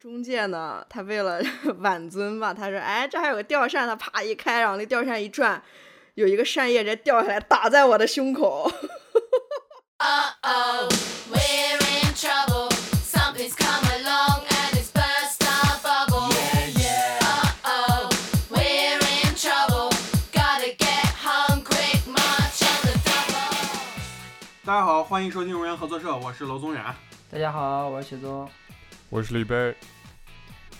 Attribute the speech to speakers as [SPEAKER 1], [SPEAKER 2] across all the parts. [SPEAKER 1] 中介呢，他为了 挽尊吧，他说：“哎，这还有个吊扇，他啪一开，然后那吊扇一转，有一个扇叶直接掉下来，打在我的胸口。
[SPEAKER 2] Uh oh, we're in trouble. Something's come along and it's burst our bubble. Yeah, yeah. Uh oh, we're in trouble. Gotta get home quick, march on the double.
[SPEAKER 3] 大家好，欢迎收听荣源合作社，我是娄宗远，
[SPEAKER 4] 大家好，我是雪宗。
[SPEAKER 5] 我是李贝，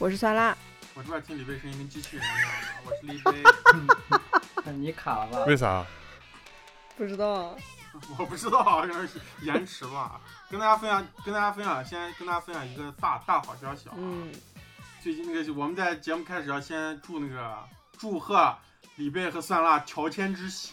[SPEAKER 1] 我是酸辣，
[SPEAKER 3] 我这边听李贝声音跟机器人一样的，我是李贝，
[SPEAKER 4] 你卡了吧？
[SPEAKER 5] 为啥？
[SPEAKER 1] 不知道
[SPEAKER 3] 我不知道，好像是延迟吧。跟大家分享，跟大家分享，先跟大家分享一个大大好消息啊！
[SPEAKER 1] 嗯，
[SPEAKER 3] 最近那个我们在节目开始要先祝那个祝贺李贝和蒜辣乔迁之喜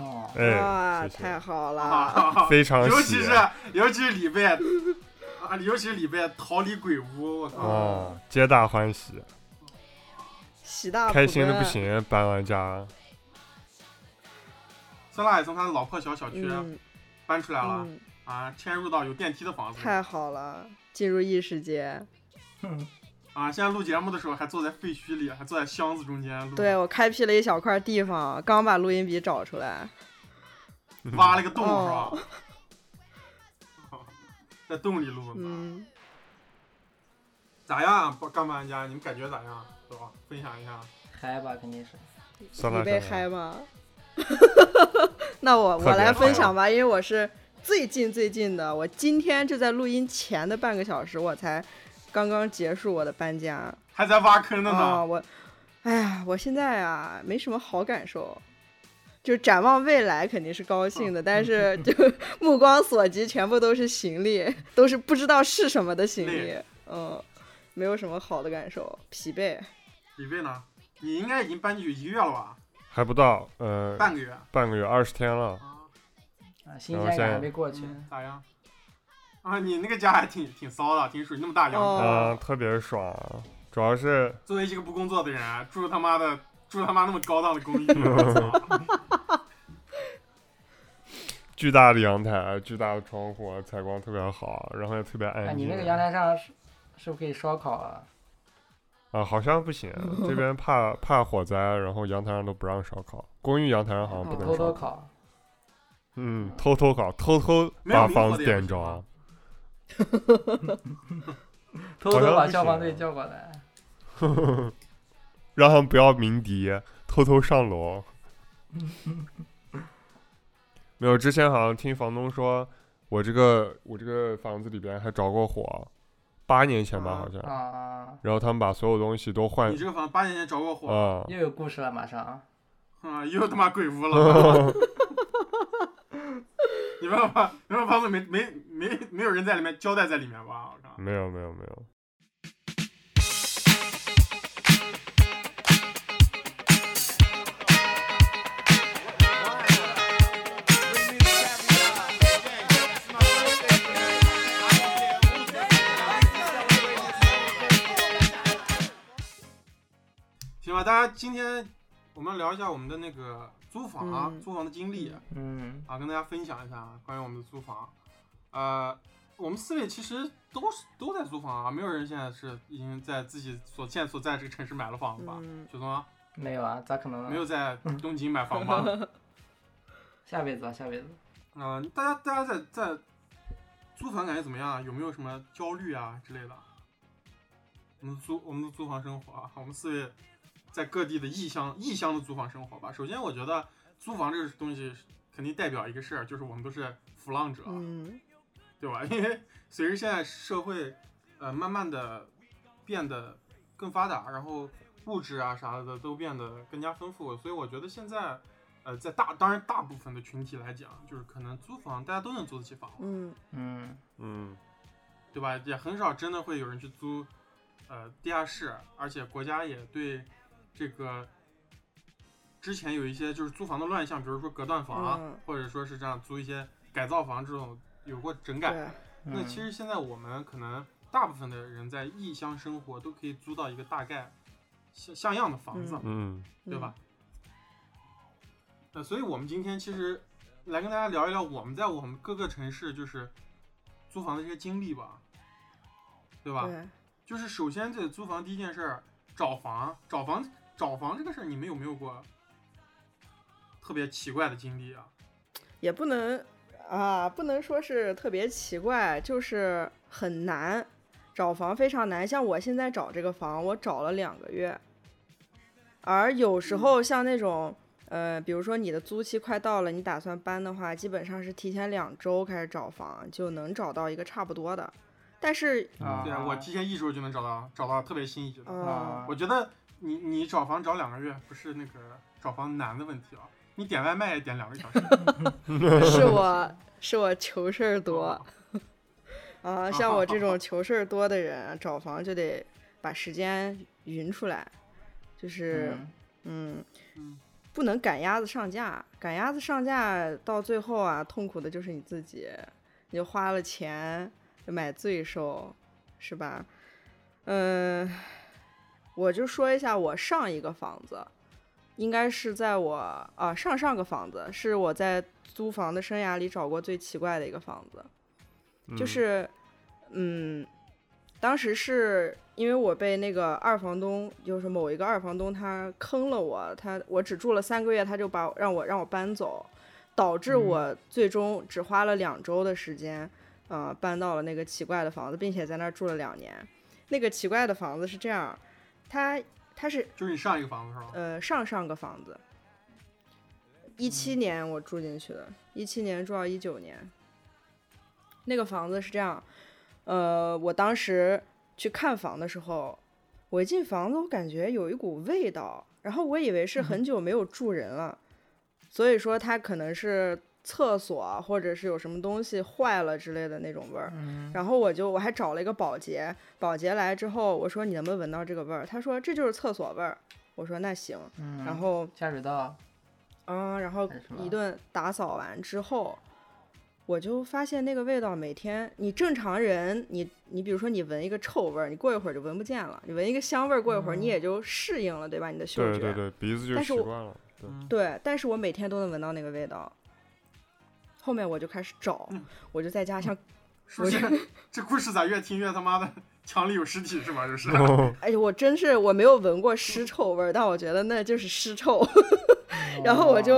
[SPEAKER 4] 哦，
[SPEAKER 1] 哇，
[SPEAKER 5] 哎，谢
[SPEAKER 1] 太
[SPEAKER 5] 谢，
[SPEAKER 1] 好了，
[SPEAKER 3] 啊，
[SPEAKER 5] 非常
[SPEAKER 3] 尤
[SPEAKER 5] 喜
[SPEAKER 3] 其是尤其是李贝啊，尤其是李贝逃离鬼屋，我靠！
[SPEAKER 5] 啊，皆大欢喜，
[SPEAKER 1] 喜啊大普奔
[SPEAKER 5] 开心的不。行，搬完家，
[SPEAKER 3] 酸辣也从他的老破小小
[SPEAKER 5] 啊
[SPEAKER 3] 区
[SPEAKER 1] 嗯
[SPEAKER 3] 搬出来了、
[SPEAKER 1] 嗯，
[SPEAKER 3] 啊，迁入到有电梯的房子里
[SPEAKER 1] 太好了，进入异世界。
[SPEAKER 3] 啊！现在录节目的时候还坐在废墟里，还坐在箱子中
[SPEAKER 5] 嗯
[SPEAKER 3] 间录，
[SPEAKER 1] 对我开辟了一小块地方，刚把录音笔找出来。
[SPEAKER 3] 挖了个洞、
[SPEAKER 1] 哦
[SPEAKER 3] 是吧？在洞里录呢。
[SPEAKER 1] 嗯，
[SPEAKER 3] 咋样？啊不刚搬家，你们感觉咋样？啊是吧？分享一下。
[SPEAKER 4] 嗨吧，肯定是。
[SPEAKER 5] 酸
[SPEAKER 1] 你
[SPEAKER 5] 辣
[SPEAKER 1] 被
[SPEAKER 5] 酱
[SPEAKER 1] 嗨 吗？那我
[SPEAKER 5] 特
[SPEAKER 1] 我
[SPEAKER 5] 别
[SPEAKER 1] 来分
[SPEAKER 5] 嗨
[SPEAKER 1] 享吧，因为我是最近最近的，我今天就在录音前的半个小时，我才刚刚结束我的搬家。
[SPEAKER 3] 还在挖坑的
[SPEAKER 1] 啊、
[SPEAKER 3] 呢。
[SPEAKER 1] 我，哎呀，我现在啊没什么好感受，就展望未来肯定是高兴
[SPEAKER 3] 哦
[SPEAKER 1] 的，但
[SPEAKER 3] 嗯
[SPEAKER 1] 是就 目光所及全部都是行李，都是不知道是什么的行李
[SPEAKER 3] 累，
[SPEAKER 1] 嗯，没有什么好的感受，疲惫。
[SPEAKER 3] 李卫呢？你应该已经搬进去一个月了吧？
[SPEAKER 5] 还不到，呃，
[SPEAKER 3] 半个月。
[SPEAKER 5] 半个月二十天了，
[SPEAKER 3] 啊，
[SPEAKER 4] 啊，新鲜感还没过去。
[SPEAKER 3] 嗯咋样？啊，你那个家还挺挺骚的，挺水，那么大阳台。
[SPEAKER 1] 哦
[SPEAKER 5] 啊，特别爽，主要是
[SPEAKER 3] 作为一个不工作的人，住他妈的住他妈那么高档的公寓，我操
[SPEAKER 5] 巨大的阳台，巨大的窗户，采光特别好，然后也特别
[SPEAKER 4] 哎，
[SPEAKER 5] 安
[SPEAKER 4] 你
[SPEAKER 5] 静。
[SPEAKER 4] 那个阳台上是是不是可以烧烤啊？
[SPEAKER 5] 啊，好像 不行，这边怕怕火灾，然后阳台上都不让烧烤，公寓阳台上好像不能
[SPEAKER 4] 偷偷
[SPEAKER 5] 烧。
[SPEAKER 4] 烤。
[SPEAKER 5] 嗯，偷偷烤，偷偷
[SPEAKER 3] 没有
[SPEAKER 5] 把
[SPEAKER 3] 明火
[SPEAKER 5] 房
[SPEAKER 3] 的
[SPEAKER 5] 子
[SPEAKER 3] 也不
[SPEAKER 5] 点
[SPEAKER 3] 行
[SPEAKER 5] 着啊
[SPEAKER 3] 吗。
[SPEAKER 4] 偷偷把消防队叫过来。
[SPEAKER 5] 让他们不要鸣笛，偷偷上 楼。没有，之前好像听房东说，我这个我这个房子里边还着过火，八年前吧，
[SPEAKER 1] 啊
[SPEAKER 5] 好像。
[SPEAKER 4] 啊，
[SPEAKER 5] 然后他们把所有东西都换
[SPEAKER 3] 你这个房八年前着过火，
[SPEAKER 5] 啊，
[SPEAKER 4] 又有故事了，马上。
[SPEAKER 3] 啊，又他妈鬼屋 了。你们把你们房子没没没没有人在里面交代在里面吧？我靠！
[SPEAKER 5] 没有没有没有，
[SPEAKER 3] 行吧，大家今天我们聊一下我们的那个租房啊，
[SPEAKER 1] 嗯
[SPEAKER 3] 租房的经历
[SPEAKER 4] 嗯，
[SPEAKER 3] 啊，跟大家分享一下啊关于我们的租房。呃，我们四位其实都是都在租房啊，没有人现在是已经在自己所现所在这个城市买了房子吧？
[SPEAKER 1] 嗯，
[SPEAKER 3] 雪松
[SPEAKER 4] 没有啊，咋可能呢？
[SPEAKER 3] 没有在东京买 房吧？
[SPEAKER 4] 下辈子吧，下辈子。
[SPEAKER 3] 嗯、大家大家在在租房感觉怎么样啊？有没有什么焦虑啊之类的？我们租我们的租房生活啊，我们四位在各地的异乡异乡的租房生活吧。首先，我觉得租房这个东西肯定代表一个事儿，就是我们都是浮浪者，啊
[SPEAKER 1] 嗯，
[SPEAKER 3] 对吧？ 因为随着现在社会呃慢慢的变得更发达，然后物质啊啥的都变得更加丰富，所以我觉得现在呃在大当然大部分的群体来讲，就是可能租房大家都能租得起房，
[SPEAKER 1] 嗯，
[SPEAKER 4] 嗯，
[SPEAKER 5] 嗯，
[SPEAKER 3] 对吧？也很少真的会有人去租呃地下室，而且国家也对这个之前有一些就是租房的乱象，比如说隔断房啊，
[SPEAKER 1] 嗯
[SPEAKER 3] 或者说是这样租一些改造房这种有过整改。
[SPEAKER 1] 对，啊
[SPEAKER 3] 那
[SPEAKER 4] 嗯
[SPEAKER 3] 其实现在我们可能大部分的人在异乡生活，都可以租到一个大概像像样的房子，
[SPEAKER 5] 嗯，
[SPEAKER 3] 对吧？呃，所以我们今天其实来跟大家聊一聊我们在我们各个城市就是租房的这些经历吧，对吧？
[SPEAKER 1] 嗯？
[SPEAKER 3] 就是首先这租房第一件事儿，找房，找房，找房这个事儿，你们有没有过特别奇怪的经历啊？
[SPEAKER 1] 也不能啊，不能说是特别奇怪，就是很难找房非常难。像我现在找这个房，我找了两个月，而有时候像那种。呃，比如说你的租期快到了，你打算搬的话，基本上是提前两周开始找房，就能找到一个差不多的。但是，
[SPEAKER 4] 啊，
[SPEAKER 3] 对啊，我提前一周就能找到，找到特别心仪的。
[SPEAKER 1] 呃，
[SPEAKER 4] 啊
[SPEAKER 3] 我，觉得你你找房找两个月不是那个找房难的问题啊，你点外卖也点两个小时。
[SPEAKER 1] 是我是我求事儿多，啊，像我这种求事儿多的人，啊找房就得把时间匀出来，就是
[SPEAKER 4] 嗯
[SPEAKER 1] 嗯
[SPEAKER 3] 嗯
[SPEAKER 1] 不能赶鸭子上架，赶鸭子上架到最后啊，痛苦的就是你自己，你就花了钱买罪受，是吧？嗯，我就说一下我上一个房子，应该是在我啊上上个房子，是我在租房的生涯里找过最奇怪的一个房子。就
[SPEAKER 5] 嗯
[SPEAKER 1] 是，嗯，当时是因为我被那个二房东，就是某一个二房东，他坑了我，他我只住了三个月，他就把我让我让我搬走，导致我最终只花了两周的时间，呃，搬到了那个奇怪的房子，并且在那儿住了两年。那个奇怪的房子是这样，它它是
[SPEAKER 3] 就是你上一个房子是吧？
[SPEAKER 1] 呃上上个房子，一七年我住进去的，一七年住到一九年。那个房子是这样，呃，我当时去看房的时候，我一进房子，我感觉有一股味道，然后我以为是很久没有住人了，所以说它可能是厕所啊或者是有什么东西坏了之类的那种味儿。
[SPEAKER 4] 嗯
[SPEAKER 1] 然后我就我还找了一个保洁，保洁来之后，我说你能不能闻到这个味儿？他说这就是厕所味儿。我说那行，
[SPEAKER 4] 嗯，
[SPEAKER 1] 然后
[SPEAKER 4] 下水道，
[SPEAKER 1] 嗯，然后
[SPEAKER 4] 还是
[SPEAKER 1] 一
[SPEAKER 4] 吧
[SPEAKER 1] 顿打扫完之后，我就发现那个味道每天你正常人，你你比如说你闻一个臭味儿，你过一会儿就闻不见了，你闻一个香味儿，过一会儿你也就适应了，对吧？你的嗅觉。
[SPEAKER 5] 嗯对对对，鼻子就
[SPEAKER 1] 但是
[SPEAKER 5] 习
[SPEAKER 1] 我
[SPEAKER 5] 惯了。对，
[SPEAKER 3] 嗯，
[SPEAKER 1] 对，但是我每天都能闻到那个味道。后面我就开始找
[SPEAKER 3] 嗯，
[SPEAKER 1] 我就在家像
[SPEAKER 3] 是不是？ 这故事咋越听越他妈的墙里有尸体是吗？就是。
[SPEAKER 1] 哎呦，我真是我没有闻过尸臭味儿，但我觉得那就是尸臭。 然后我
[SPEAKER 4] 哦
[SPEAKER 1] 就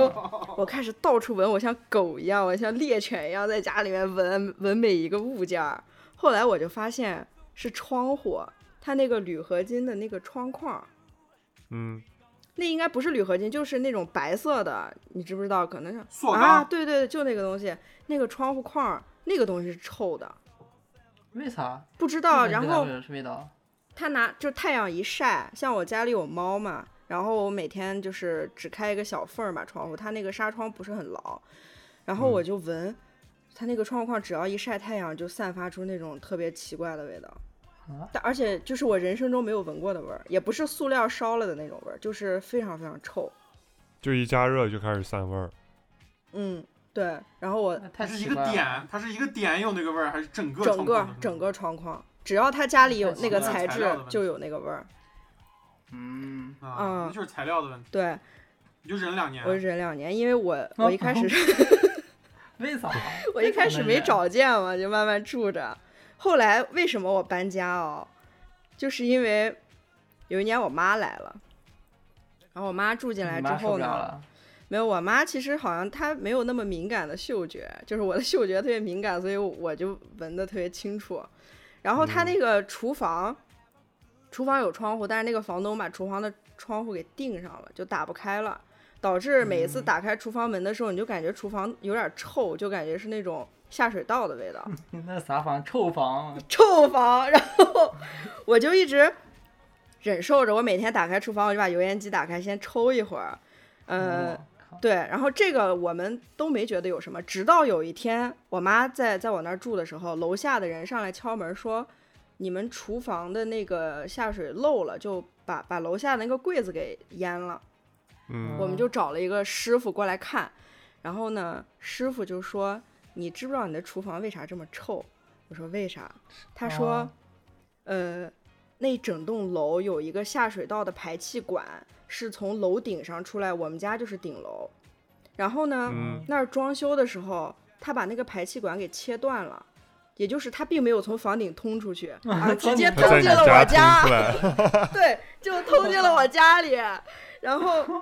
[SPEAKER 1] 我开始到处闻，我像狗一样，我像猎犬一样在家里面闻闻每一个物件儿。后来我就发现是窗户，它那个铝合金的那个窗框儿，
[SPEAKER 5] 嗯，
[SPEAKER 1] 那应该不是铝合金，就是那种白色的，你知不知道？可能是
[SPEAKER 3] 塑钢
[SPEAKER 1] 啊，对对，就那个东西，那个窗户框儿，那个东西是臭的，
[SPEAKER 4] 为啥？
[SPEAKER 1] 不知道。
[SPEAKER 4] 为啥
[SPEAKER 1] 然
[SPEAKER 4] 会
[SPEAKER 1] 后
[SPEAKER 4] 有这味道，
[SPEAKER 1] 它拿就太阳一晒，像我家里有猫嘛，然后我每天就是只开一个小缝儿嘛，窗户它那个纱窗不是很牢，然后我就闻、它那个窗户框，只要一晒太阳就散发出那种特别奇怪的味道
[SPEAKER 4] 啊。
[SPEAKER 1] 但而且就是我人生中没有闻过的味儿，也不是塑料烧了的那种味儿，就是非常非常臭。
[SPEAKER 5] 就一加热就开始散味儿。
[SPEAKER 1] 嗯，对。然后我
[SPEAKER 4] 那太
[SPEAKER 3] 它是一
[SPEAKER 4] 奇
[SPEAKER 3] 个
[SPEAKER 4] 怪了。
[SPEAKER 3] 点，它是一个点有那个味儿，还是整个
[SPEAKER 1] 整
[SPEAKER 3] 窗户
[SPEAKER 1] 个
[SPEAKER 3] 都是那
[SPEAKER 1] 整
[SPEAKER 3] 个
[SPEAKER 1] 个
[SPEAKER 3] 味
[SPEAKER 1] 窗框，只要他家里有
[SPEAKER 4] 太
[SPEAKER 1] 那个
[SPEAKER 4] 奇怪
[SPEAKER 1] 材
[SPEAKER 4] 了
[SPEAKER 3] 材
[SPEAKER 1] 质
[SPEAKER 3] 料的问题
[SPEAKER 1] 就有那个味儿。
[SPEAKER 4] 嗯，
[SPEAKER 3] 儿啊
[SPEAKER 1] 嗯，
[SPEAKER 3] 那就是材料的问题，
[SPEAKER 1] 对，
[SPEAKER 3] 你就忍两年
[SPEAKER 1] 我。忍两年，因为我我一开始
[SPEAKER 4] 为啥？
[SPEAKER 1] 我一开始没找见嘛，就慢慢住着。后来为什么我搬家哦？就是因为有一年我妈来了，然后我妈住进来
[SPEAKER 4] 你
[SPEAKER 1] 之
[SPEAKER 4] 妈受
[SPEAKER 1] 后
[SPEAKER 4] 不了
[SPEAKER 1] 呢，
[SPEAKER 4] 了，
[SPEAKER 1] 没有我妈其实好像她没有那么敏感的嗅觉，就是我的嗅觉特别敏感，所以我就闻得特别清楚。然后她
[SPEAKER 5] 嗯
[SPEAKER 1] 那个厨房，厨房有窗户，但是那个房东把厨房的窗户给钉上了，就打不开了，导致每一次
[SPEAKER 4] 嗯
[SPEAKER 1] 打开厨房门的时候，你就感觉厨房有点臭，就感觉是那种下水道的味道，
[SPEAKER 4] 你那啥房？臭房。
[SPEAKER 1] 臭房。然后我就一直忍受着，我每天打开厨房，我就把油烟机打开，先抽一会儿，呃。
[SPEAKER 4] 嗯，靠
[SPEAKER 1] 对，然后这个我们都没觉得有什么，直到有一天，我妈在在我那儿住的时候，楼下的人上来敲门说，你们厨房的那个下水漏了，就把把楼下那个柜子给淹了。
[SPEAKER 5] 嗯
[SPEAKER 1] 我们就找了一个师傅过来看，然后呢，师傅就说：“你知不知道你的厨房为啥这么臭？”我说：“为啥？”他说：“
[SPEAKER 4] 哦
[SPEAKER 1] 呃，那整栋楼有一个下水道的排气管是从楼顶上出来，我们家就是顶楼。然后呢，
[SPEAKER 5] 嗯
[SPEAKER 1] 那儿装修的时候，他把那个排气管给切断了。也就是他并没有从房顶通出 去啊，直
[SPEAKER 4] 从
[SPEAKER 1] 接
[SPEAKER 4] 你
[SPEAKER 1] 通
[SPEAKER 5] 他在你
[SPEAKER 1] 进了我
[SPEAKER 5] 家
[SPEAKER 1] 家
[SPEAKER 5] 冲 出。来，
[SPEAKER 1] 对，就偷进了我家里，然后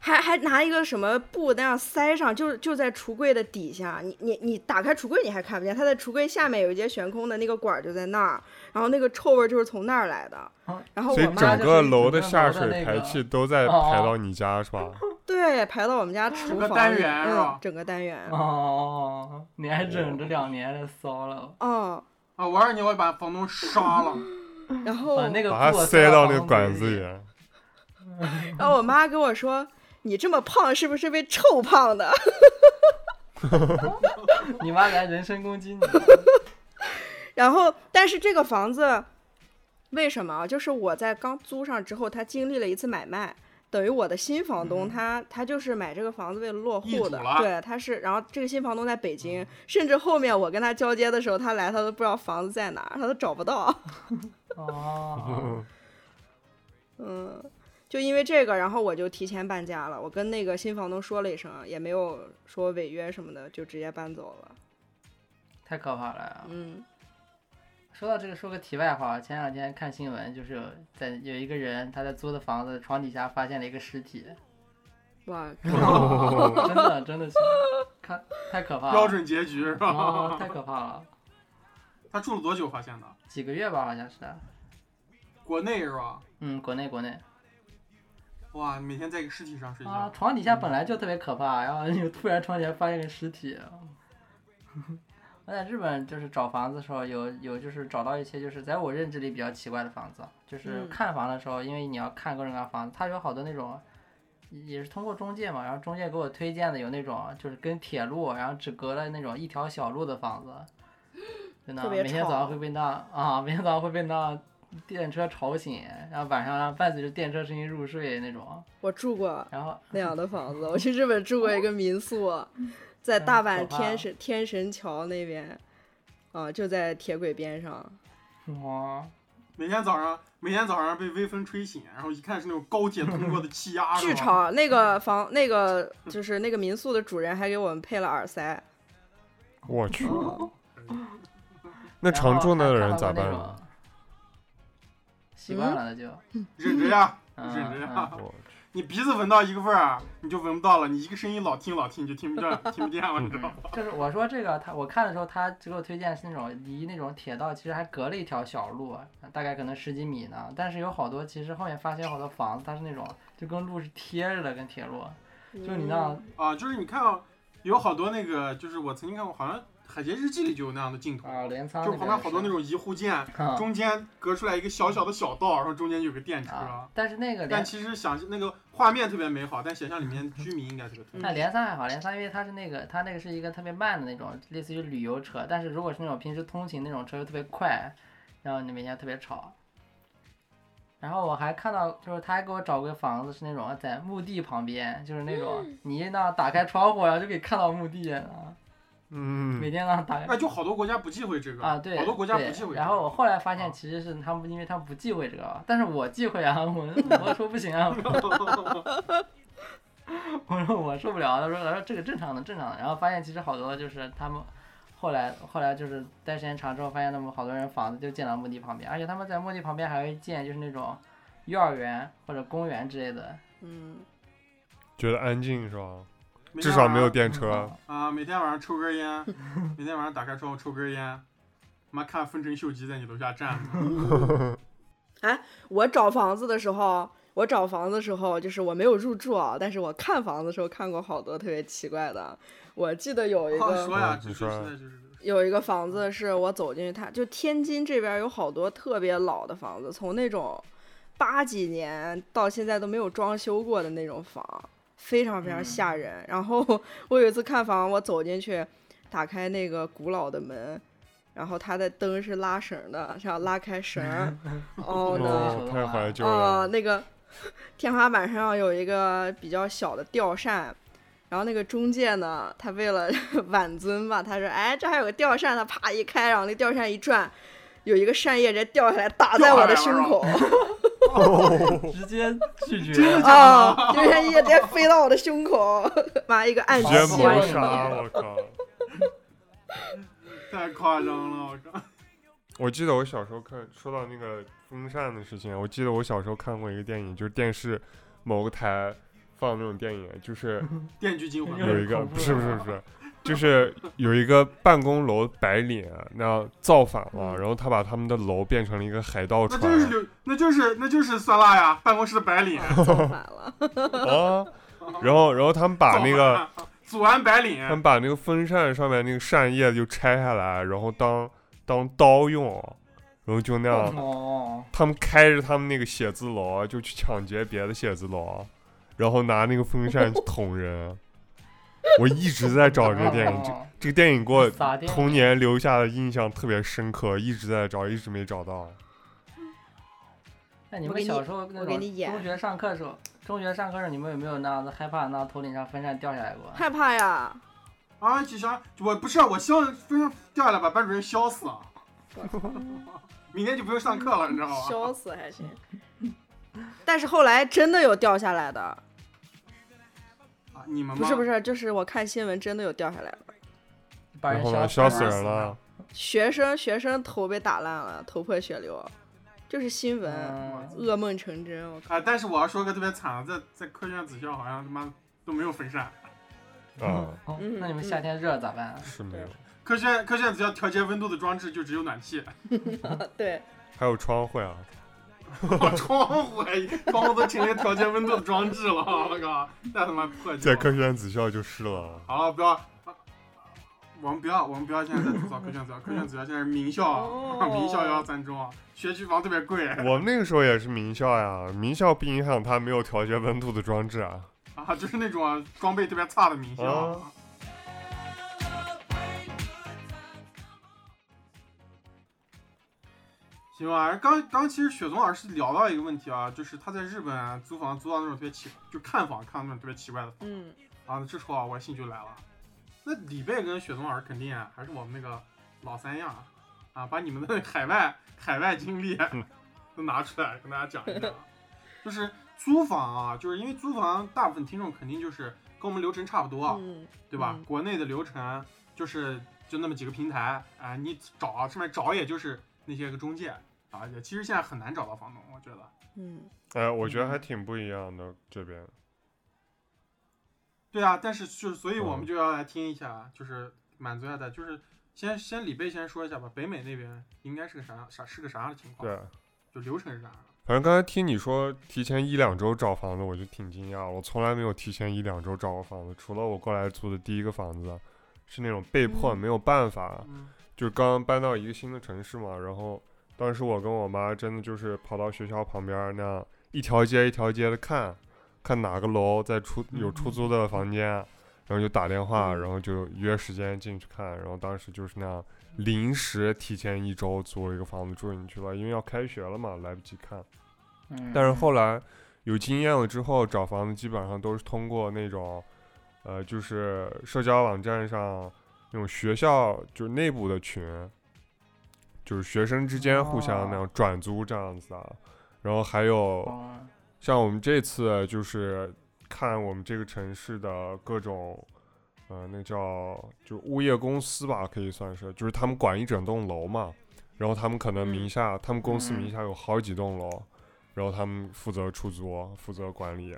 [SPEAKER 1] 还还拿一个什么布那样塞上，就是就在橱柜的底下。你你你打开橱柜你还看不见，它在橱柜下面有一节悬空的那个管儿就在那儿，然后那个臭味儿就是从那儿来的。
[SPEAKER 4] 啊
[SPEAKER 1] 然后
[SPEAKER 5] 所以
[SPEAKER 1] 我妈
[SPEAKER 5] 整
[SPEAKER 4] 就
[SPEAKER 5] 个
[SPEAKER 4] 是你
[SPEAKER 5] 楼
[SPEAKER 4] 们
[SPEAKER 5] 的
[SPEAKER 4] 楼
[SPEAKER 5] 下
[SPEAKER 4] 的
[SPEAKER 5] 水
[SPEAKER 4] 那
[SPEAKER 5] 排
[SPEAKER 4] 个
[SPEAKER 5] 气都在
[SPEAKER 4] 哦
[SPEAKER 5] 排到你家是吧？
[SPEAKER 1] 对排到我们家厨
[SPEAKER 3] 个
[SPEAKER 1] 房
[SPEAKER 3] 单
[SPEAKER 1] 里
[SPEAKER 3] 元是
[SPEAKER 1] 嗯
[SPEAKER 3] 吧，
[SPEAKER 1] 整个单元。
[SPEAKER 4] 哦，你还忍着两年的骚了，
[SPEAKER 1] 哦，
[SPEAKER 3] 啊，我二年我也把房东杀了，
[SPEAKER 1] 嗯然后
[SPEAKER 4] 把那个
[SPEAKER 5] 把
[SPEAKER 4] 布
[SPEAKER 5] 它塞到
[SPEAKER 4] 房
[SPEAKER 5] 那个管
[SPEAKER 4] 子
[SPEAKER 5] 子里，
[SPEAKER 1] 然后我妈跟我说：“你这么胖是不是被臭胖的
[SPEAKER 4] 你妈来人身攻击 你，？”
[SPEAKER 1] 然后，但是这个房子为什么啊？就是我在刚租上之后，他经历了一次买卖，等于我的新房东他、他就是买这个房子为了落
[SPEAKER 3] 易
[SPEAKER 1] 户
[SPEAKER 3] 嗯主
[SPEAKER 1] 的
[SPEAKER 3] 了，嗯
[SPEAKER 1] 对，他是。然后这个新房东在北京，甚至后面我跟他交接的时候，他来他都不知道房子在哪儿，他都找不到。
[SPEAKER 4] 哦，
[SPEAKER 1] 嗯，就因为这个，然后我就提前搬家了。我跟那个新房东说了一声，也没有说违约什么的，就直接搬走了。
[SPEAKER 4] 太可怕了呀！
[SPEAKER 1] 嗯
[SPEAKER 4] 说到这个，说个题外话，前两天看新闻，就是在有一个人他在租的房子床底下发现了一个尸 体，
[SPEAKER 1] 哇，
[SPEAKER 4] 真的真的是，看太可怕了，
[SPEAKER 3] 标准结局是吧
[SPEAKER 4] 哦，太？可怕了，
[SPEAKER 3] 他住了多久发现的？
[SPEAKER 4] 几个月吧，好像是，
[SPEAKER 3] 国内是吧？
[SPEAKER 4] 嗯，国内国内
[SPEAKER 3] 哇，每天在一个尸体上睡觉，
[SPEAKER 4] 啊，床底下本来就特别可怕，然后你突然床底下发现个尸体。 我在日本就是找房子的时候有，有就是找到一些就是在我认知里比较奇怪的房子，就是
[SPEAKER 1] 嗯
[SPEAKER 4] 看房的时候，因为你要看各种各样的房子，它有好多那种也是通过中介嘛，然后中介给我推荐的有那种就是跟铁路，然后只隔了那种一条小路的房子，真的
[SPEAKER 1] 特别
[SPEAKER 4] 每天
[SPEAKER 1] 吵
[SPEAKER 4] 早上会被那啊，每天早上会被那电车吵醒，然后晚上让伴随着电车声音入睡那种，
[SPEAKER 1] 我住过
[SPEAKER 4] 然后
[SPEAKER 1] 那样的房子。我去日本住过一个民宿，在
[SPEAKER 4] 嗯
[SPEAKER 1] 大
[SPEAKER 4] 可
[SPEAKER 1] 阪
[SPEAKER 4] 怕
[SPEAKER 1] 天神天神桥那边，啊，就在铁轨边上。
[SPEAKER 4] 哇。
[SPEAKER 3] 每天早上每天早上被微风吹醒，然后一看是那种高铁通过的气压，
[SPEAKER 1] 巨
[SPEAKER 3] 是吧
[SPEAKER 1] 吵，那个房那个就是那个民宿的主人还给我们配了耳塞。
[SPEAKER 5] 我去，
[SPEAKER 1] 嗯
[SPEAKER 5] 那
[SPEAKER 4] 然
[SPEAKER 5] 常
[SPEAKER 4] 后
[SPEAKER 5] 住那
[SPEAKER 4] 还
[SPEAKER 5] 的
[SPEAKER 4] 看
[SPEAKER 5] 人
[SPEAKER 4] 到
[SPEAKER 5] 咋
[SPEAKER 4] 过那
[SPEAKER 5] 办啊
[SPEAKER 4] 种
[SPEAKER 5] 呢？
[SPEAKER 4] 习惯了那就，
[SPEAKER 3] 忍着呀，
[SPEAKER 4] 嗯
[SPEAKER 3] 忍着呀，
[SPEAKER 5] 我去
[SPEAKER 3] 你鼻子闻到一个味儿，你就闻不到了，你一个声音老听老听，你就听不见 听不见了，你知道吗？
[SPEAKER 4] 就是我说这个他我看的时候，他给我推荐是那种离那种铁道其实还隔了一条小路，大概可能十几米呢。但是有好多其实后面发现有好多房子，它是那种就跟路是贴着的，跟铁路，就是你那样
[SPEAKER 3] 啊，就是你看到有好多那个，就是我曾经看过，好像《海贼日记》里就有那样的镜头，
[SPEAKER 4] 啊镰仓
[SPEAKER 3] 就是
[SPEAKER 4] 那
[SPEAKER 3] 旁
[SPEAKER 4] 边
[SPEAKER 3] 边好多
[SPEAKER 4] 是
[SPEAKER 3] 那种一户建，
[SPEAKER 4] 啊
[SPEAKER 3] 中间隔出来一个小小的小道，然后中间有个电车。
[SPEAKER 4] 啊，但是那个
[SPEAKER 3] 但
[SPEAKER 4] 镰
[SPEAKER 3] 其实想那个画面特别美好，但想象里面居民应该特别痛苦。
[SPEAKER 4] 那镰仓还好，镰仓因为它是那个它那个是一个特别慢的那种，类似于旅游车，但是如果是那种平时通勤那种车就特别快，然后你每天特别吵。然后我还看到，就是他还给我找个房子是那种啊在墓地旁边，就是那种你一那样打开窗户，然后就可以看到墓地啊，每
[SPEAKER 5] 嗯，
[SPEAKER 4] 天那样打开
[SPEAKER 3] 哎，就好多国家不忌讳这个
[SPEAKER 4] 啊，对，
[SPEAKER 3] 好多国家不
[SPEAKER 4] 对
[SPEAKER 3] 忌讳这个。
[SPEAKER 4] 然后我后来发现
[SPEAKER 3] 啊
[SPEAKER 4] 其实是他们，因为他们不忌讳这个，但是我忌讳 啊，我我说不行啊， 我说我受不了，他说他说这个正常的正常的，然后发现其实好多就是他们后来后来就是待时间长之后，发现他们好多人房子就建到墓地旁边，而且他们在墓地旁边还会建就是那种幼儿园或者公园之类的，
[SPEAKER 1] 嗯，
[SPEAKER 5] 觉得安静是吧？
[SPEAKER 3] 每天
[SPEAKER 5] 至少没有
[SPEAKER 3] 晚
[SPEAKER 5] 电
[SPEAKER 4] 嗯
[SPEAKER 5] 车。
[SPEAKER 3] 上啊，每天晚上抽根烟，每天晚上打开窗户抽根烟，妈看丰臣秀吉在你楼下站着，
[SPEAKER 1] 我找房子的时候，我找房子的时候，就是我没有入住啊，但是我看房子的时候看过好多特别奇怪的。我记得有一
[SPEAKER 4] 哦
[SPEAKER 3] 好
[SPEAKER 1] 个
[SPEAKER 3] 说呀，
[SPEAKER 5] 嗯
[SPEAKER 3] 就
[SPEAKER 5] 你
[SPEAKER 3] 是
[SPEAKER 5] 说
[SPEAKER 3] 现在就是
[SPEAKER 1] 有一个房子是我走进去它，就天津这边有好多特别老的房子，从那种八几年到现在都没有装修过的那种房，非常非常
[SPEAKER 4] 嗯
[SPEAKER 1] 吓人。然后 我有一次看房，我走进去，打开那个古老的门。然后它的灯是拉绳的，是要拉开绳儿。哦，那
[SPEAKER 5] 哦，太怀旧
[SPEAKER 1] 哦，
[SPEAKER 5] 了。
[SPEAKER 1] 那个 天花板上有一个比较小的吊扇，然后那个中介呢，他为了 挽尊吧，他说：“哎，这还有个吊扇。”他啪一开，然后那吊扇一转，有一个扇叶直接掉下来，哦打在我的胸 口。，
[SPEAKER 4] 直接拒绝
[SPEAKER 1] 啊！这个扇叶直接飞到我的胸口，妈一个暗
[SPEAKER 5] 直接
[SPEAKER 1] 器
[SPEAKER 4] 好
[SPEAKER 5] 谋
[SPEAKER 4] 吧
[SPEAKER 1] 我。
[SPEAKER 5] 杀，我靠！
[SPEAKER 3] 太夸张了，我靠！
[SPEAKER 5] 我记得我小时候看，说到那个风扇的事情，我记得我小时候看过一个电影，就是电视某个台放那种电影，就是
[SPEAKER 3] 电锯惊魂
[SPEAKER 4] 有
[SPEAKER 5] 有
[SPEAKER 4] 点
[SPEAKER 5] 一个
[SPEAKER 4] 恐怖
[SPEAKER 5] 不是不是
[SPEAKER 4] 了
[SPEAKER 5] 不是，就是有一个办公楼白领那样造反
[SPEAKER 4] 嗯
[SPEAKER 5] 了，然后他把他们的楼变成了一个海盗
[SPEAKER 3] 那
[SPEAKER 5] 船
[SPEAKER 3] 就是刘，那就是那就是酸辣呀，办公室的白 领，
[SPEAKER 1] 造反了，
[SPEAKER 5] 啊，然后 然后他们把那个
[SPEAKER 3] 祖安白领
[SPEAKER 5] 他，们把那个风扇上面那个扇叶就拆下来，然后当当刀用，然后就那样
[SPEAKER 4] 哦，
[SPEAKER 5] 他们开着他们那个写字楼就去抢劫别的写字楼，然后拿那个风扇去捅人。我一直在找这个电 影，这
[SPEAKER 4] 哦
[SPEAKER 5] 这个电影给我
[SPEAKER 4] 撒电
[SPEAKER 5] 童年留下的印象特别深刻，一直在找，一直没找到。
[SPEAKER 4] 那你
[SPEAKER 1] 我
[SPEAKER 4] 们
[SPEAKER 1] 给你
[SPEAKER 4] 小时候
[SPEAKER 1] 我
[SPEAKER 4] 那
[SPEAKER 1] 给
[SPEAKER 4] 种
[SPEAKER 1] 你演
[SPEAKER 4] 中学上课的时候，中学上课的时候你们有没有那样子害怕那头顶上风扇掉下来过？
[SPEAKER 1] 害怕呀！
[SPEAKER 3] 啊，其实我不是，我希望非常掉下来把班主任削 死啊！明天就不用上课了，你知
[SPEAKER 1] 哦
[SPEAKER 3] 道吗？
[SPEAKER 1] 笑死还行。但是后来真的有掉下来的，
[SPEAKER 3] 啊你们吗
[SPEAKER 1] 不是不，是，就是我看新闻真的有掉下来的，
[SPEAKER 4] 把人
[SPEAKER 5] 然后呢，
[SPEAKER 4] 削
[SPEAKER 5] 削死人了。。
[SPEAKER 1] 学生学生头被打烂了，头破血流，就是新闻，
[SPEAKER 4] 嗯，
[SPEAKER 1] 噩梦成真，我靠，
[SPEAKER 3] 啊，但是我要说个特别惨的，在在科学院子校好像他妈都没有风扇，
[SPEAKER 5] 啊，
[SPEAKER 4] 哦
[SPEAKER 1] 嗯
[SPEAKER 4] 那你们夏天热咋办？
[SPEAKER 5] 是没有，
[SPEAKER 3] 科学院科学院子校调节温度的装置就只有暖气，
[SPEAKER 1] 啊对，
[SPEAKER 5] 还有窗啊户呀。
[SPEAKER 3] 窗户哎窗户都成了调节温度的装置了，我靠，太他妈破旧
[SPEAKER 5] 在
[SPEAKER 3] 了。
[SPEAKER 5] 科学院子校就是了。
[SPEAKER 3] 好了，不要，我们不要，我们不要现在再吐槽科学院子校，科学院子校现在是名校啊，
[SPEAKER 1] 哦
[SPEAKER 3] 名校幺幺三中啊，学区房特别贵
[SPEAKER 5] 我们那个时候也是名校呀，名校不影响它没有调节温度的装置啊。
[SPEAKER 3] 啊，就是那种啊装备特别差的名校
[SPEAKER 5] 哦
[SPEAKER 3] 啊。行吧，刚刚其实雪松老师聊到一个问题啊，就是他在日本啊租房租到那种特别奇，就看房看到那种特别奇怪的
[SPEAKER 1] 嗯，
[SPEAKER 3] 啊，这时候啊，我兴趣来了。那李贝跟雪松老师肯定啊，还是我们那个老三样啊啊，把你们的海外海外经历啊
[SPEAKER 5] 嗯
[SPEAKER 3] 都拿出来跟大家讲一讲啊。就是租房啊，就是因为租房，大部分听众肯定就是跟我们流程差不多啊，
[SPEAKER 1] 嗯，
[SPEAKER 3] 对吧？
[SPEAKER 1] 嗯
[SPEAKER 3] 国内的流程就是就那么几个平台啊、你找啊，上面找也就是那些个中介啊，也其实现在很难找到房东，我觉得。
[SPEAKER 1] 嗯，
[SPEAKER 5] 哎，我觉得还挺不一样的这边。
[SPEAKER 3] 对啊，但是就是，所以
[SPEAKER 5] 嗯
[SPEAKER 3] 我们就要来听一下，啊就是满足一下的，就是先先李贝先说一下吧，北美那边应该是个啥啥是个啥样的情况？
[SPEAKER 5] 对，，
[SPEAKER 1] 哦
[SPEAKER 3] 就流程是啥样啊的？
[SPEAKER 5] 反正刚才听你说提前一两周找房子，我就挺惊讶。我从来没有提前一两周找过房子，除了我过来租的第一个房子，是那种被迫、
[SPEAKER 1] 嗯
[SPEAKER 5] 没有办法，
[SPEAKER 3] 嗯
[SPEAKER 5] 就是刚刚搬到一个新的城市嘛。然后当时我跟我妈真的就是跑到学校旁边儿那样一条街一条街的看，看哪个楼在出有出租的房间，然后就打电话，然后就约时间进去看。然后当时就是那样临时提前一周租了一个房子住进去了，因为要开学了嘛，来不及看。
[SPEAKER 4] 嗯，
[SPEAKER 5] 但是后来有经验了之后，找房子基本上都是通过那种，呃，就是社交网站上那种学校就是内部的群，就是学生之间互相那样转租这样子的。啊然后还有
[SPEAKER 4] 哦
[SPEAKER 5] 像我们这次就是看我们这个城市的各种。呃，那叫就是物业公司吧，可以算是，就是他们管一整栋楼嘛，然后他们可能名下，他们公司
[SPEAKER 4] 嗯
[SPEAKER 5] 名下有好几栋楼，然后他们负责出租，负责管理，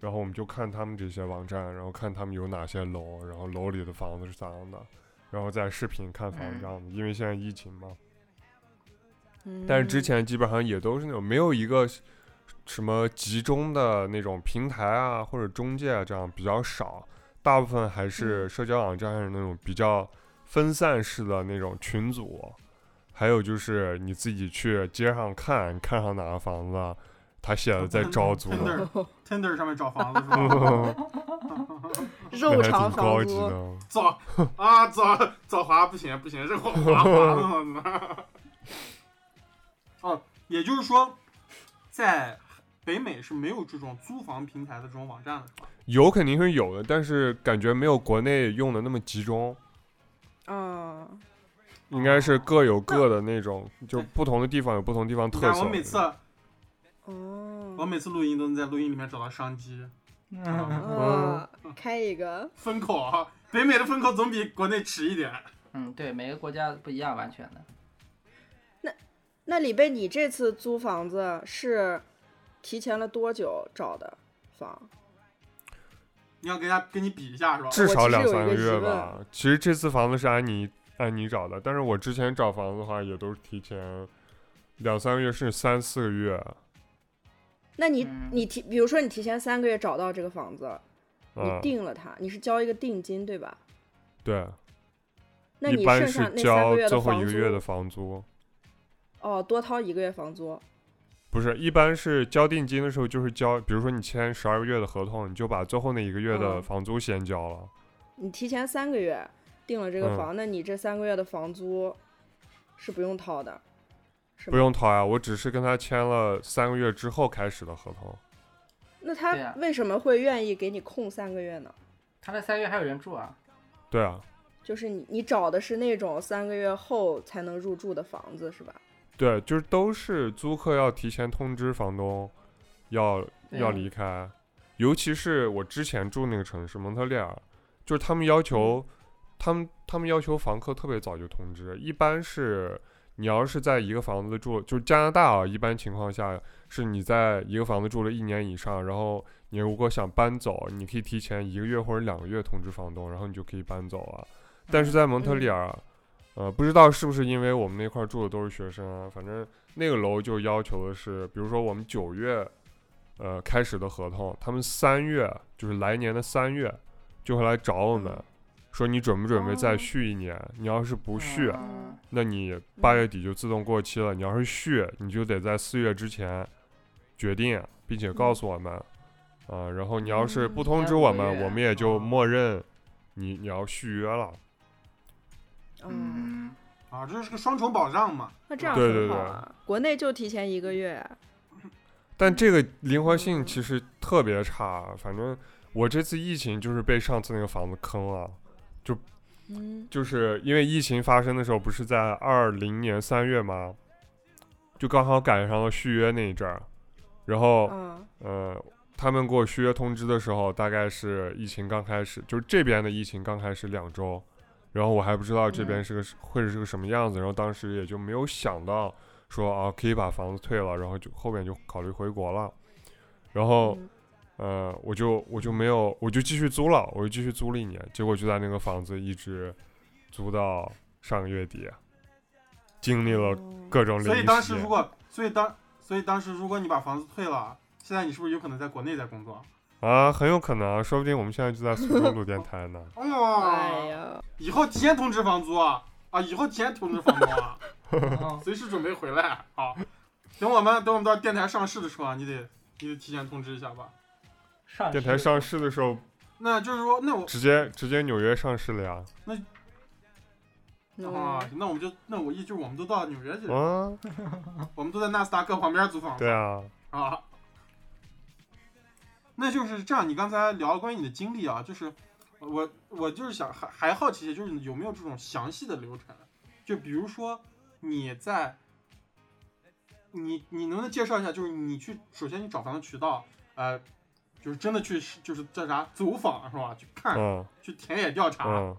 [SPEAKER 5] 然后我们就看他们这些网站，然后看他们有哪些楼，然后楼里的房子是咋样的，然后在视频看房
[SPEAKER 4] 嗯
[SPEAKER 5] 这样子，因为现在疫情嘛，
[SPEAKER 1] 嗯
[SPEAKER 5] 但是之前基本上也都是那种没有一个是什么集中的那种平台啊或者中介啊这样比较少，大部分还
[SPEAKER 1] 嗯
[SPEAKER 5] 是社交网站上那种比较分散式的那种群组，还有就是你自己去街上看，你看上哪个房子，他写的呃
[SPEAKER 1] 嗯
[SPEAKER 5] 在招租，
[SPEAKER 3] Tinder Tinder 上面找房子是吧？
[SPEAKER 5] 那
[SPEAKER 1] 肉
[SPEAKER 5] 还
[SPEAKER 1] 偿
[SPEAKER 5] 挺高
[SPEAKER 1] 房
[SPEAKER 5] 级
[SPEAKER 1] 租，
[SPEAKER 5] 的。
[SPEAKER 3] 找啊找找华不行不行，这个华华的 哦，也就是说，在北美是没有这种租房平台的这种网站的，是吧？
[SPEAKER 5] 有肯定是有的，但是感觉没有国内用的那么集中。
[SPEAKER 1] 嗯，
[SPEAKER 5] 应该是各有各的那种，就不同的地方有不同地方
[SPEAKER 3] 你
[SPEAKER 5] 特
[SPEAKER 3] 看
[SPEAKER 5] 色。
[SPEAKER 3] 我每次我
[SPEAKER 1] 哦，
[SPEAKER 3] 每次录音都能在录音里面找到商机。
[SPEAKER 4] 嗯
[SPEAKER 1] 嗯，开一个，
[SPEAKER 3] 风口啊，北美的风口总比国内迟一点。
[SPEAKER 4] 嗯，对，每个国家不一样，完全的。
[SPEAKER 1] 那李贝，你这次租房子是提前了多久找的房？
[SPEAKER 3] 你要跟人家跟你比一下是吧？
[SPEAKER 5] 至少两
[SPEAKER 1] 我其实有
[SPEAKER 5] 三个
[SPEAKER 1] 一个疑
[SPEAKER 5] 月
[SPEAKER 1] 问
[SPEAKER 5] 吧。其实这次房子是安妮安妮找的，但是我之前找房子的话也都是提前两三个月，甚至三四个月。
[SPEAKER 1] 那你、
[SPEAKER 4] 嗯
[SPEAKER 1] 你提，比如说你提前三个月找到这个房子，你
[SPEAKER 5] 嗯，
[SPEAKER 1] 定了它，你是交一个定金对吧？
[SPEAKER 5] 对，
[SPEAKER 1] 那
[SPEAKER 5] 一
[SPEAKER 1] 你
[SPEAKER 5] 般
[SPEAKER 1] 剩
[SPEAKER 5] 是
[SPEAKER 1] 下那三
[SPEAKER 5] 交
[SPEAKER 1] 个月
[SPEAKER 5] 最
[SPEAKER 1] 的
[SPEAKER 5] 后
[SPEAKER 1] 房
[SPEAKER 5] 一个月的
[SPEAKER 1] 租，
[SPEAKER 5] 房租，
[SPEAKER 1] 哦，多掏一个月房租。
[SPEAKER 5] 不是，一般是交定金的时候就是交，比如说你签十二个月的合同，你就把最后那一个月的
[SPEAKER 1] 嗯
[SPEAKER 5] 房租先交了。
[SPEAKER 1] 你提前三个月定了这个
[SPEAKER 5] 嗯
[SPEAKER 1] 房，那你这三个月的房租是不用掏的，是
[SPEAKER 5] 不
[SPEAKER 1] 吗？
[SPEAKER 5] 用掏呀，我只是跟他签了三个月之后开始的合同。
[SPEAKER 1] 那
[SPEAKER 4] 对
[SPEAKER 1] 他
[SPEAKER 4] 啊
[SPEAKER 1] 为什么会愿意给你空三个月呢？
[SPEAKER 4] 他那三个月还有人住啊？
[SPEAKER 5] 对啊，
[SPEAKER 1] 就是你你找的是那种三个月后才能入住的房子是吧？
[SPEAKER 5] 对，就是都是租客要提前通知房东要
[SPEAKER 4] 对
[SPEAKER 5] 要 离开，尤其是我之前住那个城市蒙特利尔，就是他们要求，他们他们要求房客特别早就通知，一般是你要是在一个房子住，就是加拿大啊，一般情况下是你在一个房子住了一年以上，然后你如果想搬走，你可以提前一个月或者两个月通知房东，然后你就可以搬走啊。但是在蒙特利尔，呃，不知道是不是因为我们那块儿住的都是学生啊，反正那个楼就要求的是，比如说我们九月，呃，开始的合同，他们三月，就是来年的三月，就会来找我们，说你准不准备再
[SPEAKER 1] 哦
[SPEAKER 5] 续一年？你要是不续，
[SPEAKER 4] 嗯
[SPEAKER 5] 那你八月底就自动过期了。你要是续，你就得在四月之前决定，并且告诉我们，啊，然后你要是不
[SPEAKER 4] 嗯
[SPEAKER 5] 通
[SPEAKER 4] 要
[SPEAKER 5] 知
[SPEAKER 4] 五
[SPEAKER 5] 我
[SPEAKER 4] 个
[SPEAKER 5] 们，
[SPEAKER 4] 月
[SPEAKER 5] 我们也就
[SPEAKER 4] 哦
[SPEAKER 5] 默认你你要续约了。
[SPEAKER 1] 嗯，
[SPEAKER 4] 嗯，
[SPEAKER 3] 啊，这就是个双重保障嘛。
[SPEAKER 1] 那这样
[SPEAKER 5] 对对
[SPEAKER 1] 很好啊。国内就提前一个月，啊
[SPEAKER 5] 但这个灵活性其实特别差，反正我这次疫情就是被上次那个房子坑了，
[SPEAKER 1] 嗯，
[SPEAKER 5] 就是因为疫情发生的时候不是在二零年三月吗？就刚好赶上了续约那一阵儿，然后
[SPEAKER 1] 啊，
[SPEAKER 5] 呃，他们给我续约通知的时候，大概是疫情刚开始，就是这边的疫情刚开始两周，然后我还不知道这边
[SPEAKER 4] 嗯
[SPEAKER 5] 是个是会是个什么样子，然后当时也就没有想到说啊可以把房子退了，然后就后面就考虑回国了，然后
[SPEAKER 1] 嗯
[SPEAKER 5] 呃我就我就没有我就继续租了，我就继续租了一年，结果就在那个房子一直租到上个月底，经历了
[SPEAKER 1] 哦
[SPEAKER 5] 各种
[SPEAKER 3] 所
[SPEAKER 5] 临
[SPEAKER 3] 以
[SPEAKER 5] 时，
[SPEAKER 3] 当时如果，所以当，所以当时如果你把房子退了，现在你是不是有可能在国内在工作？
[SPEAKER 5] 啊很有可能啊，说不定我们现在就在苏州录电 台呢。
[SPEAKER 3] 哎呦，
[SPEAKER 1] 哎呀，
[SPEAKER 3] 以后提前通知房租啊，啊，以后提前通知房东 啊，
[SPEAKER 4] 哦
[SPEAKER 3] 随时准备回来啊。等我们等我们到电台上市的时候啊，你得你得提前通知一下吧。
[SPEAKER 4] 上
[SPEAKER 5] 电台
[SPEAKER 4] 市
[SPEAKER 5] 上市的时候，
[SPEAKER 3] 那就是说，那我
[SPEAKER 5] 直接直接纽约上市了呀！
[SPEAKER 1] 嗯
[SPEAKER 3] 啊，那我们就那我一就是我们都到纽约去，
[SPEAKER 5] 啊，
[SPEAKER 3] 我们都在纳斯达克旁边租房子
[SPEAKER 5] 对啊，
[SPEAKER 3] 啊。那就是这样，你刚才聊关于你的经历啊，就是我我就是想还还好奇一些，就是有没有这种详细的流程？就比如说你在你你能不能介绍一下？就是你去首先你找房的渠道，呃，就是真的去就是叫啥走访是吧？去看、
[SPEAKER 5] 嗯
[SPEAKER 3] 去田野调查，
[SPEAKER 5] 嗯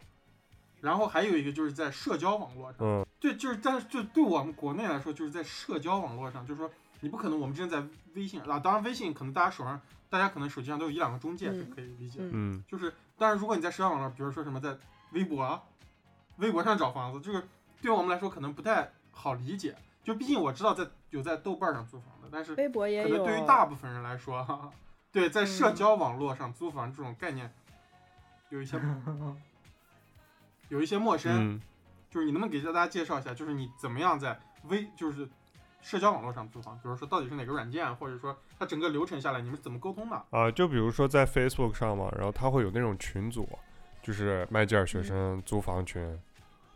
[SPEAKER 3] 然后还有一个就是在社交网络上，
[SPEAKER 5] 嗯
[SPEAKER 3] 对，就是但是就对我们国内来说，就是在社交网络上，就是说你不可能我们之前在微信啊，当然微信可能大家手上，大家可能手机上都有一两个中介，
[SPEAKER 1] 嗯
[SPEAKER 3] 这可以理解。
[SPEAKER 1] 嗯
[SPEAKER 5] 嗯，
[SPEAKER 3] 就是，但是如果你在社交网络，比如说什么在微博、啊，微博上找房子，就是对我们来说可能不太好理解。就毕竟我知道在有在豆瓣上租房的，但是
[SPEAKER 1] 微博
[SPEAKER 3] 可
[SPEAKER 1] 也
[SPEAKER 3] 能
[SPEAKER 1] 有，哦
[SPEAKER 3] 对于大部分人来说，哈哈，对在社
[SPEAKER 1] 嗯
[SPEAKER 3] 交网络上租房这种概念，有 一些有一些陌生。
[SPEAKER 5] 嗯，
[SPEAKER 3] 就是你能不能给大家介绍一下，就是你怎么样在微就是社交网络上租房，比如说到底是哪个软件，啊或者说它整个流程下来你们是怎么沟通的？
[SPEAKER 5] 啊，就比如说在 Facebook 上嘛，然后它会有那种群组，就是麦吉尔
[SPEAKER 3] 嗯
[SPEAKER 5] 学生租房群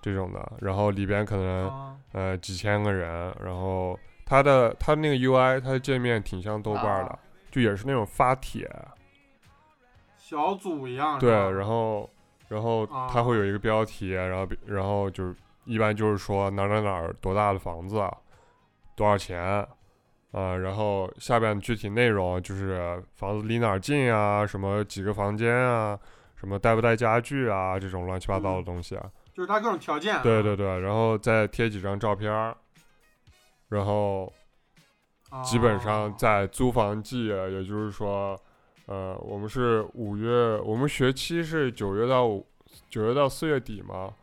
[SPEAKER 5] 这种的，然后里边可
[SPEAKER 3] 啊，
[SPEAKER 5] 能
[SPEAKER 1] 哦
[SPEAKER 5] 呃几千个人，然后它的它那个 UI 它的界面挺像豆瓣儿的
[SPEAKER 4] 啊，
[SPEAKER 5] 就也是那种发帖，
[SPEAKER 3] 小组一样。
[SPEAKER 5] 对，
[SPEAKER 3] 是吧
[SPEAKER 5] 然后然后它
[SPEAKER 3] 啊
[SPEAKER 5] 会有一个标题，然后比然后就是一般就是说哪儿哪儿哪儿多大的房子，多少钱啊、然后下边具体内容就是房子离哪儿近啊，什么几个房间啊，什么带不带家具啊，这种乱七八糟的
[SPEAKER 3] 嗯
[SPEAKER 5] 东西啊。
[SPEAKER 3] 就是它各种条件、啊。
[SPEAKER 5] 对对对，然后再贴几张照片儿，然后
[SPEAKER 3] 啊，
[SPEAKER 5] 基本上在租房季，啊也就是说，呃，我们是五月，我们学期是九月到五九月到四月底嘛，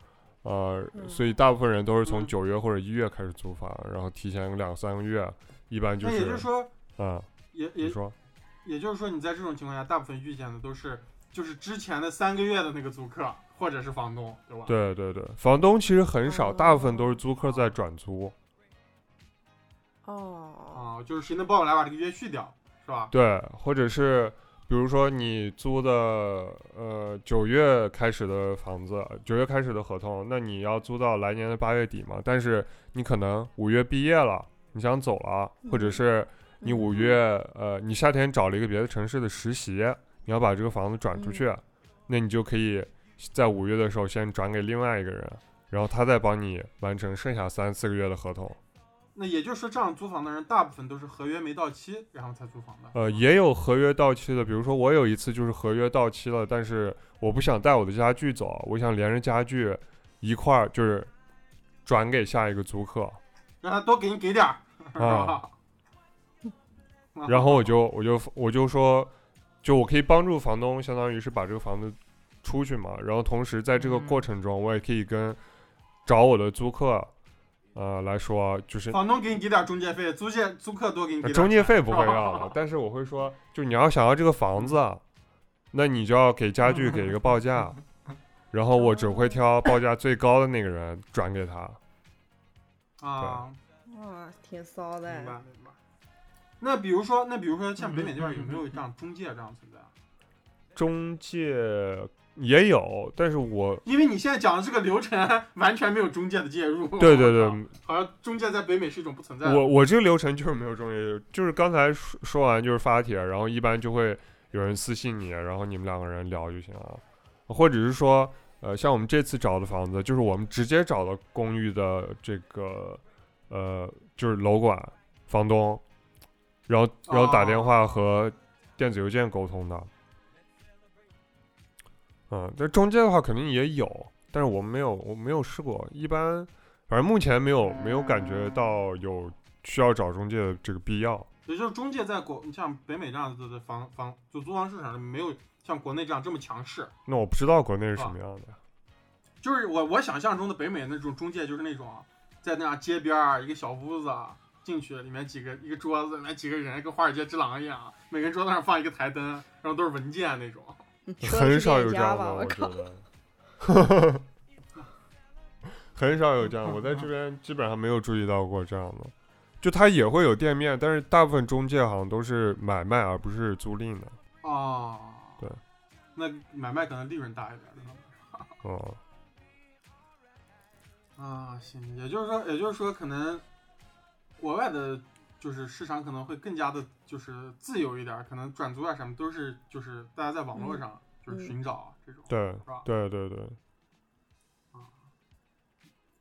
[SPEAKER 5] 呃，
[SPEAKER 1] 嗯
[SPEAKER 5] 所以大部分人都是从
[SPEAKER 3] 嗯
[SPEAKER 5] 九月或者一月开始租房，然后提前两三个月，一般就
[SPEAKER 3] 那也就是
[SPEAKER 5] 是
[SPEAKER 3] 说，
[SPEAKER 5] 啊，
[SPEAKER 3] 也
[SPEAKER 5] 你
[SPEAKER 3] 也
[SPEAKER 5] 说
[SPEAKER 3] 也就是说，你在这种情况下，大部分遇见的都是就是之前的三个月的那个租客或者是房东，对吧？
[SPEAKER 5] 对对对，房东其实
[SPEAKER 3] 嗯
[SPEAKER 5] 很少，大部分都是租客在转租，
[SPEAKER 1] 哦，
[SPEAKER 3] 啊，就是谁能帮我来把这个约续掉，是吧？
[SPEAKER 5] 对，或者是比如说你租的呃九月开始的房子，九月开始的合同，那你要租到来年的八月底嘛？但是你可能五月毕业了，你想走了，或者
[SPEAKER 1] 嗯
[SPEAKER 5] 是你
[SPEAKER 1] 嗯
[SPEAKER 5] 五月呃你夏天找了一个别的城市的实习，你要把这个房子转出
[SPEAKER 1] 嗯
[SPEAKER 5] 去，那你就可以在五月的时候先转给另外一个人，然后他再帮你完成剩下三四个月的合同。
[SPEAKER 3] 那也就是说，这样租房的人大部分都是合约没到期，然后才租房的。
[SPEAKER 5] 呃，也有合约到期的，比如说我有一次就是合约到期了，但是我不想带我的家具走，我想连着家具一块儿就是转给下一个租客，
[SPEAKER 3] 让他多给你给点儿，是吧？
[SPEAKER 5] 啊
[SPEAKER 3] 啊
[SPEAKER 5] 然后我就我就我就说，就我可以帮助房东，相当于是把这个房子出去嘛，然后同时在这个过
[SPEAKER 4] 嗯
[SPEAKER 5] 程中，我也可以跟找我的租客，呃来说，就是
[SPEAKER 3] 房东给你给点儿中介费，租借租客多给你给点儿
[SPEAKER 5] 呃中介
[SPEAKER 3] 钱
[SPEAKER 5] 费不会 要了，但是我会说，就你要想要这个房子，啊那你就要给家具给一个 报价，然后我只会挑报价最高的那个人转给他。
[SPEAKER 3] 啊，
[SPEAKER 1] 哇，挺骚
[SPEAKER 3] 明白
[SPEAKER 1] 的。
[SPEAKER 3] 明白。那比如说，那比如说像北美这边有没有这样中介这样存在啊？
[SPEAKER 5] 中介也有，但是我
[SPEAKER 3] 因为你现在讲的这个流程 完全没有中介的介入。
[SPEAKER 5] 对对
[SPEAKER 3] 我靠，
[SPEAKER 5] 对，
[SPEAKER 3] 好像中介在北美是一种不存在的。
[SPEAKER 5] 我我这个流程就是没有中介，就是刚才说说完就是发帖，然后一般就会有人私信你，然后你们两个人聊就行了，或者是说，呃，像我们这次找的房子，就是我们直接找到公寓的这个，呃，就是楼管房东，然后然后打电话和电子邮件沟通的，嗯，但中介的话肯定也有，但是我们没有，我没有试过，一般。反正目前没有没有感觉到有需要找中介的这个必要。
[SPEAKER 3] 也就是中介在国，你像北美这样子的房房就租房市场上没有像国内这样这么强势。
[SPEAKER 5] 那我不知道国内是什么样
[SPEAKER 1] 啊
[SPEAKER 5] 的，
[SPEAKER 3] 就是我我想象中的北美那种中介，就是那种在那样街边儿一个小屋子啊进去，里面几个一个桌子，里面几个人跟华尔街之狼一样，每个人桌子上放一个台灯，然后都是文件那种。
[SPEAKER 1] 你说的
[SPEAKER 5] 很
[SPEAKER 1] 是
[SPEAKER 5] 少有
[SPEAKER 1] 链
[SPEAKER 5] 这
[SPEAKER 1] 家
[SPEAKER 5] 样
[SPEAKER 1] 吧？
[SPEAKER 5] 的，
[SPEAKER 1] 我
[SPEAKER 5] 我
[SPEAKER 1] 靠
[SPEAKER 5] 觉，得。 很少有这样，我在这边基本上没有注意到过这样的。就它也会有店面，但是大部分中介好像都是买卖而不是租赁的。
[SPEAKER 3] 哦，
[SPEAKER 5] 对，
[SPEAKER 3] 那买卖可能利润大一点的。
[SPEAKER 5] 哦、
[SPEAKER 3] 啊，行，也就是说，也就是说，可能国外的，就是市场可能会更加的，就是自由一点儿，可能转租啊什么都是，就是大家在网络
[SPEAKER 1] 嗯
[SPEAKER 3] 上就是
[SPEAKER 1] 嗯
[SPEAKER 3] 寻找啊这种，
[SPEAKER 5] 对
[SPEAKER 3] 是吧？
[SPEAKER 5] 对对对，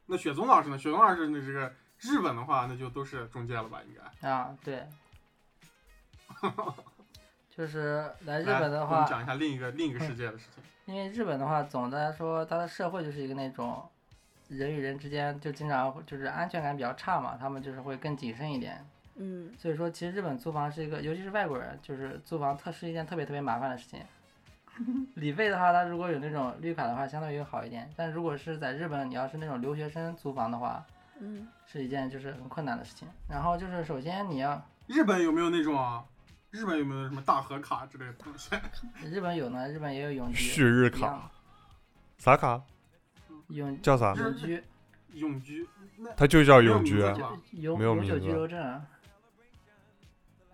[SPEAKER 3] 那雪宗老师呢？雪宗老师，那这个日本的话，那就都是中介了吧？应该。
[SPEAKER 4] 啊，对， 就是来日
[SPEAKER 3] 来
[SPEAKER 4] 本的
[SPEAKER 3] 我
[SPEAKER 4] 话
[SPEAKER 3] 们，讲一下另一个另一个世界的事情。
[SPEAKER 4] 因为日本的话，总的来说，它的社会就是一个那种人与人之间就经常会就是安全感比较差嘛，他们就是会更谨慎一点。
[SPEAKER 1] 嗯
[SPEAKER 4] 所以说，其实日本租房是一个，尤其是外国人，就是租房特是一件特别特别麻烦的事情。理费的话，它如果有那种绿卡的话，相对于好一点。但如果是在日本，你要是那种留学生租房的话，
[SPEAKER 1] 嗯，
[SPEAKER 4] 是一件就是很困难的事情。然后就是首先你要
[SPEAKER 3] 日本有没有那种啊？日本有没有什么大和卡之类的东西？
[SPEAKER 4] 日本有呢，日本也有永
[SPEAKER 5] 旭
[SPEAKER 4] 居，
[SPEAKER 5] 日
[SPEAKER 4] 一
[SPEAKER 5] 卡
[SPEAKER 4] 样
[SPEAKER 5] 啥卡
[SPEAKER 4] 永
[SPEAKER 5] 叫啥？
[SPEAKER 4] 永居
[SPEAKER 3] 永居？那
[SPEAKER 5] 它就叫
[SPEAKER 3] 没有
[SPEAKER 5] 永居
[SPEAKER 3] 名字
[SPEAKER 5] 啊
[SPEAKER 3] 吧。
[SPEAKER 4] 就永
[SPEAKER 5] 没有
[SPEAKER 4] 永久
[SPEAKER 5] 名字
[SPEAKER 4] 居留证啊。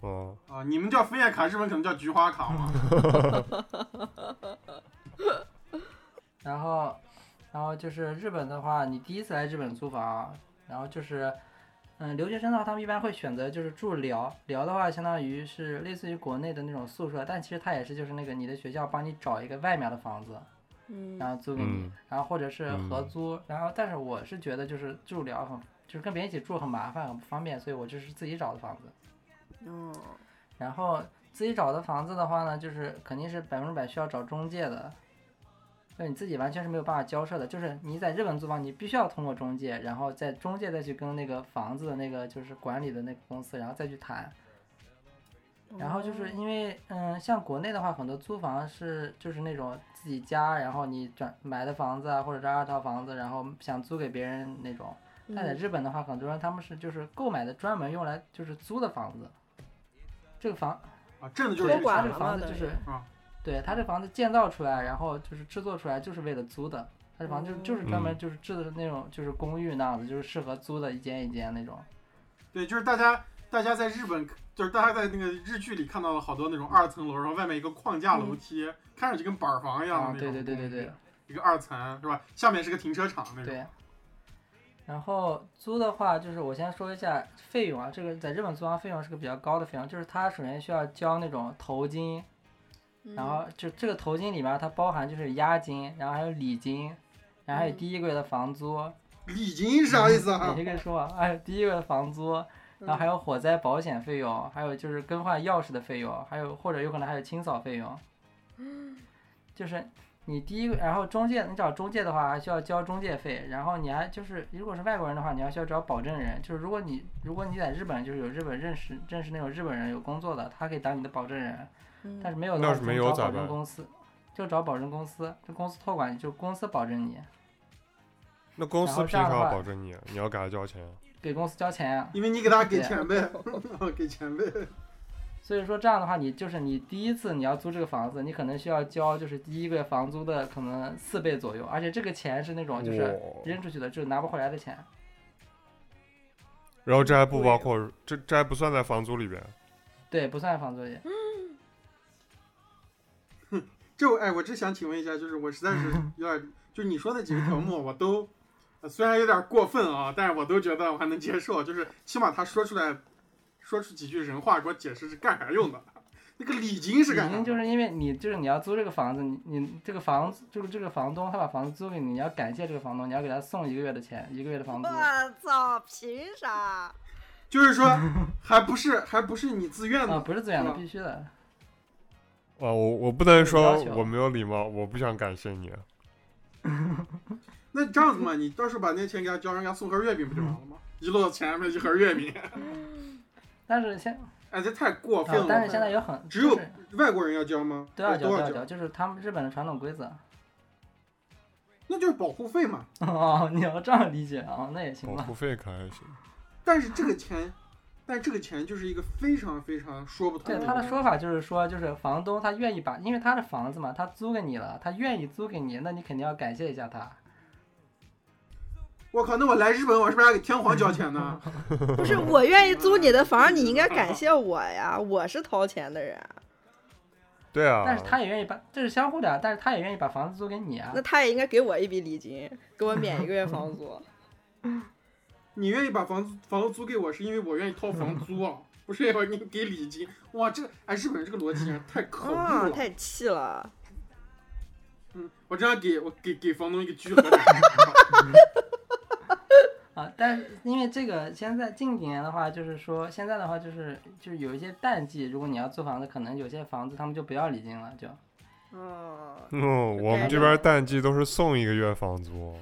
[SPEAKER 5] 哦
[SPEAKER 3] 啊，你们叫枫叶卡，日本可能叫菊花卡嘛。
[SPEAKER 4] 然后，然后就是日本的话，你第一次来日本租房，然后就是，嗯，留学生的话，他们一般会选择就是住寮，寮的话相当于是类似于国内的那种宿舍，但其实它也是就是那个你的学校帮你找一个外面的房子，
[SPEAKER 1] 嗯
[SPEAKER 4] 然后租给你，
[SPEAKER 5] 嗯
[SPEAKER 4] 然后或者是合租，然后但是我是觉得就是住寮很，就是跟别人一起住很麻烦，很不方便，所以我就是自己找的房子。
[SPEAKER 1] 哦，
[SPEAKER 4] 然后自己找的房子的话呢，就是肯定是百分之百需要找中介的，就你自己完全是没有办法交涉的。就是你在日本租房，你必须要通过中介，然后在中介再去跟那个房子的那个就是管理的那个公司，然后再去谈。
[SPEAKER 1] 哦
[SPEAKER 4] 然后就是因为，嗯，像国内的话，很多租房是就是那种自己家，然后你转买的房子啊，或者是二套房子，然后想租给别人那种。
[SPEAKER 1] 嗯
[SPEAKER 4] 但在日本的话，很多人他们是就是购买的专门用来就是租的房子，这个房
[SPEAKER 3] 啊，挣的就是
[SPEAKER 4] 对
[SPEAKER 1] 托
[SPEAKER 3] 这
[SPEAKER 1] 管
[SPEAKER 4] 他
[SPEAKER 1] 了
[SPEAKER 3] 个
[SPEAKER 4] 这个
[SPEAKER 1] 嘛
[SPEAKER 4] 房子
[SPEAKER 1] 等
[SPEAKER 4] 就
[SPEAKER 1] 于
[SPEAKER 4] 是
[SPEAKER 3] 啊，
[SPEAKER 4] 对他这房子建造出来，然后就是制作出来就是为了租的，他这房子就就是专
[SPEAKER 3] 哦
[SPEAKER 4] 门就是制的那种就是公寓那样子，就是适合租的一间一间那种。
[SPEAKER 3] 对，就是大家大家在日本，就是大家在那个日剧里看到了好多那种二层楼，然后外面一个框架楼梯，看上去跟板儿房一样的
[SPEAKER 4] 嗯啊，
[SPEAKER 3] 那
[SPEAKER 4] 对
[SPEAKER 3] 种。
[SPEAKER 4] 对对对对。。
[SPEAKER 3] 一个二层是吧？下面是个停车场那种。
[SPEAKER 4] 对。然后租的话，就是我先说一下费用啊，这个在日本租房费用是个比较高的费用，就是它首先需要交那种头金，
[SPEAKER 1] 嗯
[SPEAKER 4] 然后就这个头金里面它包含就是押金，然后还有礼金，然后还有
[SPEAKER 1] 嗯
[SPEAKER 4] 第一个月的房租，
[SPEAKER 3] 礼金是啥意思啊
[SPEAKER 4] 你？这个说完，哎，第一个月的房租，
[SPEAKER 1] 嗯
[SPEAKER 4] 然后还有火灾保险费用，还有就是更换钥匙的费用，还有或者有可能还有清扫费用。 就是你第一个，然后中介，你找中介的话还需要交中介费，然后你还就是如果是外国人的话，你还需要找保证人，就是如果你如果你在日本就是有日本认识认识那种日本人有工作的，他可以当你的保证人，
[SPEAKER 1] 嗯
[SPEAKER 4] 但是没有的
[SPEAKER 5] 那
[SPEAKER 4] 话
[SPEAKER 5] 要是
[SPEAKER 4] 只
[SPEAKER 5] 没
[SPEAKER 4] 能
[SPEAKER 5] 有
[SPEAKER 4] 找
[SPEAKER 5] 咋
[SPEAKER 4] 保证
[SPEAKER 5] 办
[SPEAKER 4] 公司，就找保证公司，这公司托管你就公司保证你，
[SPEAKER 5] 那公
[SPEAKER 4] 然
[SPEAKER 5] 司
[SPEAKER 4] 后
[SPEAKER 5] 凭
[SPEAKER 4] 这样
[SPEAKER 5] 啥
[SPEAKER 4] 的话
[SPEAKER 5] 保证你？你要给他交钱啊？
[SPEAKER 4] 给公司交钱啊。
[SPEAKER 3] 因为你给他给钱呗， 哦给钱呗。
[SPEAKER 4] 所以说这样的话，你就是你第一次你要租这个房子，你可能需要交就是第一个月房租的可能四倍左右，而且这个钱是那种哦就是
[SPEAKER 5] 哇
[SPEAKER 4] 扔出去的，就是拿不回来的钱。
[SPEAKER 5] 然后这还不包括，这这还不算在房租里边。啊
[SPEAKER 4] 对，不算房租也。
[SPEAKER 3] 这我哎，我只想请问一下，就是我实 在是有点，就是你说那几个条目我都，呃虽然有点过分啊，但是我都觉得我还能接受，就是起码他说出来，说出几句人话给我解释是干啥用的。那个礼金是干
[SPEAKER 4] 原
[SPEAKER 3] 啥
[SPEAKER 4] 因
[SPEAKER 3] 的？
[SPEAKER 4] 就是因为你就是你要租这个房子，你你这个房子就是这个房东他把房子租给你，你要感谢这个房东，你要给他送一个月的钱，一个月的房租。
[SPEAKER 1] 我操，凭啥？
[SPEAKER 3] 就是说，还不是还不是你自愿
[SPEAKER 4] 啊，
[SPEAKER 3] 的，
[SPEAKER 4] 不是自愿的，
[SPEAKER 3] 是吧
[SPEAKER 4] 必须的。
[SPEAKER 5] 啊，我我不能
[SPEAKER 4] 要
[SPEAKER 5] 说
[SPEAKER 4] 求
[SPEAKER 5] 我没有礼貌，我不想感谢你。啊
[SPEAKER 3] 那这样子嘛，你到时候把那钱给他交，让人家送盒月饼不就完了吗？一摞钱面一盒月饼，
[SPEAKER 4] 但是现
[SPEAKER 3] 哎，这太过
[SPEAKER 4] 啊
[SPEAKER 3] 分了。
[SPEAKER 4] 但是现在有很
[SPEAKER 3] 只有
[SPEAKER 4] 就是啊
[SPEAKER 3] 外国人要交吗？
[SPEAKER 4] 都要
[SPEAKER 3] 哦
[SPEAKER 4] 交
[SPEAKER 3] 都
[SPEAKER 4] 都
[SPEAKER 3] 要
[SPEAKER 4] 要交，就是他们日本的传统规则。
[SPEAKER 3] 那就是保护费嘛。
[SPEAKER 4] 哦，你要这样理解啊、那也行
[SPEAKER 5] 保
[SPEAKER 4] 吧。
[SPEAKER 5] 护费可还行？
[SPEAKER 3] 但是这个钱，但这个钱就是一个非常非常说不通
[SPEAKER 4] 对
[SPEAKER 3] 的。
[SPEAKER 4] 他的说法就是说，就是房东他愿意把，因为他的房子嘛，他租给你了，他愿意租给你，那你肯定要感谢一下他。
[SPEAKER 3] 我靠，那我来日本，我是不是还给天皇交钱 呢？
[SPEAKER 1] 不是我愿意租你的房，你应该感谢我呀，我是掏钱的人，
[SPEAKER 4] 啊
[SPEAKER 5] 对啊，
[SPEAKER 4] 但是他也愿意把，这是相互的啊，但是他也愿意把房子租给你啊
[SPEAKER 1] 那。他也应该给我一笔礼金，给我免一个月房 租。
[SPEAKER 3] 你愿意把房子房子租给我，是因为我愿意掏房租 啊，不是因为我给你给礼金。哇，这哎，日本人这个逻辑简直太可恶
[SPEAKER 1] 啊，
[SPEAKER 3] 了。
[SPEAKER 1] 太气了！
[SPEAKER 3] 嗯，我真要给我给给房东一个居合斩。
[SPEAKER 4] 啊，但是因为这个现在近几年的话，就是说现在的话就是就是有一些淡季，如果你要租房子，可能有些房子他们就不要礼金了，就
[SPEAKER 1] 哦，
[SPEAKER 5] 嗯，我们这边淡季都是送一个月房租，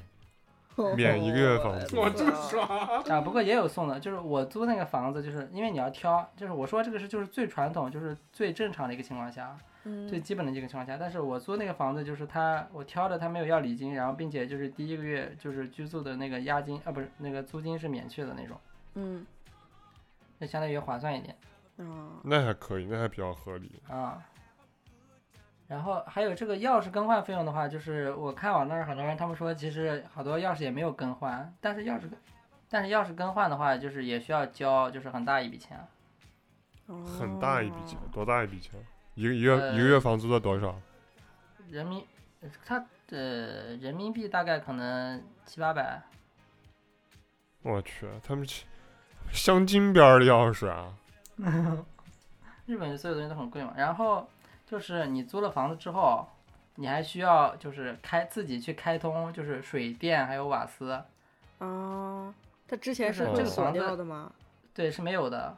[SPEAKER 5] 免一个月房 租
[SPEAKER 3] 哇，这么爽！
[SPEAKER 4] 啊，不过也有送的，就是我租那个房子，就是因为你要挑，就是我说这个是就是最传统，就是最正常的一个情况下啊，最
[SPEAKER 1] 嗯，
[SPEAKER 4] 基本的这个情况下，但是我租那个房子就是他，我挑着他没有要礼金，然后并且就是第一个月就是居住的那个押金啊，不是那个租金是免去的那种，
[SPEAKER 1] 嗯，
[SPEAKER 4] 就相当于划算一点
[SPEAKER 1] 哦，
[SPEAKER 5] 那还可以，那还比较合理。
[SPEAKER 4] 啊。然后还有这个钥匙更换费用的话，就是我看网那儿很多人他们说，其实好多钥匙也没有更换，但是钥匙，但是钥匙更换的话，就是也需要交就是很大一笔钱，啊
[SPEAKER 5] 很大一笔钱
[SPEAKER 1] 哦，
[SPEAKER 5] 多大一笔钱？一个一个、
[SPEAKER 4] 哦呃
[SPEAKER 5] 一个月房租的多少？
[SPEAKER 4] 人民，它呃人民币大概可能七八百。
[SPEAKER 5] 我去，他们去镶金边儿的钥匙啊！
[SPEAKER 4] 日本所有东西都很贵嘛。然后就是你租了房子之后，你还需要就是开自己去开通，就是水电还有瓦斯，
[SPEAKER 1] 哦，他之前
[SPEAKER 4] 就是
[SPEAKER 5] 这
[SPEAKER 1] 会
[SPEAKER 5] 个
[SPEAKER 1] 锁
[SPEAKER 4] 房子
[SPEAKER 1] 掉的吗？
[SPEAKER 4] 对，是没有的。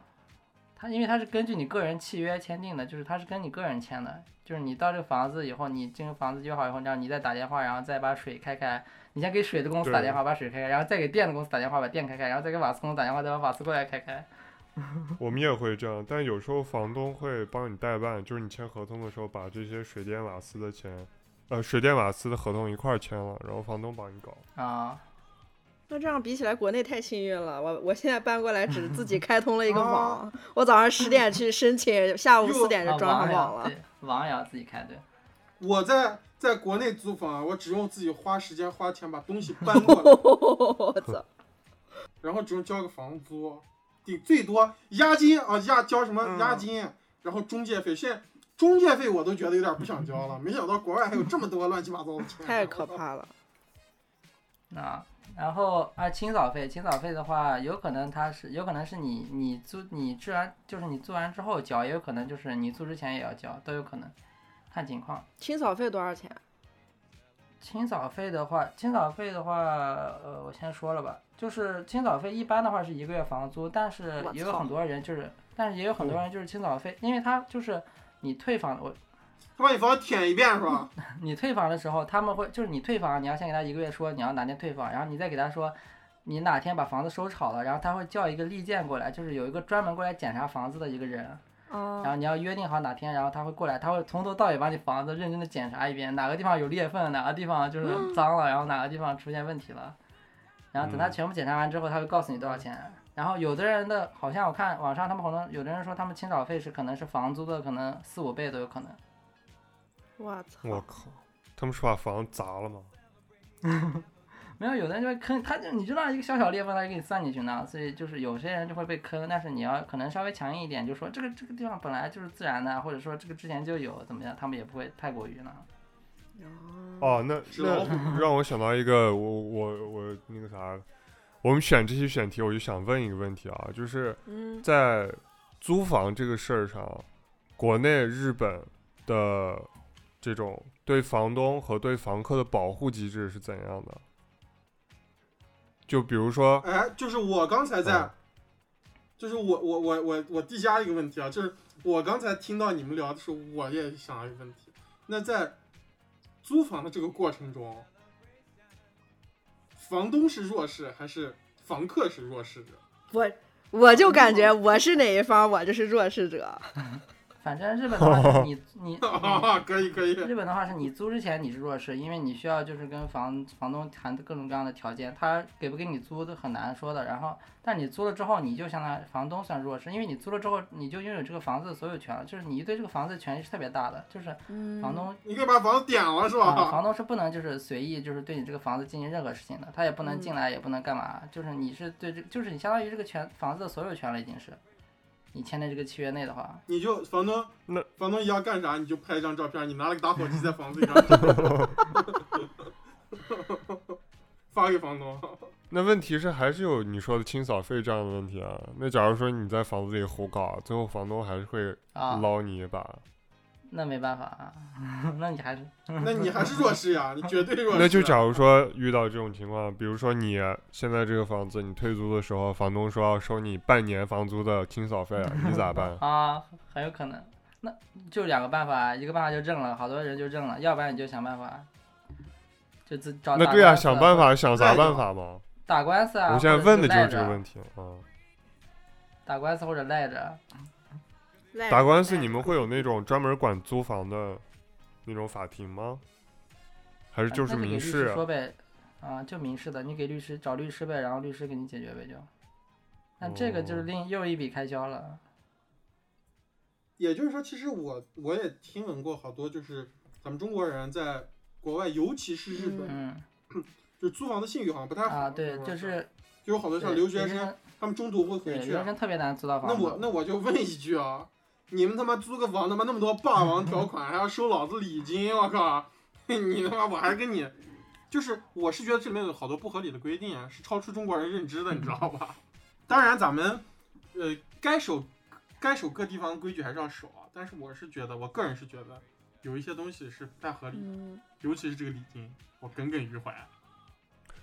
[SPEAKER 4] 它因为它是根据你个人契约签订的，就是它是跟你个人签的，就是你到这个房子以后，你这个房子约好以后，然后你再打电话，然后再把水开开，你先给水的公司打电话，把水开开，然后再给电的公司打电话，把电开开，然后再给瓦斯公司打电话，再把瓦斯过来开开。
[SPEAKER 5] 我们也会这样，但有时候房东会帮你代办，就是你签合同的时候把这些水电瓦斯的钱，呃，水电瓦斯的合同一块儿签了，然后房东帮你搞。
[SPEAKER 4] 啊，
[SPEAKER 1] 那这样比起来，国内太幸运了。我我现在搬过来，只是 自己开通了一个
[SPEAKER 5] 哦
[SPEAKER 1] 网。我早上十点去申请，下午四点就
[SPEAKER 4] 啊
[SPEAKER 1] 装
[SPEAKER 4] 网
[SPEAKER 1] 上
[SPEAKER 4] 也
[SPEAKER 1] 网
[SPEAKER 4] 要
[SPEAKER 1] 了。
[SPEAKER 4] 对，网也要自己开对。
[SPEAKER 3] 我在在国内租房啊，我只用自己花时间花钱把东西搬过 来，
[SPEAKER 1] 我 操！
[SPEAKER 3] 然后只用交个房租，顶最多押金啊押交什么
[SPEAKER 5] 嗯
[SPEAKER 3] 押金，然后中介费。现在中介费我都觉得有点不想交了，没想到国外还有这么多乱七八糟的钱，
[SPEAKER 1] 太可！怕了。
[SPEAKER 4] 啊，然后啊，清扫费，清扫费的话，有可能它是，有可能是你你租你自然就是你租完之后交，也有可能就是你租之前也要交，都有可能，看情况。
[SPEAKER 1] 清扫费多少钱？
[SPEAKER 4] 清扫费的话，清扫费的话，呃，我先说了吧，就是清扫费一般的话是一个月房租，但是
[SPEAKER 1] 我
[SPEAKER 4] 也有
[SPEAKER 1] 操
[SPEAKER 4] 很多人就是，但是也有很多人就是清扫费，因为他就是你退房，我
[SPEAKER 3] 他把你房舔一遍是吧？
[SPEAKER 4] 你退房的时候，他们会就是你退房，你要先给他一个月说你要哪天退房，然后你再给他说你哪天把房子收拾好了，然后他会叫一个利剑过来，就是有一个专门过来检查房子的一个人，然
[SPEAKER 5] 哦
[SPEAKER 1] 啊，
[SPEAKER 4] 后你要约定好哪天，然后他会过来，他会从头到尾把你房子认真的检查一遍，哪个地方有裂缝，哪个地方就是脏了，然后哪个地方出现问题了，然后等他
[SPEAKER 5] 嗯
[SPEAKER 4] 全部检查完之后，他会告诉你多少钱。然后有的人的好像我看网上他们好多有的人说他们清扫费是可能是房租的可能四五倍都有可能。
[SPEAKER 1] 我操
[SPEAKER 5] 我！靠，他们是把房砸了吗？
[SPEAKER 4] 没有，有的人就会坑，他就你就让一个小小裂缝，他就给你算进去呢。所以就是有些人就会被坑，但是你要可能稍微强硬一点，就说这个这个地方本来就是自然的，或者说这个之前就有怎么样，他们也不会太过于呢。
[SPEAKER 5] 哦，那
[SPEAKER 3] 纸老虎
[SPEAKER 5] 那让我想到一个，我我我那个啥，我们选这期选题，我就想问一个问题啊，就是
[SPEAKER 1] 嗯，
[SPEAKER 5] 在租房这个事儿上，国内、日本的这种对房东和对房客的保护机制是怎样的？就比如说，
[SPEAKER 3] 哎，就是我刚才在
[SPEAKER 5] 嗯，
[SPEAKER 3] 就是我我我我我递加一个问题啊，就是我刚才听到你们聊的时候，我也想到一个问题。那在租房的这个过程中，房东是弱势还是房客是弱势者？
[SPEAKER 1] 我我就感觉我是哪一方，我就是弱势者。
[SPEAKER 4] 反正日本的话就是你你你
[SPEAKER 3] 啊，可以可以，
[SPEAKER 4] 日本的话是你租之前你是弱势，因为你需要就是跟房房东谈各种各样的条件，他给不给你租都很难说的。然后，但你租了之后，你就相当于房东算弱势，因为你租了之后你就拥有这个房子的所有权了，就是你对这个房子的权利是特别大的，就是
[SPEAKER 5] 嗯
[SPEAKER 4] 房东
[SPEAKER 3] 你可以把房子点了是
[SPEAKER 4] 啊，
[SPEAKER 3] 吧？
[SPEAKER 4] 房东是不能就是随意就是对你这个房子进行任何事情的，他也不能进来，也不能干嘛，就是你是对这，就是你相当于这个权房子的所有权了，已经是，你签的这个契约内的话，
[SPEAKER 3] 你就房东
[SPEAKER 5] 那
[SPEAKER 3] 房东要干啥你就拍一张照片，你拿了个打火机在房 子里张， 发给房东。
[SPEAKER 5] 那问题是还是有你说的清扫费这样的问题啊。那假如说你在房子里胡搞，最后房东还是会
[SPEAKER 4] 啊，
[SPEAKER 5] 捞你一把。
[SPEAKER 4] 那没办法啊， 那你还是？
[SPEAKER 3] 那你还是弱势呀，你绝对弱势。啊
[SPEAKER 5] 那就假如说遇到这种情况，比如说你现在这个房子你退租的时候，房东说要收你半年房租的清扫费，你咋办
[SPEAKER 4] 啊，很有可能，那就两个办法，一个办法就认了，好多人就认了，要不然你就想办法，就自找
[SPEAKER 5] 那
[SPEAKER 4] 打
[SPEAKER 5] 对呀、
[SPEAKER 4] 官司
[SPEAKER 5] 想办
[SPEAKER 4] 或者
[SPEAKER 5] 法，想啥
[SPEAKER 3] 赖着
[SPEAKER 5] 办法嘛？
[SPEAKER 4] 打官司啊，
[SPEAKER 5] 我现在问的
[SPEAKER 4] 的
[SPEAKER 5] 就是这个问题啊、嗯
[SPEAKER 4] 打官司或者赖着，
[SPEAKER 1] 赖
[SPEAKER 5] 嗯打
[SPEAKER 1] 着
[SPEAKER 5] 官司
[SPEAKER 1] 赖
[SPEAKER 5] 你
[SPEAKER 1] 着
[SPEAKER 5] 们会有那种专门管租房的那种法庭吗？还是就是
[SPEAKER 4] 啊呃那给
[SPEAKER 5] 民
[SPEAKER 4] 律
[SPEAKER 5] 事啊
[SPEAKER 4] 师？说呗，啊，就民事的，你给律师找律师呗，然后律师给你解决呗就。那这个就是
[SPEAKER 5] 哦
[SPEAKER 4] 另又一笔开销了。
[SPEAKER 3] 也就是说，其实我我也听闻过好多，就是咱们中国人在国外，尤其是日本，
[SPEAKER 4] 嗯
[SPEAKER 3] 就租房的信誉好像不太好。
[SPEAKER 4] 啊，对，
[SPEAKER 3] 吧
[SPEAKER 4] 就是
[SPEAKER 3] 就有好多
[SPEAKER 4] 对
[SPEAKER 3] 像留学生，
[SPEAKER 4] 生，
[SPEAKER 3] 他们中途会
[SPEAKER 4] 对
[SPEAKER 3] 回
[SPEAKER 4] 留
[SPEAKER 3] 去。
[SPEAKER 4] 学生特别难租到
[SPEAKER 3] 啊那
[SPEAKER 4] 房
[SPEAKER 3] 我
[SPEAKER 4] 子。
[SPEAKER 3] 那我就问一句啊，你们他妈租个房，他妈那么多霸王条款，还要收老子礼金，我靠！ 你他妈我还跟你，就是我是觉得这里面有好多不合理的规定啊，是超出中国人认知的，你知道吧？ 当然，咱们呃该守该守各地方规矩还是要守啊，但是我是觉得，我个人是觉得有一些东西是不太合理的，
[SPEAKER 1] 嗯，
[SPEAKER 3] 尤其是这个礼金，我耿耿于怀。啊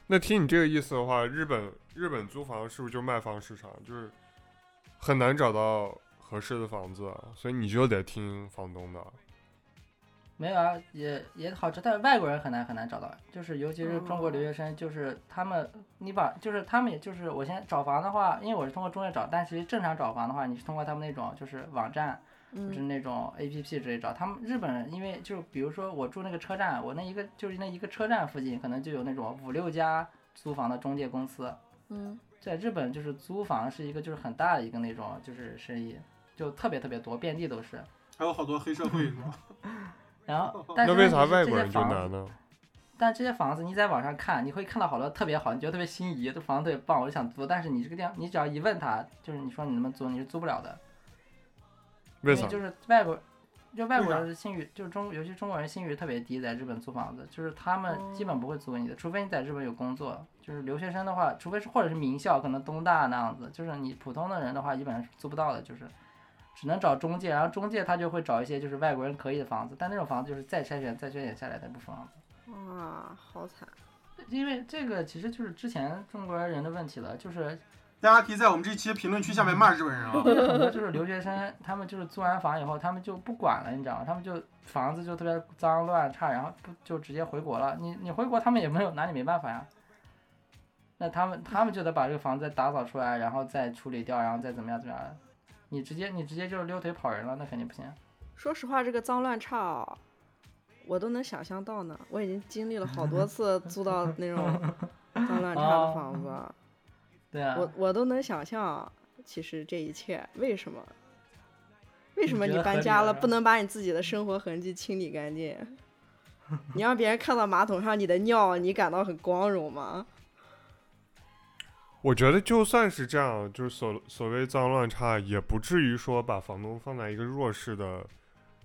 [SPEAKER 5] 那听你这个意思的话，日本日本租房是不是就卖方市场，就是很难找到合适的房子，啊所以你就得听房东的。
[SPEAKER 4] 没有啊，也也好找，但是外国人很难很难找到，就是尤其是中国留学生，就是他们，你把就是他们也就是我先找房的话，因为我是通过中介找，但其实正常找房的话，你是通过他们那种就是网站或者
[SPEAKER 1] 嗯
[SPEAKER 4] 那种 A P P 之类找。他们日本人，因为就比如说我住那个车站，我那一个就是那一个车站附近，可能就有那种五六家租房的中介公司，
[SPEAKER 1] 嗯
[SPEAKER 4] 在日本就是租房是一个就是很大的一个那种就是生意，就特别特别多，遍地都是。
[SPEAKER 3] 还有好多黑社会是吧？
[SPEAKER 4] 然后，但是
[SPEAKER 5] 那为啥
[SPEAKER 4] 问题是这
[SPEAKER 5] 外国
[SPEAKER 4] 些
[SPEAKER 5] 人就
[SPEAKER 4] 房子
[SPEAKER 5] 难呢？
[SPEAKER 4] 但这些房子你在网上看，你会看到好多特别好，你觉得特别心仪，这房子特别棒，我就想租。但是你这个地方，你只要一问他，就是你说你能不能租，你是租不了的，
[SPEAKER 5] 为
[SPEAKER 4] 因
[SPEAKER 5] 啥
[SPEAKER 4] 为？就是外国，就外国
[SPEAKER 3] 为啥
[SPEAKER 4] 人的信誉，就是中，尤其中国人信誉特别低，在日本租房子，就是他们基本不会租给你的，除非你在日本有工作。就是留学生的话，除非是或者是名校，可能东大那样子，就是你普通的人的话，基本上是租不到的，就是只能找中介，然后中介他就会找一些就是外国人可以的房子，但那种房子就是再筛选再筛选下来的一部分房子。
[SPEAKER 1] 哇，好惨，
[SPEAKER 4] 因为这个其实就是之前中国人的问题了，就是
[SPEAKER 3] 大家可以在我们这期评论区下面骂日本人啊。
[SPEAKER 4] 很多就是留学生，他们就是租完房以后，他们就不管了，你知道吗？他们就房子就特别脏乱差，然后不就直接回国了。你你回国，他们也没有拿你没办法呀。那他们他们就得把这个房子再打扫出来，然后再处理掉，然后再怎么样怎么样。你直接你直接就是溜腿跑人了，那肯定不行。
[SPEAKER 1] 说实话，这个脏乱差哦，我都能想象到呢。我已经经历了好多 次租到那种脏乱差的房子，
[SPEAKER 4] 对
[SPEAKER 5] 哦
[SPEAKER 4] 啊，
[SPEAKER 1] 我我都能想象，其实这一切为什么？为什么
[SPEAKER 4] 你觉
[SPEAKER 1] 你
[SPEAKER 4] 得合
[SPEAKER 1] 搬
[SPEAKER 4] 理
[SPEAKER 1] 家
[SPEAKER 4] 啊
[SPEAKER 1] 了
[SPEAKER 4] 是吧
[SPEAKER 1] 不能把你自己的生活痕迹清理干净？ 你让别人看到马桶上你的尿，你感到很光荣吗？
[SPEAKER 5] 我觉得就算是这样，就是所所谓脏乱差，也不至于说把房东放在一个弱势的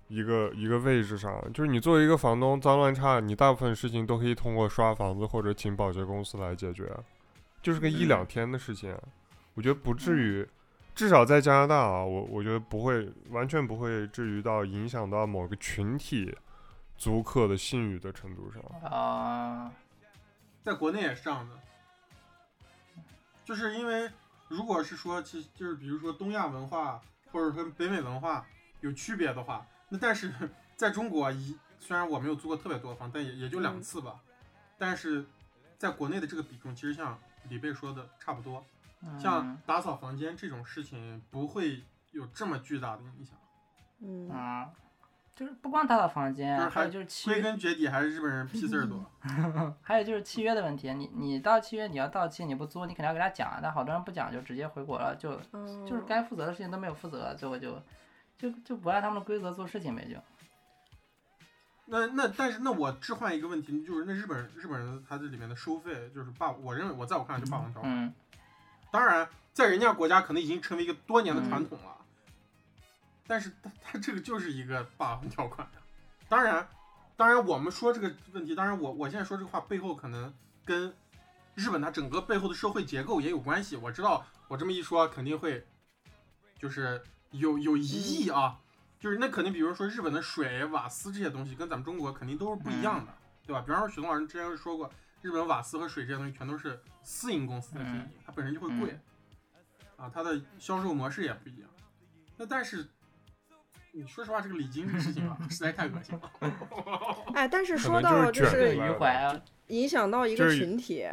[SPEAKER 5] 一个一个位置上。就是你作为一个房东，脏乱差，你大部分事情都可以通过刷房子或者请保洁公司来解决，就是个一两天的事情。我觉得不至于，至少在加拿大啊，我我觉得不会完全不会至于到影响到某个群体租客的信誉的程度上。
[SPEAKER 4] 啊、
[SPEAKER 3] 在国内也是这样的，就是因为如果是说，其实就是比如说东亚文化或者跟北美文化有区别的话，那但是 在中国一虽然我没有租过特别多的房，但也也就两
[SPEAKER 1] 嗯
[SPEAKER 3] 次吧，但是在国内的这个比重其实像李贝说的差不多，
[SPEAKER 4] 嗯，
[SPEAKER 3] 像打扫房间这种事情不会有这么巨大的影响。
[SPEAKER 1] 嗯，
[SPEAKER 4] 啊、就是不光打扫房间，啊
[SPEAKER 3] 就是还
[SPEAKER 4] 还有就是其
[SPEAKER 3] 归根结底还是日本人屁事儿多，
[SPEAKER 4] 还有就是契约的问题，你你到契约你要到期，你不租，你肯定要给他讲，啊但好多人不讲就直接回国了，就
[SPEAKER 1] 嗯
[SPEAKER 4] 就是该负责的事情都没有负责，最后就就就不按他们的规则做事情呗，就
[SPEAKER 3] 那那但是那我置换一个问题，就是那日本人日本人他这里面的收费就是霸，我认为我在我看来就霸王条款。
[SPEAKER 4] 嗯
[SPEAKER 3] 当然，在人家国家可能已经成为一个多年的传统了，但是他他这个就是一个霸王条款呀。当然，当然我们说这个问题，当然我我现在说这个话背后可能跟日本它整个背后的社会结构也有关系。我知道我这么一说肯定会就是有有疑义啊，就是那肯定，比如说日本的水、瓦斯这些东西跟咱们中国肯定都是不一样的，对吧？比方说许东老师之前就说过，日本瓦斯和水这些东西全都是私营公司在经营，它本身就会
[SPEAKER 4] 嗯
[SPEAKER 3] 贵，啊，它的销售模式也不一样。那但是你说实话，这个礼金这个事情啊， 实在太恶心了。
[SPEAKER 1] 哎，但是
[SPEAKER 5] 可
[SPEAKER 1] 说
[SPEAKER 5] 能就是
[SPEAKER 1] 到就
[SPEAKER 5] 卷
[SPEAKER 4] 耿
[SPEAKER 1] 是
[SPEAKER 5] 进来
[SPEAKER 4] 于
[SPEAKER 5] 了
[SPEAKER 4] 怀啊，
[SPEAKER 1] 影响到一个
[SPEAKER 5] 就是
[SPEAKER 1] 群体，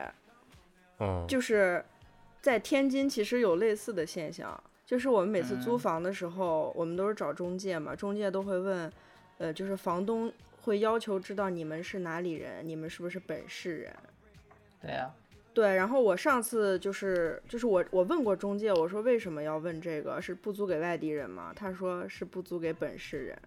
[SPEAKER 5] 嗯，
[SPEAKER 1] 就是在天津其实有类似的现象，就是我们每次租
[SPEAKER 4] 嗯
[SPEAKER 1] 房的时候，我们都是找中介嘛，中介都会问，呃，就是房东会要求知道你们是哪里人，你们是不是本市人。
[SPEAKER 4] 对啊呀、
[SPEAKER 1] 对，然后我上次就是就是我我问过中介，我说为什么要问这个，是不租给外地人吗？他说是不租给本市人。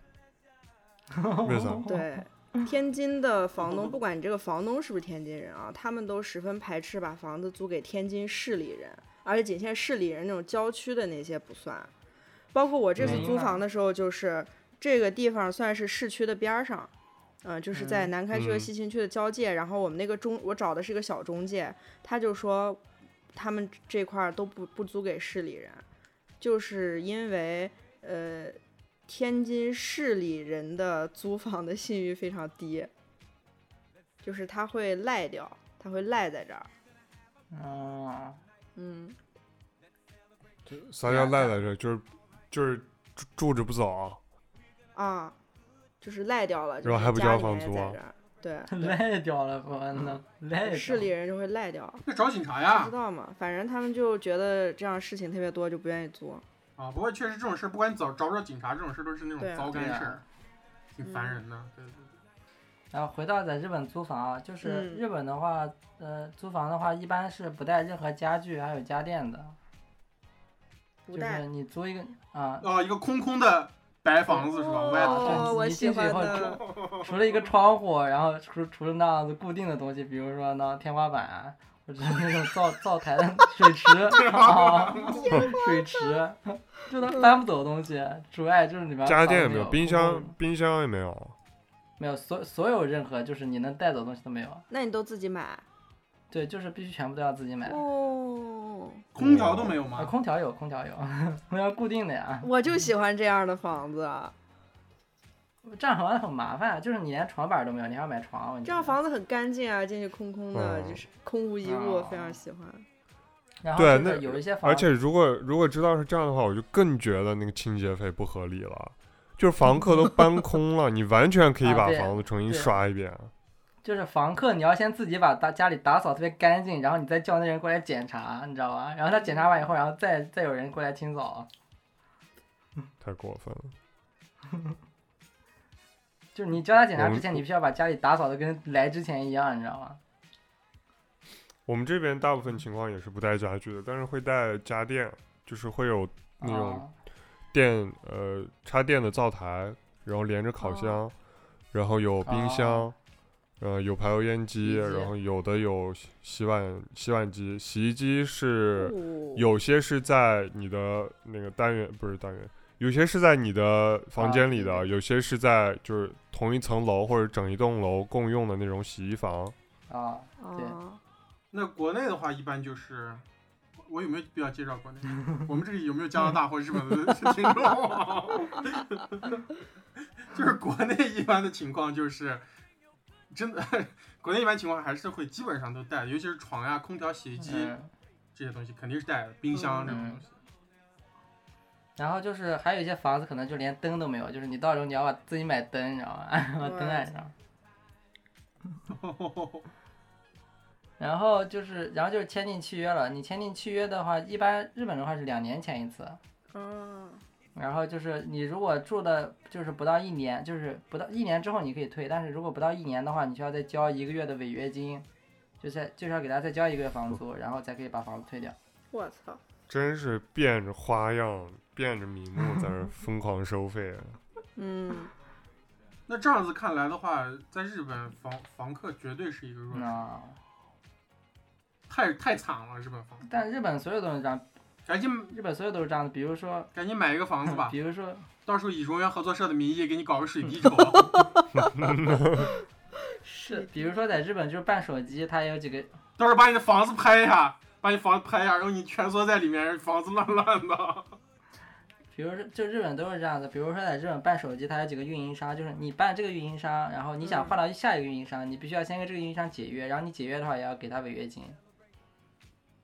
[SPEAKER 5] 为啥？
[SPEAKER 1] 对，天津的房东，不管你这个房东是不是天津人啊，他们都十分排斥把房子租给天津市里人，而且仅限市里人那种郊区的那些不算。包括我这次
[SPEAKER 4] 明
[SPEAKER 1] 租
[SPEAKER 4] 白
[SPEAKER 1] 房的时候，就是这个地方算是市区的边儿上，嗯、就是在南开区和
[SPEAKER 5] 嗯
[SPEAKER 1] 西秦区的交界。然后我们那个中，我找的是一个小中介，他就说他们这块儿都不不租给市里人，就是因为呃，天津市里人的租房的信誉非常低，就是他会赖掉，他会赖在这儿。
[SPEAKER 4] 嗯，
[SPEAKER 1] 嗯，
[SPEAKER 5] 啥叫赖在这？就是就是住住着不走，
[SPEAKER 1] 啊，就是赖掉了，就
[SPEAKER 5] 然后
[SPEAKER 1] 是
[SPEAKER 5] 还不
[SPEAKER 1] 家
[SPEAKER 5] 交
[SPEAKER 1] 里
[SPEAKER 5] 房
[SPEAKER 1] 面
[SPEAKER 5] 租
[SPEAKER 1] 在
[SPEAKER 5] 啊
[SPEAKER 1] 这儿对，
[SPEAKER 4] 累掉了，我呢，累掉
[SPEAKER 1] 市里人就会赖掉，
[SPEAKER 3] 那找警察
[SPEAKER 1] 不
[SPEAKER 3] 呀
[SPEAKER 1] 知！道嘛，反正他们就觉得这样事情特别多，就不愿意做。
[SPEAKER 3] 啊，不过确实这种事儿，不管你找找不找警察，这种事儿都是那
[SPEAKER 1] 对啊嗯
[SPEAKER 3] 种糟
[SPEAKER 4] 对
[SPEAKER 3] 干事
[SPEAKER 4] 呀
[SPEAKER 3] 儿，。挺烦人的。对对对，
[SPEAKER 4] 然后回到在日本租房啊，就是
[SPEAKER 1] 嗯
[SPEAKER 4] 日本的话，呃，租房的话一般是不带任何家具还有家电的，
[SPEAKER 1] 不
[SPEAKER 4] 就是
[SPEAKER 1] 带嗯
[SPEAKER 4] 你租一个啊，
[SPEAKER 3] 啊，一个空空的白房子是吧？歪的
[SPEAKER 1] 哦，
[SPEAKER 4] 你
[SPEAKER 1] 我
[SPEAKER 4] 一
[SPEAKER 1] 喜
[SPEAKER 4] 进去以
[SPEAKER 1] 欢
[SPEAKER 4] 后
[SPEAKER 1] 的。
[SPEAKER 4] 除了一个窗户，然后除除了那样子固定的东西，比如说那天花板啊，或者是那种灶灶台的水池啊， 水池，就它搬不走的东西。除外就是里面
[SPEAKER 5] 家
[SPEAKER 4] 房
[SPEAKER 5] 电
[SPEAKER 4] 子
[SPEAKER 5] 也
[SPEAKER 4] 没
[SPEAKER 5] 没有，
[SPEAKER 4] 有
[SPEAKER 5] 冰
[SPEAKER 4] 空
[SPEAKER 5] 箱
[SPEAKER 4] 空
[SPEAKER 5] 冰箱也没有，
[SPEAKER 4] 没有，所所有任何就是你能带走的东西都没有。
[SPEAKER 1] 那你都自己买
[SPEAKER 4] 对，就是必须全部都要自己买。
[SPEAKER 1] 哦？
[SPEAKER 3] 空调都没有
[SPEAKER 4] 啊，
[SPEAKER 3] 吗？
[SPEAKER 4] 空调有，空调有， 空调固定的呀。
[SPEAKER 1] 我就喜欢这样的房子，啊
[SPEAKER 4] 这样好像很麻烦，啊就是你连床板都没有，你还要买床。我觉得
[SPEAKER 1] 这样，房子很干净啊，进去空空的，
[SPEAKER 5] 嗯
[SPEAKER 1] 就是空无一物，
[SPEAKER 4] 哦
[SPEAKER 1] 非常喜欢。
[SPEAKER 4] 然后
[SPEAKER 5] 对
[SPEAKER 4] 就
[SPEAKER 5] 那
[SPEAKER 4] 是有一些房，
[SPEAKER 5] 而且如果如果知道是这样的话，我就更觉得那个清洁费不合理了。就是房客都搬空了，你完全可以
[SPEAKER 4] 啊
[SPEAKER 5] 把
[SPEAKER 4] 对
[SPEAKER 5] 房子重新
[SPEAKER 4] 对
[SPEAKER 5] 刷一遍。
[SPEAKER 4] 就是房客，你要先自己把打家里打扫特别干净，然后你再叫那人过来检查，你知道吧？然后他检查完以后，然后再再有人过来清扫，
[SPEAKER 5] 太过分了。
[SPEAKER 4] 就是你叫他检查
[SPEAKER 5] 我们
[SPEAKER 4] 之前，你必须要把家里打扫的跟来之前一样，你知道吗？
[SPEAKER 5] 我们这边大部分情况也是不带家具的，但是会带家电，就是会有那种
[SPEAKER 4] 啊
[SPEAKER 5] 电呃插电的灶台，然后连着
[SPEAKER 4] 哦
[SPEAKER 5] 烤箱，然后有冰箱，呃有排油烟机，
[SPEAKER 4] 洗衣机
[SPEAKER 5] 然后有的有洗洗碗洗碗机，洗衣机是。
[SPEAKER 1] 哦
[SPEAKER 5] 有些是在你的那个单元，不是单元，有些是在你的房间里的，
[SPEAKER 4] 啊对
[SPEAKER 5] 有些是在就是同一层楼或者整一栋楼共用的那种洗衣房。
[SPEAKER 4] 啊，
[SPEAKER 1] 哦，
[SPEAKER 3] 那国内的话，一般就是。我有没有必要介绍国内？ 我们这里有没有加拿大或日本的听众？ 就是国内一般的情况就是，真的，国内一般情况还是会基本上都带，尤其是床呀、空调、洗衣机、
[SPEAKER 4] 嗯，
[SPEAKER 3] 这些东西肯定是带的，冰箱这种东西。
[SPEAKER 4] 然后就是还有一些房子可能就连灯都没有，就是你到时候你要把自己买灯，你知道吗？ 把灯按上。然后就是，然后就是签订契约了。你签订契约的话，一般日本的话是两年签一次。
[SPEAKER 1] 哦，
[SPEAKER 4] 然后就是你如果住的就是不到一年，就是不到一年之后你可以退，但是如果不到一年的话，你需要再交一个月的违约金，就是就是要给他再交一个月房租，然后才可以把房子退掉。
[SPEAKER 1] 我操，
[SPEAKER 5] 真是变着花样、变着名目在这儿疯狂收费。啊
[SPEAKER 1] 嗯，
[SPEAKER 3] 那这样子看来的话，在日本房房客绝对是一个弱势，
[SPEAKER 4] 那
[SPEAKER 3] 太太惨了，日本房，
[SPEAKER 4] 但日本所有都是这样，
[SPEAKER 3] 赶紧
[SPEAKER 4] 日本所有都是这样的，比如说，
[SPEAKER 3] 赶紧买一个房子吧
[SPEAKER 4] 比，如说，
[SPEAKER 3] 到时候以荣源合作社的名义给你搞个水滴筹。
[SPEAKER 4] 是，比如说在日本就是办手机，它也有几个，
[SPEAKER 3] 到时候把你的房子拍一下，把你房子拍一下，然后你蜷缩在里面，房子烂烂的。
[SPEAKER 4] 比如说就日本都是这样的，比如说在日本办手机，它有几个运营商，就是你办这个运营商，然后你想换到下一个运营商，你必须要先跟这个运营商解约，然后你解约的话也要给他违约金。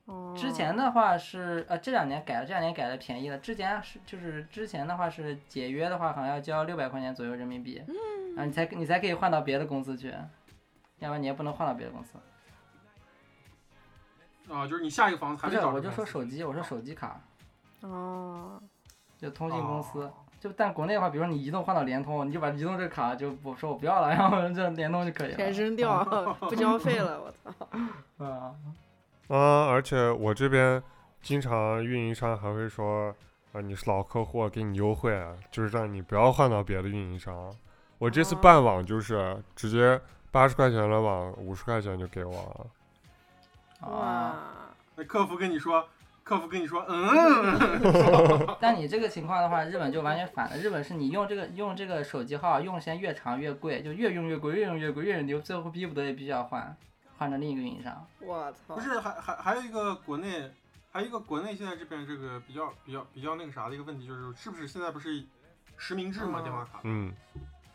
[SPEAKER 1] 哦
[SPEAKER 4] 之前的话是呃，这两年改了，这两年改了便宜了。之前是就是之前的话是解约的话，好像要交六百块钱左右人民币，嗯，啊，你才你才可以换到别的公司去，要不然你也不能换到别的公司。
[SPEAKER 3] 啊，就是你下一个房子还
[SPEAKER 4] 不
[SPEAKER 3] 得
[SPEAKER 4] 是，
[SPEAKER 3] 找
[SPEAKER 4] 我
[SPEAKER 3] 这
[SPEAKER 4] 就
[SPEAKER 3] 个
[SPEAKER 4] 说
[SPEAKER 3] 公司
[SPEAKER 4] 手机，我说手机卡，
[SPEAKER 1] 哦，
[SPEAKER 4] 就通信公司。
[SPEAKER 3] 哦
[SPEAKER 4] 就但国内的话，比如说你移动换到联通，你就把移动这个卡就我说我不要了，然后这联通就可以
[SPEAKER 1] 全
[SPEAKER 4] 了。
[SPEAKER 1] 扔掉，不交费了，我操，
[SPEAKER 4] 嗯，
[SPEAKER 5] 啊，而且我这边经常运营商还会说，啊，你是老客户，给你优惠，啊就是让你不要换到别的运营商。我这
[SPEAKER 4] 啊
[SPEAKER 5] 次
[SPEAKER 1] 哦
[SPEAKER 5] 办网就是直接八十块钱的网，五十块钱就给我了。
[SPEAKER 4] 啊，
[SPEAKER 1] 哇，
[SPEAKER 3] 那客服跟你说，客服跟你说，嗯，
[SPEAKER 4] 但你这个情况的话，日本就完全反了。日本是你用这个用这个手机号用时间越长越贵，就越用越贵，越用越贵，越用越最后逼不得已必须要换，换成另一个运营商。
[SPEAKER 1] 我操
[SPEAKER 3] 不，是，还还还有一个国内，还有一个国内现在这边这个比较比较比较那个啥的一个问题，就是是不是现在不是实名制嘛，
[SPEAKER 1] 嗯
[SPEAKER 3] 电话卡？
[SPEAKER 5] 嗯，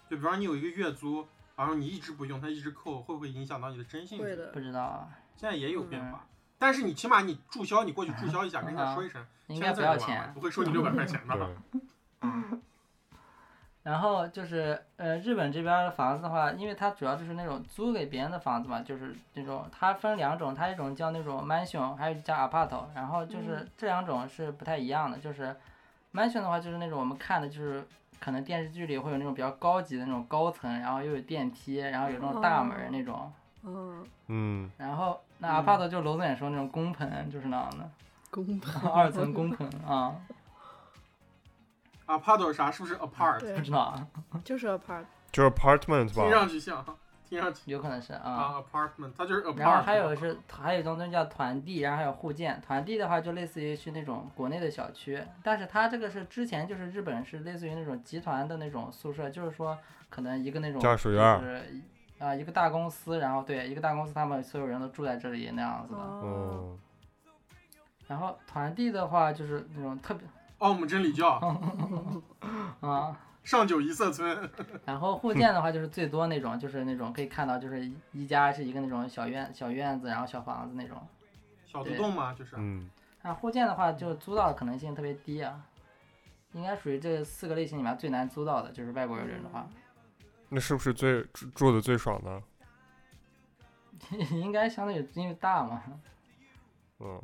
[SPEAKER 3] 就比方说你有一个月租，然后你一直不用，它一直扣，会不会影响到你的征信？
[SPEAKER 1] 会
[SPEAKER 3] 现
[SPEAKER 1] 的
[SPEAKER 4] 不，知道啊，
[SPEAKER 3] 在也有
[SPEAKER 5] 嗯
[SPEAKER 3] 变化，但是你起码你注销，你过去注销一下，跟人家说一声，
[SPEAKER 4] 嗯应
[SPEAKER 3] 现
[SPEAKER 4] 该
[SPEAKER 3] 在
[SPEAKER 4] 不
[SPEAKER 3] 再
[SPEAKER 4] 要
[SPEAKER 3] 给我玩玩
[SPEAKER 4] 钱。啊
[SPEAKER 3] 不会收你六百块钱
[SPEAKER 5] 嗯对
[SPEAKER 3] 的。。
[SPEAKER 4] 然后就是呃，日本这边的房子的话，因为它主要就是那种租给别人的房子嘛，就是那种它分两种，它一种叫那种 mansion，还有一叫 apart，然后就是这两种是不太一样的，就是 mansion 的话就是那种我们看的就是。可能电视剧里会有那种比较高级的那种高层，然后又有电梯，然后有那种大门儿那种。
[SPEAKER 1] 嗯，
[SPEAKER 5] 嗯，
[SPEAKER 4] 然后那
[SPEAKER 3] 嗯
[SPEAKER 4] apart 就楼总也说那种工棚就是那样的，
[SPEAKER 1] 公吧，
[SPEAKER 4] 二层工棚啊，
[SPEAKER 3] apart 是啊啥？是不是 apart？
[SPEAKER 1] 嗯
[SPEAKER 4] 不
[SPEAKER 1] 对，
[SPEAKER 4] 知道啊，
[SPEAKER 1] 就是 apart，
[SPEAKER 5] 就是 apartment
[SPEAKER 3] 听
[SPEAKER 5] 吧，嗯
[SPEAKER 3] 上去像，听上去
[SPEAKER 4] 有可能是啊。
[SPEAKER 3] 啊 apartment，它就是 apart。
[SPEAKER 4] 然后还有是还有一种东西叫团地，然后还有互建。团地的话就类似于去那种国内的小区，但是它这个是之前就是日本是类似于那种集团的那种宿舍，就是说可能一个那种
[SPEAKER 5] 家属院儿
[SPEAKER 4] 就是啊、一个大公司，然后对一个大公司，他们所有人都住在这里那样子的。
[SPEAKER 1] 哦，
[SPEAKER 5] 嗯，
[SPEAKER 4] 然后团地的话就是那种特别
[SPEAKER 3] 奥姆哦真理
[SPEAKER 4] 嗯
[SPEAKER 3] 教，
[SPEAKER 4] 啊。
[SPEAKER 3] 上九一色村，
[SPEAKER 4] 然后互建的话，就是最多那种，就是那种可以看到，就是一一家是一个那种小院小院子，然后小房子那种。
[SPEAKER 3] 小独栋嘛，就是。
[SPEAKER 5] 嗯，
[SPEAKER 4] 啊，互建的话，就租到的可能性特别低啊，应该属于这四个类型里面最难租到的，就是外国人的话，
[SPEAKER 5] 那是不是最住住的最爽的？
[SPEAKER 4] 应该相对因为大嘛，
[SPEAKER 5] 嗯，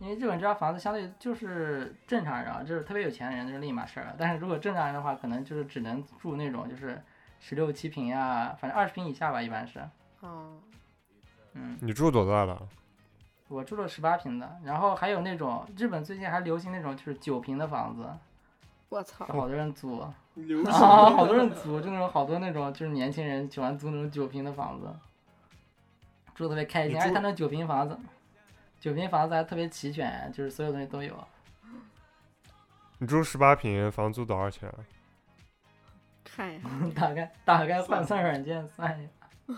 [SPEAKER 4] 因为日本这边房子相对就是正常人啊，就是特别有钱的人就是另一码事儿了。但是如果正常人的话，可能就是只能住那种就是十六七平啊，反正二十平以下吧，一般是。
[SPEAKER 1] 哦，
[SPEAKER 4] 嗯，
[SPEAKER 5] 你住多大的？
[SPEAKER 4] 我住了十八平的，然后还有那种日本最近还流行那种就是九平的房子，
[SPEAKER 1] 我操，
[SPEAKER 4] 好多人租啊，
[SPEAKER 3] 流行
[SPEAKER 4] 好多人租，就那种好多那种就是年轻人喜欢租那种九平的房子，住得特别开心，
[SPEAKER 5] 你
[SPEAKER 4] 而且
[SPEAKER 5] 住
[SPEAKER 4] 他那种九平房子，九平房子还特别齐全，就是所有东西都有，
[SPEAKER 5] 你住十八平，房租多少钱？啊
[SPEAKER 1] 看一下，
[SPEAKER 4] 打开打开换算软件算一下。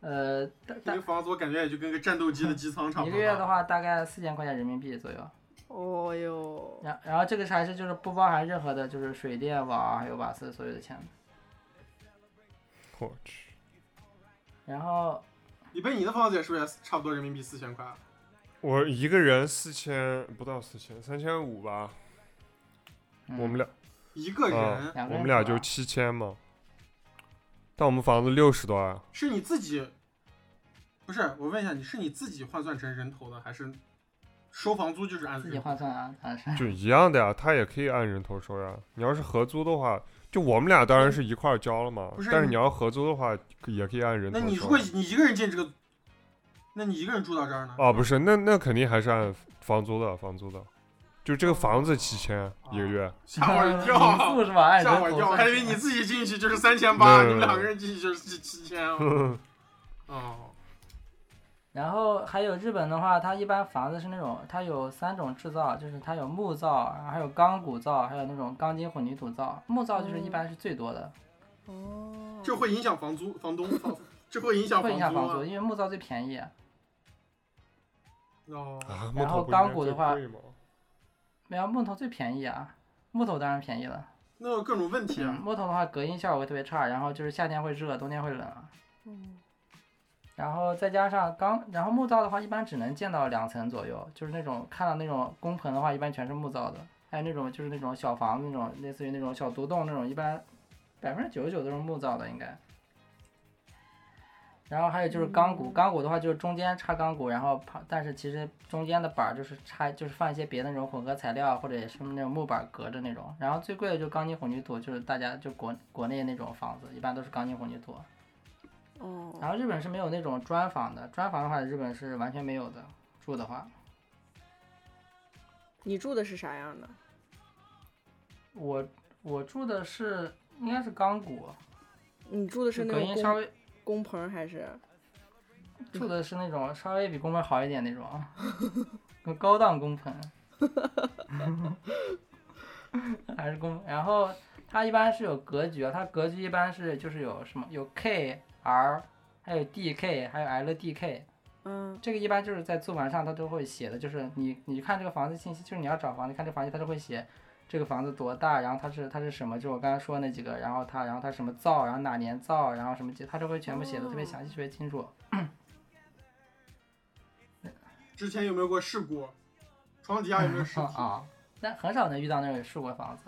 [SPEAKER 4] 呃，大
[SPEAKER 3] 这
[SPEAKER 4] 大
[SPEAKER 3] 个房子我感觉也就跟个战斗机的机舱差不
[SPEAKER 4] 一
[SPEAKER 3] 多
[SPEAKER 4] 个
[SPEAKER 3] 吧。
[SPEAKER 4] 月的话大概四千块钱人民币左右。
[SPEAKER 1] 哦哟，
[SPEAKER 4] 然然后这个是还是就是不包含任何的，就是水电网啊还有瓦斯所有的钱。
[SPEAKER 5] 我去，
[SPEAKER 4] 然后
[SPEAKER 3] 你被你的房子也是不是也差不多人民币四千块？啊
[SPEAKER 5] 我一个人四千不到四千，三千五吧。
[SPEAKER 4] 嗯
[SPEAKER 5] 我们俩，
[SPEAKER 3] 一个人
[SPEAKER 5] 啊
[SPEAKER 4] 两个人
[SPEAKER 5] 我们俩
[SPEAKER 4] 住吧
[SPEAKER 5] 就七千嘛。但我们房子六十多啊，
[SPEAKER 3] 是你自己，不是？我问一下，你是你自己换算成人头的，还是收房租就是按
[SPEAKER 4] 自己
[SPEAKER 3] 人头？
[SPEAKER 4] 换算啊，当然是
[SPEAKER 5] 就一样的呀，他也可以按人头收呀。你要是合租的话，就我们俩当然是一块儿交了嘛
[SPEAKER 3] 不是。
[SPEAKER 5] 但是
[SPEAKER 3] 你
[SPEAKER 5] 你要合租的话，也可以按人头
[SPEAKER 3] 那
[SPEAKER 5] 收。啊
[SPEAKER 3] 你如果你一个人进这个，那你一个人住到这儿
[SPEAKER 4] 哦
[SPEAKER 3] 呢？
[SPEAKER 5] 啊，不是，那那肯定还是按房租的，房租的，就这个房子七千一个月，
[SPEAKER 3] 吓我一
[SPEAKER 4] 民
[SPEAKER 3] 跳
[SPEAKER 4] 宿！是吧？按人
[SPEAKER 3] 吓我一
[SPEAKER 4] 头
[SPEAKER 3] 跳！我
[SPEAKER 4] 算
[SPEAKER 3] 还以为
[SPEAKER 4] 是
[SPEAKER 3] 你自己进去就是三千八，
[SPEAKER 5] 没有
[SPEAKER 3] 你们两个人进去就是七七千。哦，
[SPEAKER 4] 然后还有日本的话，它一般房子是那种它有三种制造，就是它有木造，然后还有钢骨造，还有那种钢筋混凝土造。木造就是一般是最多的，
[SPEAKER 1] 哦，
[SPEAKER 3] 这会影响房租、房东，房这会影响
[SPEAKER 4] 会影响
[SPEAKER 3] 房
[SPEAKER 4] 哦房
[SPEAKER 3] 租
[SPEAKER 4] 租，啊
[SPEAKER 3] 吗？
[SPEAKER 4] 因为木造最便宜。
[SPEAKER 3] 哦，
[SPEAKER 5] 啊，木
[SPEAKER 4] 然
[SPEAKER 5] 头
[SPEAKER 4] 后
[SPEAKER 5] 不应
[SPEAKER 4] 钢
[SPEAKER 5] 该
[SPEAKER 4] 骨的
[SPEAKER 5] 最
[SPEAKER 4] 话
[SPEAKER 5] 贵吗
[SPEAKER 4] 没有木头最便宜啊，木头当然便宜了。
[SPEAKER 3] 那有各种问题
[SPEAKER 4] 嗯，
[SPEAKER 3] 啊。
[SPEAKER 4] 木头的话隔音效果会特别差，然后就是夏天会热，冬天会冷啊。
[SPEAKER 1] 嗯
[SPEAKER 4] 然后再加上钢，然后木造的话一般只能建到两层左右，就是那种看到那种工棚的话，一般全是木造的，还有那种就是那种小房子那种，类似于那种小独栋那种，一般百分之九十九都是木造的应该。然后还有就是钢骨，钢骨的话就是中间插钢骨，然后旁但是其实中间的板儿就是插就是放一些别的那种混合材料啊或者也是那种木板隔着那种。然后最贵的就是钢筋混凝土，就是大家就国国内那种房子一般都是钢筋混凝土。
[SPEAKER 1] 哦，
[SPEAKER 4] 然后日本是没有那种砖房的，砖房的话，日本是完全没有的。住的话，
[SPEAKER 1] 你住的是啥样的？
[SPEAKER 4] 我我住的是应该是钢骨，
[SPEAKER 1] 你住的
[SPEAKER 4] 就是
[SPEAKER 1] 那
[SPEAKER 4] 隔
[SPEAKER 1] 种
[SPEAKER 4] 音稍
[SPEAKER 1] 工
[SPEAKER 4] 微
[SPEAKER 1] 工棚还是？
[SPEAKER 4] 住的是那种稍微比工棚好一点那 种，高档工棚，还是工。然后它一般是有格局啊，它格局一般是就是有什么有 K R，还有 D K，还有 L D K。
[SPEAKER 1] 嗯，
[SPEAKER 4] 这个一般就是在租房上它都会写的，就是你你看这个房子信息，就是你要找房子看这个房子，它都会写这个房子多大，然后它是它是什么，就我刚才说的那几个，然后它然后它什么造，然后哪年造，然后什么几，它都会全部写的特别详细，特别清楚。
[SPEAKER 3] 之前有没有过事故？房底下有没有尸体？
[SPEAKER 4] 啊，但很少能遇到那种有树过房子。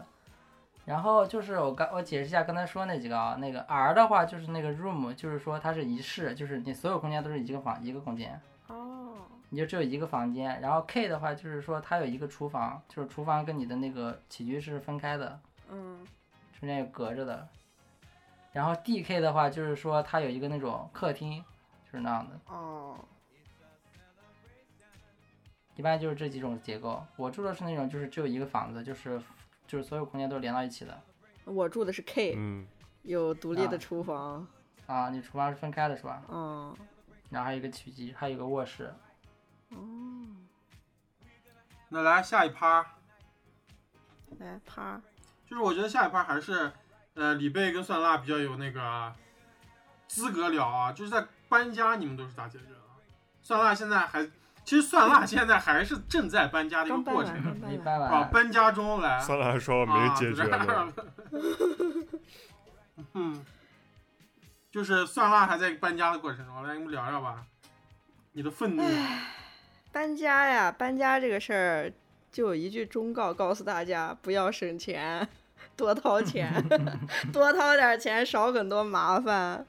[SPEAKER 4] 然后就是我刚我解释一下刚才说那几个啊，那个 R 的话就是那个 room，就是说它是一室，就是你所有空间都是一个房一个空间，
[SPEAKER 1] 哦，
[SPEAKER 4] 你就只有一个房间。然后 K 的话就是说它有一个厨房，就是厨房跟你的那个起居是分开的，
[SPEAKER 1] 嗯，
[SPEAKER 4] 中间有隔着的。然后 D K 的话就是说它有一个那种客厅，就是那样的。
[SPEAKER 1] 哦，
[SPEAKER 4] 一般就是这几种结构。我住的是那种就是只有一个房子，就是就是所有空间都是连到一起的
[SPEAKER 1] 我住的是 K，
[SPEAKER 5] 嗯，
[SPEAKER 1] 有独立
[SPEAKER 4] 啊
[SPEAKER 1] 的厨房，
[SPEAKER 4] 啊。你厨房是分开的是吧？
[SPEAKER 1] 嗯，
[SPEAKER 4] 然后还有一个起居，还有一个卧室。
[SPEAKER 1] 哦，
[SPEAKER 3] 那来下一趴，
[SPEAKER 1] 来趴，
[SPEAKER 3] 就是我觉得下一趴还是，呃，李贝跟蒜辣比较有那个资格聊啊，就是在搬家你们都是咋解决的？啊蒜辣现在还，其实蒜辣现在还是正在搬家的一个
[SPEAKER 1] 刚搬
[SPEAKER 3] 过
[SPEAKER 1] 完，
[SPEAKER 3] 程
[SPEAKER 1] 刚
[SPEAKER 4] 一
[SPEAKER 1] 搬完，
[SPEAKER 4] 般
[SPEAKER 3] 啊，
[SPEAKER 4] 吧，
[SPEAKER 3] 搬家中来。
[SPEAKER 5] 算了，说没
[SPEAKER 3] 啊
[SPEAKER 5] 解决呢。。
[SPEAKER 3] 不是 嗯，就是蒜辣还在搬家的过程中，来跟我们聊聊吧，你的愤怒。
[SPEAKER 1] 搬家呀，搬家这个事儿，就有一句忠告告诉大家：不要省钱，多掏钱，多掏点钱，少很多麻烦。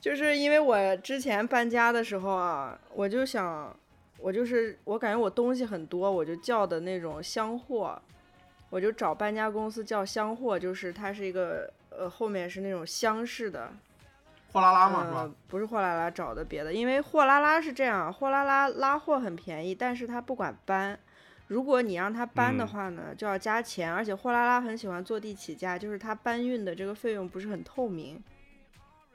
[SPEAKER 1] 就是因为我之前搬家的时候啊，我就想，我就是我感觉我东西很多，我就叫的那种箱货，我就找搬家公司叫箱货，就是它是一个呃后面是那种箱式的，
[SPEAKER 3] 货拉拉嘛，是吧
[SPEAKER 1] 呃？，不是货拉拉找的别的，因为货拉拉是这样，货拉拉拉货很便宜，但是它不管搬。如果你让他搬的
[SPEAKER 5] 嗯
[SPEAKER 1] 话呢，就要加钱，而且货拉拉很喜欢坐地起价，就是他搬运的这个费用不是很透明。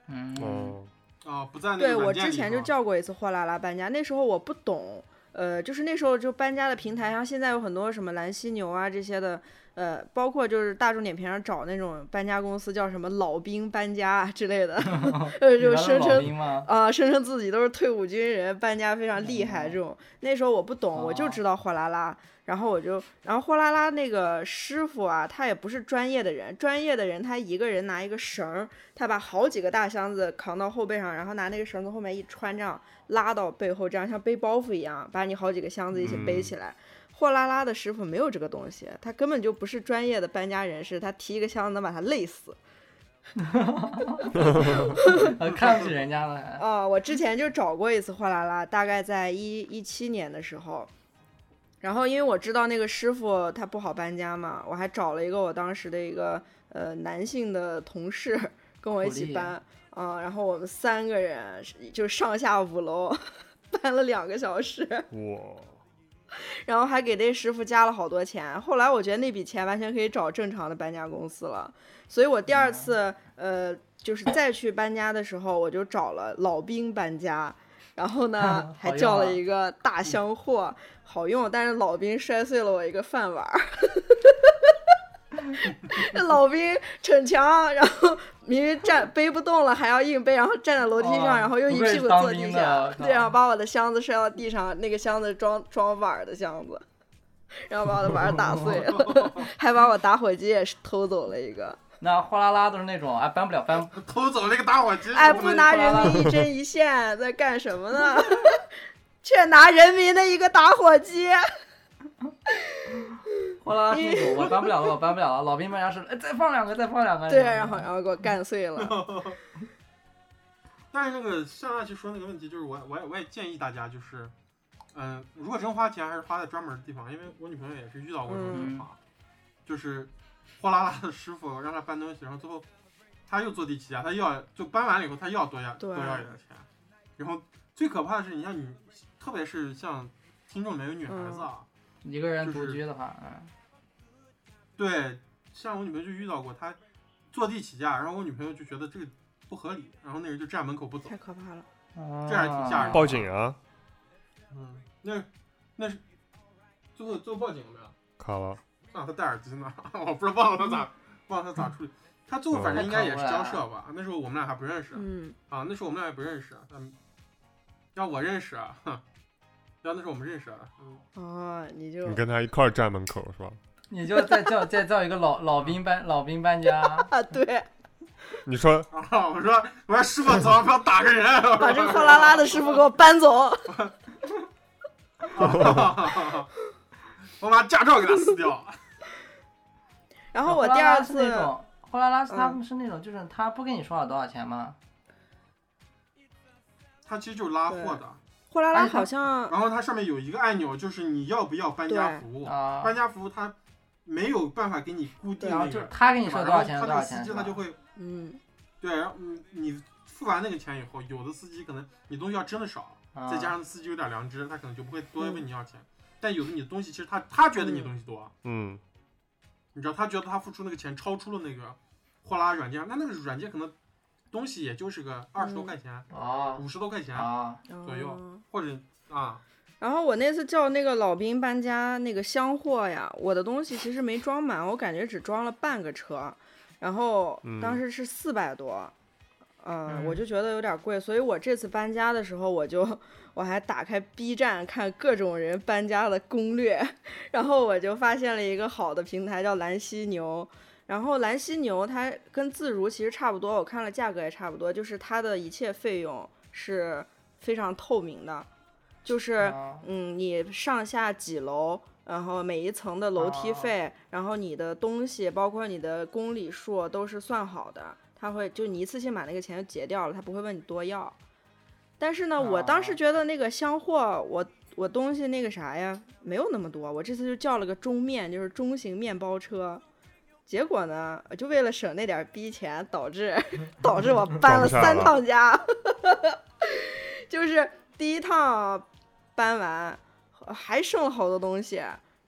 [SPEAKER 4] 嗯，
[SPEAKER 5] 嗯，
[SPEAKER 3] 啊，不在那个
[SPEAKER 1] 对我
[SPEAKER 3] 软件
[SPEAKER 1] 之
[SPEAKER 3] 里
[SPEAKER 1] 前就是
[SPEAKER 3] 吧
[SPEAKER 1] 叫过一次货拉拉搬家，那时候我不懂，呃，就是那时候就搬家的平台上，现在有很多什么蓝犀牛啊这些的，呃，包括就是大众点评上找那种搬家公司叫什么老兵搬家啊之类 的， 呃，
[SPEAKER 4] 你
[SPEAKER 1] 就
[SPEAKER 4] 聊
[SPEAKER 1] 声
[SPEAKER 4] 老
[SPEAKER 1] 称
[SPEAKER 4] 兵吗？
[SPEAKER 1] 啊，声称自己都是退伍军人，搬家非常厉害
[SPEAKER 4] 哦
[SPEAKER 1] 这种。那时候我不懂，我就
[SPEAKER 4] 哦
[SPEAKER 1] 知道货拉拉，然后我就，然后货拉拉那个师傅啊，他也不是专业的人，专业的人他一个人拿一个绳儿，他把好几个大箱子扛到后背上，然后拿那个绳从后面一穿，这样拉到背后，这样像背包袱一样，把你好几个箱子一起
[SPEAKER 4] 嗯
[SPEAKER 1] 背起来。货拉拉的师傅没有这个东西，他根本就不是专业的搬家人士，他提一个箱子能把他累死。
[SPEAKER 4] 呃看不起人家了。
[SPEAKER 1] 啊、我之前就找过一次货拉拉，大概在一一七年的时候。然后因为我知道那个师傅他不好搬家嘛，我还找了一个我当时的一个呃男性的同事跟我一
[SPEAKER 4] 苦
[SPEAKER 1] 起
[SPEAKER 4] 力
[SPEAKER 1] 搬啊、然后我们三个人是就上下五楼 搬了两个小时，
[SPEAKER 5] 我
[SPEAKER 1] 然后还给那师傅加了好多钱。后来我觉得那笔钱完全可以找正常的搬家公司了，所以我第二次呃，就是再去搬家的时候，我就找了老兵搬家。然后呢，还
[SPEAKER 4] 好用
[SPEAKER 1] 叫
[SPEAKER 4] 啊
[SPEAKER 1] 了一个大箱货，好用，但是老兵摔碎了我一个饭碗儿。 这老兵逞强，然后明明站背不动了，还要硬背，然后站在楼梯上，
[SPEAKER 4] 哦
[SPEAKER 1] 然后又一
[SPEAKER 4] 不愧
[SPEAKER 1] 屁股
[SPEAKER 4] 是当
[SPEAKER 1] 坐地
[SPEAKER 4] 兵的啊
[SPEAKER 1] 下
[SPEAKER 4] 我，靠
[SPEAKER 1] 对，然后把我的箱子摔到地上，那个箱子装装碗儿的箱子，然后把我的碗儿打碎了， 还把我打火机也是偷走了一个。
[SPEAKER 4] 那货拉拉都是那种啊，搬不了搬。
[SPEAKER 3] 偷走那个打火机，
[SPEAKER 1] 哎，
[SPEAKER 3] 是
[SPEAKER 1] 不
[SPEAKER 3] 是
[SPEAKER 1] 拿人 民一针一线，在干什么呢？ 却拿人民的一个打火机，
[SPEAKER 4] 哎货 拉拉是哎那种我搬不了了，我搬不了了。老兵搬家是，哎，再放两个，再放两个。
[SPEAKER 1] 对，
[SPEAKER 4] 这样
[SPEAKER 1] 然后然后给我干碎 了。
[SPEAKER 3] 但是那个上下去说那个问题，就是我我也我也建议大家就是，嗯、如果真花钱，还是花在专门的地方，因为我女朋友也是遇到过这种情况，就是货拉拉的师傅让她搬东西，然后最后她又坐地起价，她又要就搬完了以后，她又要多要
[SPEAKER 1] 对
[SPEAKER 3] 多要一点钱，然后最可怕的是，你像女，特别是像听众里面有女孩子啊，
[SPEAKER 4] 一个人
[SPEAKER 3] 就是
[SPEAKER 4] 独居的话，嗯，
[SPEAKER 3] 对，像我女朋友就遇到过，她坐地起价，然后我女朋友就觉得这个不合理，然后那人就站门口不走
[SPEAKER 1] 太，可怕了！
[SPEAKER 4] 嗯
[SPEAKER 3] 这还挺吓人的
[SPEAKER 5] 报警啊，
[SPEAKER 3] 嗯，那那是最后最后报警了没有？
[SPEAKER 5] 卡了。
[SPEAKER 3] 啊，他戴耳机呢， 我不知道忘了他咋忘了他咋处理。他最后反正应该也是交涉吧，那时候我们俩还不认识
[SPEAKER 1] 嗯，
[SPEAKER 3] 啊，那时候我们俩也不认识，嗯，要我认识啊，哼要那时候我们认识啊，嗯，
[SPEAKER 1] 哦，你就
[SPEAKER 5] 你跟他一块儿站门口是吧？
[SPEAKER 4] 你就 再叫再叫一个老老兵搬老兵搬家。
[SPEAKER 1] 啊，对，
[SPEAKER 5] 你说
[SPEAKER 3] 啊，我说我说啊师傅，早上不要打个人，
[SPEAKER 1] 把这个货拉拉的师傅给我搬走。
[SPEAKER 3] 我把驾照给他撕 掉。啊
[SPEAKER 1] 然后我
[SPEAKER 4] 货拉
[SPEAKER 1] 第
[SPEAKER 4] 拉
[SPEAKER 1] 二
[SPEAKER 4] 是
[SPEAKER 1] 次
[SPEAKER 4] 那种货拉拉是他
[SPEAKER 1] 嗯
[SPEAKER 4] 们是那种，就是他不跟你说好多少钱吗？
[SPEAKER 3] 他其实就是拉货的，
[SPEAKER 1] 货拉拉
[SPEAKER 4] 而且它
[SPEAKER 1] 好像
[SPEAKER 3] 然后它上面有一个按钮，就是你要不要搬家服务。
[SPEAKER 4] 啊，
[SPEAKER 3] 搬家服务它没有办法给你固定
[SPEAKER 4] 然
[SPEAKER 3] 那
[SPEAKER 4] 后
[SPEAKER 3] 个，
[SPEAKER 4] 就是他跟你
[SPEAKER 3] 对
[SPEAKER 4] 说
[SPEAKER 3] 吧
[SPEAKER 4] 多少钱
[SPEAKER 3] 然
[SPEAKER 4] 多
[SPEAKER 3] 后他那
[SPEAKER 4] 少
[SPEAKER 3] 个司
[SPEAKER 4] 钱
[SPEAKER 3] 机
[SPEAKER 4] 是
[SPEAKER 3] 他
[SPEAKER 4] 吧
[SPEAKER 3] 就？会
[SPEAKER 1] 嗯
[SPEAKER 3] 对，然后嗯你付完那个钱以后，有的司机可能你东西要真的少，
[SPEAKER 4] 啊嗯
[SPEAKER 3] 再加上司机有点良知，他可能就不会多问你要钱。但有的你的东西其实他他觉得你东西多，
[SPEAKER 5] 嗯，
[SPEAKER 3] 你知道他觉得他付出那个钱超出了那个货拉软件，那那个软件可能东西也就是个二十多块钱、
[SPEAKER 4] 哦
[SPEAKER 3] 五十、多块钱，
[SPEAKER 4] 哦，
[SPEAKER 3] 左右
[SPEAKER 1] 哦
[SPEAKER 3] 或者啊，
[SPEAKER 1] 然后我那次叫那个老兵搬家那个箱货呀，我的东西其实没装满，我感觉只装了半个车，然后
[SPEAKER 5] 嗯
[SPEAKER 1] 当时是四百多，嗯、
[SPEAKER 4] 嗯
[SPEAKER 1] 我就觉得有点贵，所以我这次搬家的时候，我就 我还打开 B 站看各种人搬家的攻略， 然后我就发现了一个好的平台叫蓝犀牛。然后蓝犀牛它跟自如其实差不多，我看了价格也差不多，就是它的一切费用是非常透明的，就是
[SPEAKER 4] 啊
[SPEAKER 1] 嗯，你上下几楼，然后每一层的楼梯
[SPEAKER 4] 哦
[SPEAKER 1] 费，然后你的东西，包括你的公里数都是算好的，他会就你一次性把那个钱就结掉了，他不会问你多要。但是呢，我当时
[SPEAKER 4] 哦
[SPEAKER 1] 觉得那个箱货，我我东西那个啥呀，没有那么多，我这次就叫了个中面，就是中型面包车。结果呢，就为了省那点儿逼钱，导 致导致我搬了
[SPEAKER 5] 装不下
[SPEAKER 1] 三
[SPEAKER 5] 了
[SPEAKER 1] 趟家， 就是第一趟搬完呃还剩了好多东西，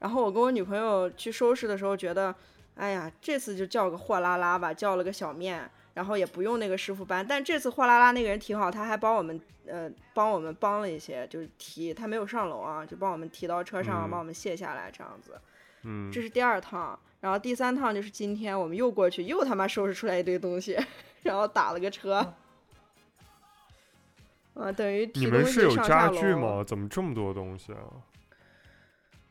[SPEAKER 1] 然后我跟我女朋友去收拾的时候，觉得，哎呀，这次就叫个货拉拉吧，叫了个小面，然后也不用那个师傅搬。但这次货拉拉那个人挺好，他还帮我们，呃，帮我们帮了一些，就是提，他没有上楼啊，就帮我们提到车上，
[SPEAKER 5] 嗯
[SPEAKER 1] 帮我们卸下来这样子。
[SPEAKER 5] 嗯
[SPEAKER 1] 这是第二趟，然后第三趟就是今天我们又过去，又他妈收拾出来一堆东西， 然后打了个车。 啊，等于
[SPEAKER 5] 嗯你
[SPEAKER 1] 提
[SPEAKER 5] 们
[SPEAKER 1] 东西
[SPEAKER 5] 是有
[SPEAKER 1] 上
[SPEAKER 5] 家
[SPEAKER 1] 下
[SPEAKER 5] 具
[SPEAKER 1] 楼。
[SPEAKER 5] 吗？怎么这么多东西啊？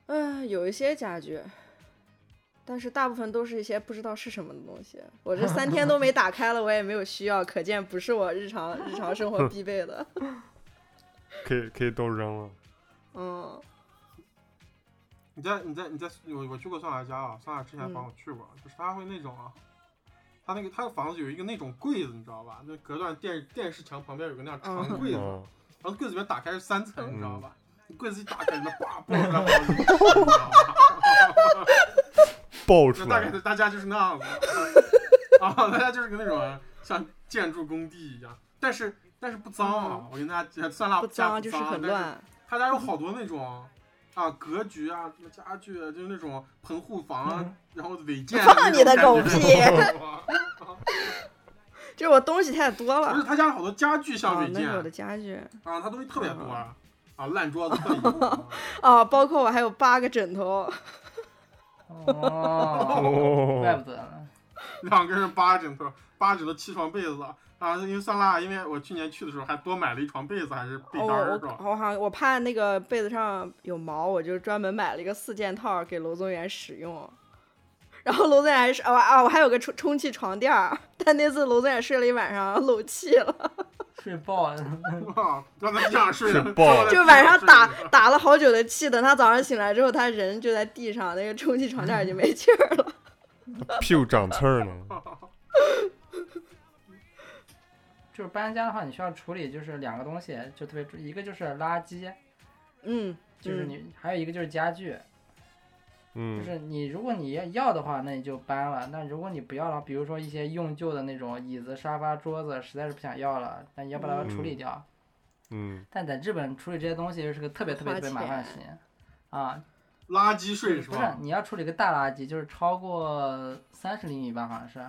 [SPEAKER 1] 嗯、有一些家具，但是大部分都是一些不知道是什么的东西。我这三天都没打开了，我也没有需要，可见不是我日常日常生活必备的。
[SPEAKER 5] 可以可以都扔了。
[SPEAKER 1] 嗯，
[SPEAKER 3] 你在你在你在我我去过酸辣家啊，酸辣之
[SPEAKER 1] 嗯
[SPEAKER 3] 前帮我去过，就是他会那种啊，他那个他的房子有一个那种柜子，你知道吧？那隔断电电视墙旁边有个那样长柜子，
[SPEAKER 5] 嗯，
[SPEAKER 3] 然后柜子里面打开是三层，
[SPEAKER 5] 嗯
[SPEAKER 3] 你知道吧？柜子一打开，里面叭爆出来好多东西，你知道吧？就
[SPEAKER 5] 爆出
[SPEAKER 3] 大概
[SPEAKER 5] 来。
[SPEAKER 3] 大家就是那样子， 啊，大家就是跟那种像建筑工地一样，但是但是不脏啊，我跟大家讲酸
[SPEAKER 1] 嗯
[SPEAKER 3] 辣
[SPEAKER 1] 不
[SPEAKER 3] 家啊
[SPEAKER 1] 脏啊就是很。
[SPEAKER 3] 但
[SPEAKER 1] 乱。
[SPEAKER 3] 他家有好多那种啊格局啊，什么家具啊，就是那种棚户房啊
[SPEAKER 4] 嗯，
[SPEAKER 3] 然后啊违建。
[SPEAKER 1] 放你的狗屁！
[SPEAKER 3] 不
[SPEAKER 1] 就是我东西太多了
[SPEAKER 3] 是，。他家好多家具像
[SPEAKER 1] 啊，
[SPEAKER 3] 违
[SPEAKER 1] 那
[SPEAKER 3] 建
[SPEAKER 1] 是我的家具
[SPEAKER 3] 啊，他东西特别多啊，啊烂桌子、破椅子啊。
[SPEAKER 1] 啊，包括我还有八个枕头。
[SPEAKER 4] 哦，怪
[SPEAKER 5] 哦，
[SPEAKER 4] 不得呢。
[SPEAKER 3] 两个人八枕头，八枕头七床被子啊！因为酸辣，因为我去年去的时候还多买了一床被子，还是被
[SPEAKER 1] 哦，
[SPEAKER 3] 单
[SPEAKER 1] 我
[SPEAKER 3] 儿是吧？
[SPEAKER 1] 我我好像我怕那个被子上有毛，我就专门买了一个四件套给楼宗元使用。然后楼宗元还是啊啊，我还有个充充气床垫儿，但那次楼宗元睡了一晚上漏气了，
[SPEAKER 4] 睡爆了，
[SPEAKER 3] 啊，让他地上睡
[SPEAKER 5] 是爆了
[SPEAKER 1] 就晚上打打了好久的气，等他早上醒来之后，他人就在地上，那个充气床垫儿已经没气儿了。
[SPEAKER 5] 屁股长刺儿呢。
[SPEAKER 4] 就是搬家的话，你需要处理就是两个东西，就特别注意一个就是垃圾，
[SPEAKER 1] 嗯，
[SPEAKER 4] 就是
[SPEAKER 1] 嗯
[SPEAKER 4] 你、还有一个就是家具，就
[SPEAKER 5] 嗯，
[SPEAKER 4] 是你如果你要要的话，那你就搬了；那如果你不要了，比如说一些用旧的那种椅子、沙发、桌子，实在是不想要了，那你要把它
[SPEAKER 5] 嗯
[SPEAKER 4] 处理掉。
[SPEAKER 5] 嗯，
[SPEAKER 4] 但在日本处理这些东西是个特别特别
[SPEAKER 1] 花
[SPEAKER 4] 特别麻烦的事情啊！
[SPEAKER 3] 垃圾睡是
[SPEAKER 4] 不是
[SPEAKER 3] 吧？，
[SPEAKER 4] 你要处理个大垃圾，就是超过三十厘米吧，好像是，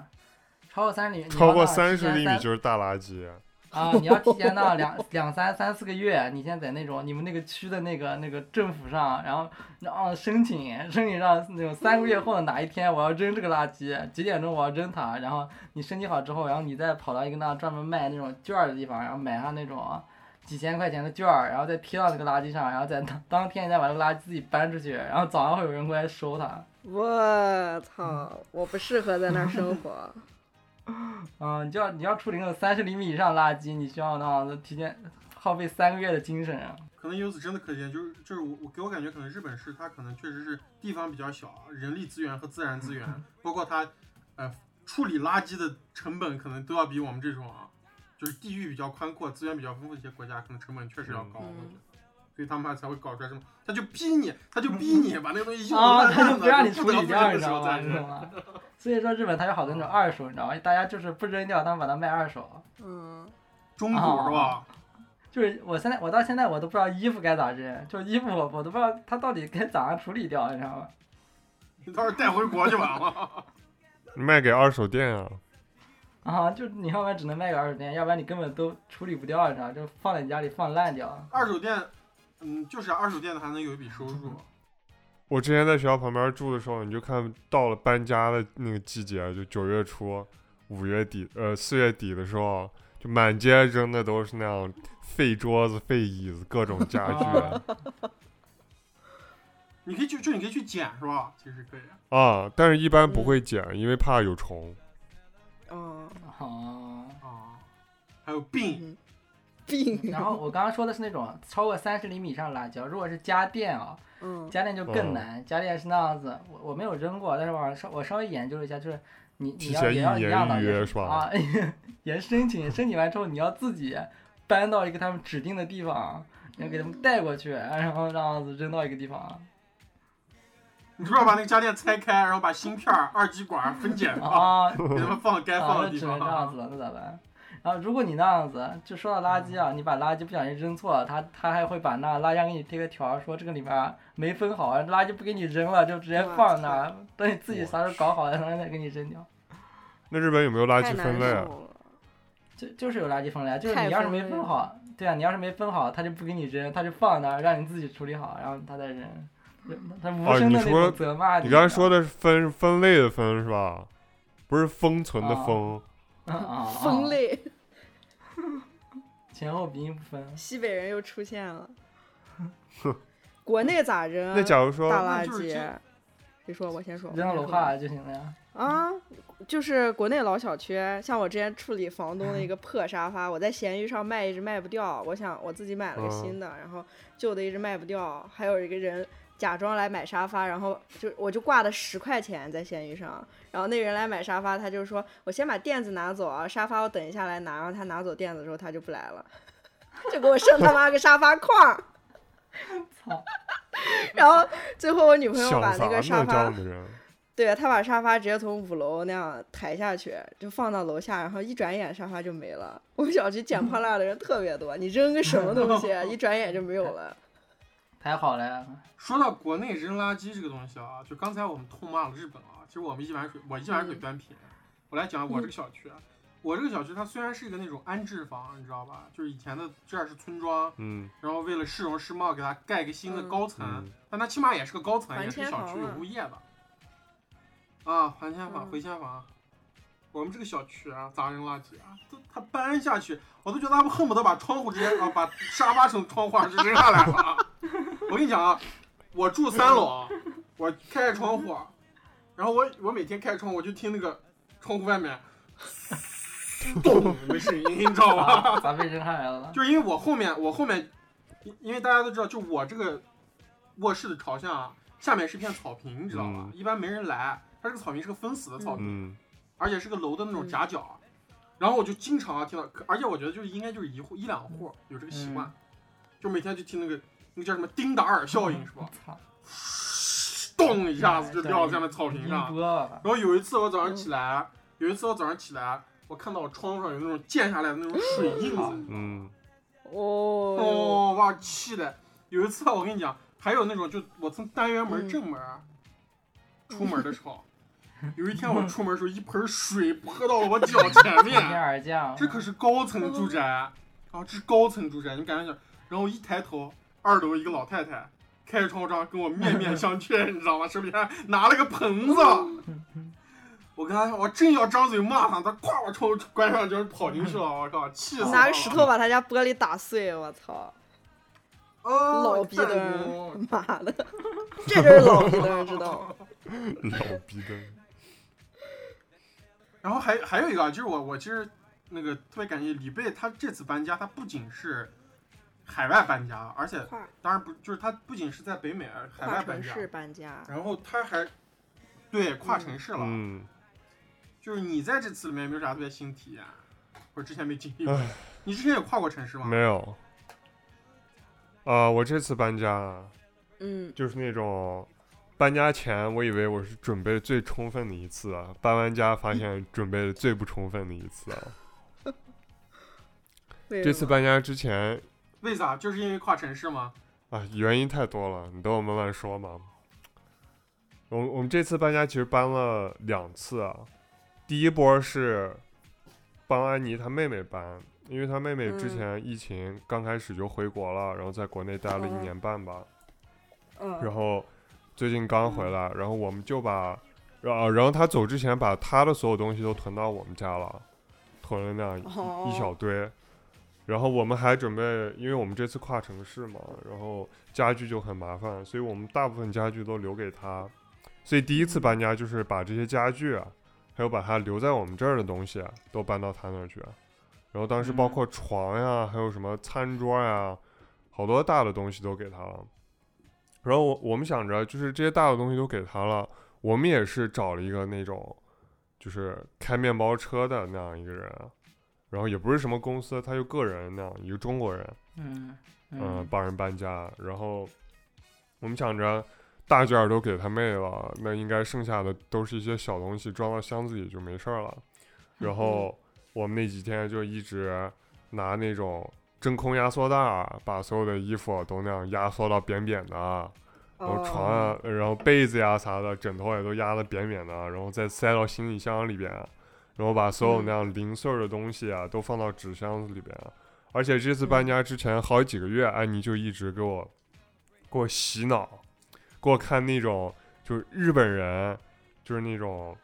[SPEAKER 4] 超过三十厘米，
[SPEAKER 5] 超过
[SPEAKER 4] 三
[SPEAKER 5] 三十厘米就是大垃圾。
[SPEAKER 4] 啊，你要提前到两两三三四个月，你先在那种你们那个区的那个那个政府上，然后然后申请申请上那种三个月后的哪一天我要扔这个垃圾，几点钟我要扔它，然后你申请好之后，然后你再跑到一个那专门卖那种券儿的地方，然后买上那种几千块钱的券儿，然后再贴到那个垃圾上，然后再当当天再把这个垃圾自己搬出去，然后早上会有人过来收它。
[SPEAKER 1] 我操，我不适合在那儿生活。
[SPEAKER 4] 嗯，你就要你要处理那种三十厘米以上垃圾，你需要那样子提前耗费三个月的精神啊。
[SPEAKER 3] 可能由此真的可见，就是就是我我给我感觉，可能日本是它可能确实是地方比较小，啊人力资源和自然资源，包括它呃处理垃圾的成本，可能都要比我们这种啊，就是地域比较宽阔、资源比较丰富的一些国家，可能成本确实要高，
[SPEAKER 1] 嗯
[SPEAKER 3] 我觉得。所以他们才会搞出来这么，他就逼你，他就逼你把那个东西用
[SPEAKER 4] 啊、
[SPEAKER 3] 烂
[SPEAKER 4] 他
[SPEAKER 3] 烂
[SPEAKER 4] 就
[SPEAKER 3] 的，
[SPEAKER 4] 不让你
[SPEAKER 3] 就
[SPEAKER 4] 处
[SPEAKER 3] 得
[SPEAKER 4] 理
[SPEAKER 3] 不
[SPEAKER 4] 掉，
[SPEAKER 3] 扔
[SPEAKER 4] 你
[SPEAKER 3] 的
[SPEAKER 4] 知
[SPEAKER 3] 时
[SPEAKER 4] 道
[SPEAKER 3] 候
[SPEAKER 4] 吗？
[SPEAKER 3] 再
[SPEAKER 4] 你懂
[SPEAKER 3] 扔。
[SPEAKER 4] 吗？ 所以说日本它有好多那种二手，你知道吗？大家就是不扔掉，他们把它卖二手。
[SPEAKER 1] 嗯，
[SPEAKER 3] 中古是
[SPEAKER 4] 哦
[SPEAKER 3] 吧？
[SPEAKER 4] 就是我现在，我到现在我都不知道衣服该咋扔，就是衣服我我都不知道它到底该咋样处理掉，你知道吗？
[SPEAKER 3] 你到时候带回国就完了。
[SPEAKER 5] 卖给二手店啊，
[SPEAKER 4] 啊，就是你要不然只能卖给二手店，要不然你根本都处理不掉，你知道吗，就放在你家里放烂掉。
[SPEAKER 3] 二手店，嗯，就是二手店的还能有一笔收
[SPEAKER 4] 嗯
[SPEAKER 3] 入。
[SPEAKER 5] 我之前在学校旁边住的时候，你就看到了搬家的那个季节，就九月初、五月底、呃四月底的时候，就满街扔的都是那样废桌子、废椅子、各种家 具
[SPEAKER 4] 啊
[SPEAKER 3] 你可以去，就你可以去捡是吧？其实可以。
[SPEAKER 5] 啊，但是一般
[SPEAKER 1] 嗯
[SPEAKER 5] 不会捡，因为怕有虫。
[SPEAKER 1] 哦，
[SPEAKER 4] 哦。
[SPEAKER 3] 啊，还有病，
[SPEAKER 1] 嗯病，
[SPEAKER 4] 然后我刚刚说的是那种超过三十厘米以上的辣椒，如果是家电啊、
[SPEAKER 1] 嗯
[SPEAKER 4] 家电就更难，家电是那样子，我我没有扔过，但是我稍我稍微研究了一下，就是你你
[SPEAKER 5] 提
[SPEAKER 4] 要
[SPEAKER 5] 前
[SPEAKER 4] 也要
[SPEAKER 5] 一
[SPEAKER 4] 一
[SPEAKER 5] 年
[SPEAKER 4] 样的
[SPEAKER 5] 预约
[SPEAKER 4] 也
[SPEAKER 5] 是吧
[SPEAKER 4] 啊， 也申请申请完之后，你要自己搬到一个他们指定的地方，你要给他们带过去，然后这样子扔到一个地方
[SPEAKER 3] 你是不是要把那个家电拆开，然后把芯片儿、二极管儿分解 放，
[SPEAKER 4] 啊，
[SPEAKER 3] 给他们放该放
[SPEAKER 4] 啊，
[SPEAKER 3] 的
[SPEAKER 4] 那
[SPEAKER 3] 地
[SPEAKER 4] 只能这样
[SPEAKER 3] 方？
[SPEAKER 4] 子了，那咋办？然后如果你那样子，就说到垃圾啊，你把垃圾不小心扔错了，他他还会把那垃圾箱给你贴个条儿，说这个里面儿没分好，垃圾不给你扔了，就直接
[SPEAKER 1] 哇
[SPEAKER 4] 放
[SPEAKER 1] 塞
[SPEAKER 4] 那儿，等你自己啥时候搞好了，然后再给你扔掉。
[SPEAKER 5] 那日本有没有垃
[SPEAKER 1] 太
[SPEAKER 5] 圾
[SPEAKER 1] 难
[SPEAKER 5] 分
[SPEAKER 1] 受
[SPEAKER 5] 类啊？
[SPEAKER 1] 了。
[SPEAKER 4] 就就是有垃圾分类啊，就是
[SPEAKER 1] 太
[SPEAKER 4] 你要是
[SPEAKER 1] 分
[SPEAKER 4] 没
[SPEAKER 1] 类
[SPEAKER 4] 分
[SPEAKER 1] 了
[SPEAKER 4] 好，对啊，你要是没分好，他就不给你扔，他就放那儿让你自己处理好，然后他再扔，他无
[SPEAKER 5] 哦
[SPEAKER 4] 声
[SPEAKER 5] 你
[SPEAKER 4] 的那
[SPEAKER 5] 说
[SPEAKER 4] 种责骂
[SPEAKER 5] 你
[SPEAKER 4] 知道
[SPEAKER 5] 刚才说的是分分类的分是吧？不是封存
[SPEAKER 1] 哦
[SPEAKER 5] 的封，
[SPEAKER 4] 吗啊啊，啊
[SPEAKER 1] 分类，
[SPEAKER 4] 前后鼻音不分，
[SPEAKER 1] 西北人又出现 了。国内咋扔？
[SPEAKER 5] 那假如说
[SPEAKER 1] 大垃
[SPEAKER 3] 就是
[SPEAKER 1] 圾
[SPEAKER 3] 这，
[SPEAKER 1] 你说我先说，
[SPEAKER 4] 扔到
[SPEAKER 1] 我
[SPEAKER 4] 楼
[SPEAKER 1] 先说
[SPEAKER 4] 下就行了呀。
[SPEAKER 1] 啊，就是国内老小区，像我之前处理房东的一个破沙发，我在闲鱼上卖一直卖不掉，我想我自己买了个
[SPEAKER 5] 嗯
[SPEAKER 1] 新的，然后旧的一直卖不掉，还有一个人假装来买沙发，然后就我就挂了十块钱在闲鱼上，然后那人来买沙发，他就说我先把垫子拿走啊，沙发我等一下来拿，然后他拿走垫子之后他就不来了， 就给我剩他妈个沙发框儿。
[SPEAKER 4] 操！
[SPEAKER 1] 然后最后我女朋友
[SPEAKER 5] 想
[SPEAKER 1] 把
[SPEAKER 5] 啥
[SPEAKER 1] 那个
[SPEAKER 5] 呢？
[SPEAKER 1] 沙
[SPEAKER 5] 这
[SPEAKER 1] 发
[SPEAKER 5] 样的人，
[SPEAKER 1] 对他把沙发直接从五楼那样抬下去，就放到楼下，然后一转眼沙发就没了。我们小区捡破烂的人特别多，你扔个什么东西，一转眼就没有了。
[SPEAKER 4] 太好了呀，
[SPEAKER 3] 说到国内扔垃圾这个东西啊，就刚才我们痛骂了日本啊，其实我们一碗水，我一碗水
[SPEAKER 1] 嗯
[SPEAKER 3] 端平。我来讲
[SPEAKER 4] 嗯
[SPEAKER 3] 我这个小区，啊我这个小区它虽然是一个那种安置房，你知道吧？就是以前的这儿是村庄，
[SPEAKER 5] 嗯
[SPEAKER 3] 然后为了市容市貌给它盖个新的
[SPEAKER 1] 嗯
[SPEAKER 3] 高层，
[SPEAKER 5] 嗯，
[SPEAKER 3] 但它起码也是个高层，
[SPEAKER 1] 还
[SPEAKER 3] 也是
[SPEAKER 1] 迁
[SPEAKER 3] 小
[SPEAKER 1] 房
[SPEAKER 3] 区有
[SPEAKER 1] 了
[SPEAKER 3] 物业的。啊，还迁房、
[SPEAKER 1] 嗯
[SPEAKER 3] 回迁房，我们这个小区啊，砸扔垃圾啊，都他搬下去，我都觉得他们恨不得把窗户直接啊，把沙发从窗户上直接扔下来了。啊我跟你讲啊，我住三楼啊，我开着窗户，啊然后我我每天开着窗户，我就听那个窗户外面 咚的声音，你知道吗？
[SPEAKER 4] 咋咋被扔下来了？
[SPEAKER 3] 就是因为我后面，我后面，因因为大家都知道，就我这个卧室的朝向啊，下面是片草坪，你知道吧？
[SPEAKER 5] 嗯
[SPEAKER 3] 一般没人来，它这个草坪是个封死的草坪，
[SPEAKER 5] 嗯，
[SPEAKER 3] 而且是个楼的那种夹角。然后我就经常啊听到，可而且我觉得就是应该就是一户一两户有这个习惯，就每天就听那个那个叫什么丁达尔 效
[SPEAKER 4] 嗯
[SPEAKER 3] 应是吧？
[SPEAKER 4] 操！
[SPEAKER 3] 咚一下子就掉到下面草坪上
[SPEAKER 4] 音。波吧，
[SPEAKER 3] 然后有一次我早上起来，有一次我早上起来，我看到我窗户上有那种溅下来的那种水印子，
[SPEAKER 5] 嗯，
[SPEAKER 1] 哦，
[SPEAKER 3] 哦，哇，气的！有一次啊我跟你讲，还有那种就我从单元门
[SPEAKER 1] 嗯
[SPEAKER 3] 正门啊、出门的时 候，有一天我出门的时候，一盆水泼到了我脚前
[SPEAKER 4] 从天
[SPEAKER 3] 面，
[SPEAKER 4] 而降。
[SPEAKER 3] 这可是高层住宅啊，这是高层住宅，你感觉讲，然后我一抬头，二楼一个老太太开着窗户这样跟我面面相觑，你知道吗？手里还 拿了个 盆子。我跟他，我真要张嘴骂他，他咵把窗户关上，就是跑进去了，我靠，气死我了！
[SPEAKER 1] 拿个石头把他家玻璃打碎，我操！
[SPEAKER 3] 哦，
[SPEAKER 1] 老逼
[SPEAKER 3] 弹
[SPEAKER 1] 灯
[SPEAKER 3] 弓
[SPEAKER 1] 妈 的，这就是老逼灯，知道吗？
[SPEAKER 5] 老逼的，
[SPEAKER 3] 然后还还有一个啊，就是我我其实那个特别感谢李贝，他这次搬家，他不仅是海外搬家，而且
[SPEAKER 5] 哎
[SPEAKER 1] 跨
[SPEAKER 3] 当然不就是他不仅是在北美，海
[SPEAKER 1] 跨
[SPEAKER 3] 外搬
[SPEAKER 1] 城
[SPEAKER 5] 啊
[SPEAKER 3] 家，
[SPEAKER 1] 市搬家，
[SPEAKER 3] 然后他还对跨城市了，
[SPEAKER 5] 嗯，
[SPEAKER 3] 就是你在这次里面有没有啥特别新体验，或者之前没经历过
[SPEAKER 5] 唉？
[SPEAKER 3] 你之前有跨过城市吗？
[SPEAKER 5] 没有。啊、我这次搬家啊
[SPEAKER 1] 嗯，
[SPEAKER 5] 就是那种搬家前，我以为我是准备最充分的一次啊，搬完家发现准备的最不充分的一 次啊。
[SPEAKER 1] 为
[SPEAKER 5] 这
[SPEAKER 1] 什
[SPEAKER 5] 次
[SPEAKER 1] 么
[SPEAKER 5] 搬家之前
[SPEAKER 3] 为啥？就是因为跨城市吗？
[SPEAKER 5] 啊，原因太多了，你等我慢慢说嘛。我我们这次搬家其实搬了两次啊，第一波是帮安妮她妹妹搬，因为她妹妹
[SPEAKER 1] 嗯
[SPEAKER 5] 之前疫情刚开始就回国了，然后在国内待了一
[SPEAKER 1] 哦
[SPEAKER 5] 年半吧，然
[SPEAKER 1] 嗯，
[SPEAKER 5] 后最近刚回来，然后我们就把，然后然后他走之前把他的所有东西都囤到我们家了，囤了那样一,、
[SPEAKER 1] 哦
[SPEAKER 5] 一小堆。然后我们还准备，因为我们这次跨城市嘛，然后家具就很麻烦，所以我们大部分家具都留给他。所以第一次搬家就是把这些家具啊，还有把它留在我们这儿的东西啊，都搬到他那儿去。啊然后当时包
[SPEAKER 4] 嗯
[SPEAKER 5] 括床呀，还有什么餐桌呀，好多大的东西都给他了。然后我我们想着，就是这些大的东西都给他了，我们也是找了一个那种，就是开面包车的那样一个人，啊然后也不是什么公司，他就个人那样一个中国人，
[SPEAKER 4] 嗯
[SPEAKER 5] 嗯，帮人搬家。然后我们想着大件儿都给他妹了，那应该剩下的都是一些小东西，装到箱子里就没事儿了。然后我们那几天就一直拿那种真空压缩袋儿，把所有的衣服都那样压缩到扁扁的，然后床
[SPEAKER 1] 哦
[SPEAKER 5] 啊，然后被子呀啥的，枕头也都压得扁扁的，啊然后再塞到行李箱里边，啊然后把
[SPEAKER 1] 嗯
[SPEAKER 5] 所有那样零碎儿的东西啊、都放到纸箱子里边。啊而且这次搬
[SPEAKER 1] 嗯
[SPEAKER 5] 家之前好几个月，安妮就一直给我给我洗脑，给我看那种就是日本人，就是那种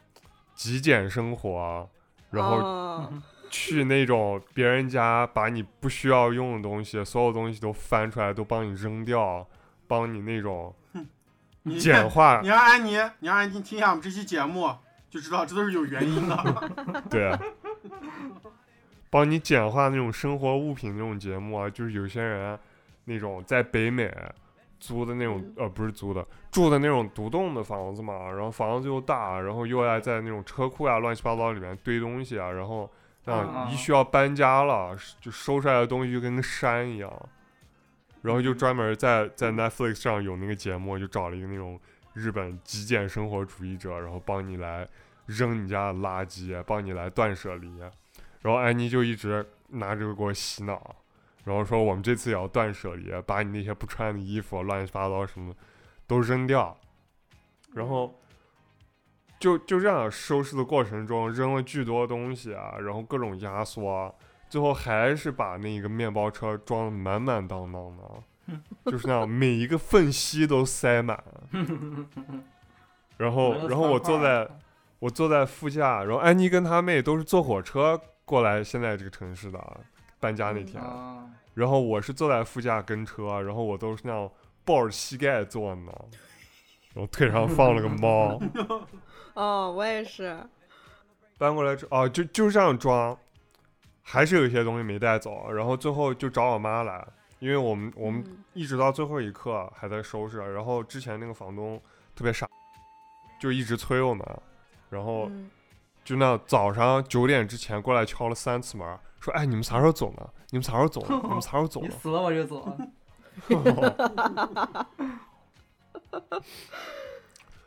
[SPEAKER 5] 极简生活，啊然后嗯
[SPEAKER 1] 哦
[SPEAKER 5] 去那种别人家把你不需要用的东西，所有东西都翻出来，都帮你扔掉，帮你那种
[SPEAKER 3] 你
[SPEAKER 5] 简 化
[SPEAKER 3] 你，让安妮，你让安妮听一下我们这期节目，就知道这都是有原因 的。
[SPEAKER 5] 对，啊帮你简化那种生活物品那种节目啊，就是有些人那种在北美租的那种，呃，不是租的，住的那种独栋的房子嘛，然后房子又大，然后又爱在那种车库啊、乱七八糟里面堆东西啊，然后
[SPEAKER 4] 啊
[SPEAKER 5] 那一需要搬家了，就收拾来的东西就跟个山一样。然后就专门在在 Netflix 上有那个节目，就找了一个那种日本极简生活主义者，然后帮你来扔你家的垃圾，帮你来断舍离。然后安妮就一直拿这个给我洗脑，然后说我们这次也要断舍离，把你那些不穿的衣服乱七八糟什么的都扔掉。然后就就这样收拾的过程中扔了巨多东西啊，然后各种压缩啊、最后还是把那个面包车装得满满当当的，就是那样每一个缝隙都塞满。嗯然后，然后我坐在我坐在副驾，然后安妮跟她妹都是坐火车过来现在这个城市的啊搬家那天，
[SPEAKER 4] 哦，
[SPEAKER 5] 然后我是坐在副驾跟车，啊然后我都是那样抱着膝盖坐的呢，然后腿上放了个猫。
[SPEAKER 1] 哦，我也是，
[SPEAKER 5] 搬过来之哦，就就这样装，还是有一些东西没带走，啊然后最后就找我妈来，因为我们我们
[SPEAKER 1] 嗯
[SPEAKER 5] 一直到最后一刻还在收拾，啊然后之前那个房东特别傻，就一直催我们，啊然后
[SPEAKER 1] 嗯
[SPEAKER 5] 就那早上九点之前过来敲了三次门，说哎你们啥时候走呢？你们啥时候走呢？你们啥时候 走
[SPEAKER 4] 你
[SPEAKER 5] 呢？
[SPEAKER 4] 死了我就走。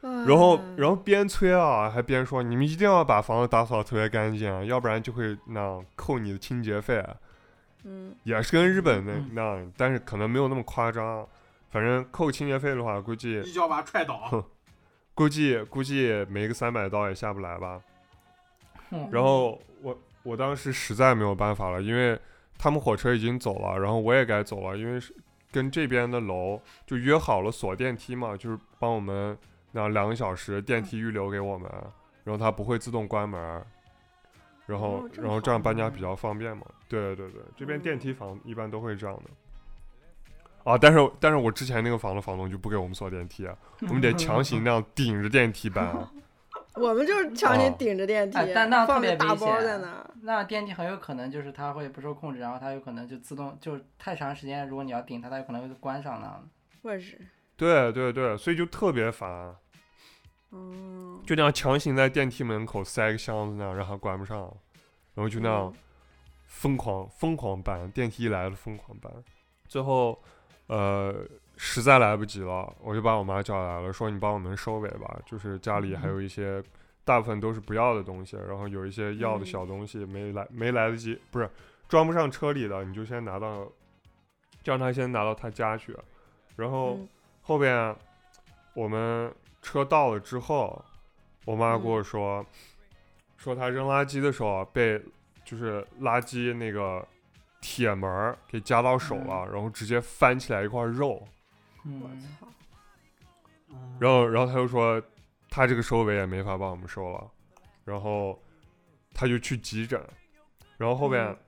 [SPEAKER 5] 然后
[SPEAKER 1] 哎
[SPEAKER 5] 然后边催啊，还边说你们一定要把房子打扫得特别干净啊，要不然就会那样扣你的清洁费。啊
[SPEAKER 1] 嗯
[SPEAKER 5] 也是跟日本那
[SPEAKER 4] 嗯
[SPEAKER 5] 那样，但是可能没有那么夸张。啊反正扣清洁费的话，估计
[SPEAKER 3] 一脚把他踹倒，
[SPEAKER 5] 估计估计没个三百刀也下不来吧。
[SPEAKER 4] 嗯
[SPEAKER 5] 然后我我当时实在没有办法了，因为他们火车已经走了，然后我也该走了，因为是跟这边的楼就约好了锁电梯嘛，就是帮我们那两个小时电梯预留给我们，然后它不会自动关门儿，然后、
[SPEAKER 1] 哦这么
[SPEAKER 5] 然后这样
[SPEAKER 1] 好
[SPEAKER 5] 搬家比较方便嘛。对对对对，这边
[SPEAKER 1] 嗯
[SPEAKER 5] 电梯房一般都会这样的。啊，但是但是我之前那个房的房东就不给我们锁电梯啊，我们得强行那样顶着电梯搬啊。
[SPEAKER 1] 我们就是强行顶着电梯，
[SPEAKER 4] 哎但那
[SPEAKER 1] 放
[SPEAKER 4] 特别
[SPEAKER 1] 着大
[SPEAKER 4] 危险
[SPEAKER 1] 包在那儿。
[SPEAKER 4] 那电梯很有可能就是它会不受控制，然后它有可能就自动就太长时间，如果你要顶它，它有可能会关上了。
[SPEAKER 1] 我也是，
[SPEAKER 5] 对对对，所以就特别烦，
[SPEAKER 1] 嗯，
[SPEAKER 5] 就那样强行在电梯门口塞个箱子那样，让它关不上，然后就那样
[SPEAKER 1] 嗯
[SPEAKER 5] 疯狂疯狂搬，电梯一来了疯狂搬，最后呃实在来不及了，我就把我妈叫来了，说你帮我们收尾吧，就是家里还有一些大部分都是不要的东西，然后有一些要的
[SPEAKER 1] 嗯
[SPEAKER 5] 小东西没来没来得及，不是装不上车里的，你就先拿到，就让他先拿到他家去，然后。
[SPEAKER 1] 嗯
[SPEAKER 5] 后边我们车到了之后，我妈跟我说，说她扔垃圾的时候啊被就是垃圾那个铁门儿给夹到手了，然后直接翻起来一块肉，
[SPEAKER 1] 我
[SPEAKER 4] 嗯，
[SPEAKER 1] 操，
[SPEAKER 3] 嗯
[SPEAKER 5] 然后然后她又说，她这个收尾也没法帮我们收了，然后她就去急诊，然后后边。
[SPEAKER 1] 嗯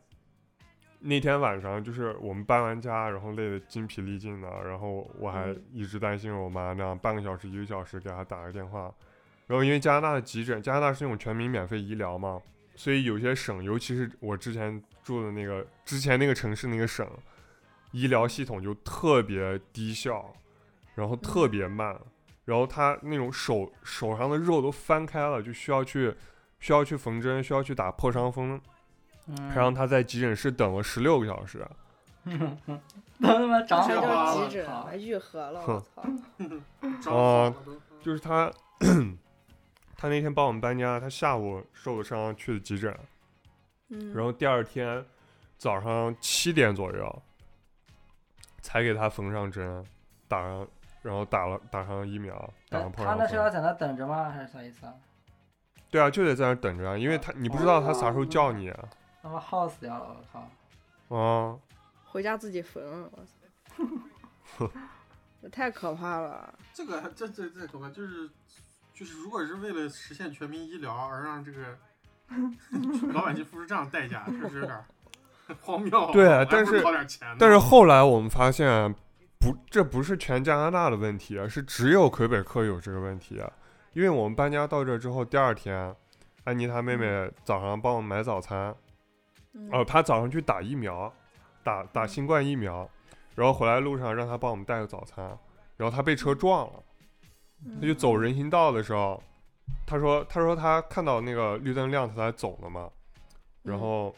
[SPEAKER 5] 那天晚上就是我们搬完家，然后累得筋疲力尽的，然后我还
[SPEAKER 1] 嗯
[SPEAKER 5] 一直担心我妈那样半个小时、一个小时给她打个电话。然后因为加拿大的急诊，加拿大是那种全民免费医疗嘛，所以有些省，尤其是我之前住的那个之前那个城市那个省，医疗系统就特别低效，然后特别慢，然后他那种手手上的肉都翻开了，就需要去需要去缝针，需要去打破伤风
[SPEAKER 4] 嗯
[SPEAKER 5] 还让他在急诊室等了十六个小时。
[SPEAKER 4] 都 他妈长
[SPEAKER 1] 这
[SPEAKER 4] 好了，
[SPEAKER 1] 叫
[SPEAKER 4] 我
[SPEAKER 1] 急诊
[SPEAKER 4] 操
[SPEAKER 1] 啊，！愈合了，我
[SPEAKER 5] 哼
[SPEAKER 1] 操，
[SPEAKER 3] 找好了都
[SPEAKER 5] 就是 他，他那天帮我们搬家，他下午受的伤去的急诊，
[SPEAKER 1] 嗯，
[SPEAKER 5] 然后第二天早上七点左右才给他缝上针，打上，然后打了打上疫苗，打上
[SPEAKER 4] 哎
[SPEAKER 5] 破
[SPEAKER 4] 他
[SPEAKER 5] 伤
[SPEAKER 4] 那是要
[SPEAKER 5] 风。
[SPEAKER 4] 在那等着吗？还是啥意思啊？
[SPEAKER 5] 对啊，就得在那儿等着啊，因为他你不知道他啥时候叫你啊。
[SPEAKER 4] 他妈耗死掉了，我靠！
[SPEAKER 5] 啊
[SPEAKER 1] 回家自己缝，我 操，这太可怕了。
[SPEAKER 3] 这个这这这可怕，就是就是，如果是为了实现全民医疗而让这 个老百姓付出这样的代价，确实有点儿 荒谬啊。
[SPEAKER 5] 对
[SPEAKER 3] 我还不
[SPEAKER 5] 但
[SPEAKER 3] 如
[SPEAKER 5] 是
[SPEAKER 3] 掏点钱呢。
[SPEAKER 4] 嗯
[SPEAKER 5] 但是后来我们发现，啊不，这不是全加拿大的问题，啊是只有魁北克有这个问题。啊因为我们搬家到这之后，第二天，安妮她妹
[SPEAKER 4] 嗯
[SPEAKER 5] 妹早上帮我买早餐，
[SPEAKER 1] 嗯
[SPEAKER 5] 哦、她早上去打疫苗，打打新冠疫苗，然后回来路上让她帮我们带个早餐，然后她被车撞了，
[SPEAKER 1] 嗯
[SPEAKER 5] 她就走人行道的时候，她说她说她看到那个绿灯亮，她才走的嘛，
[SPEAKER 1] 嗯
[SPEAKER 5] 然
[SPEAKER 4] 嗯
[SPEAKER 5] 后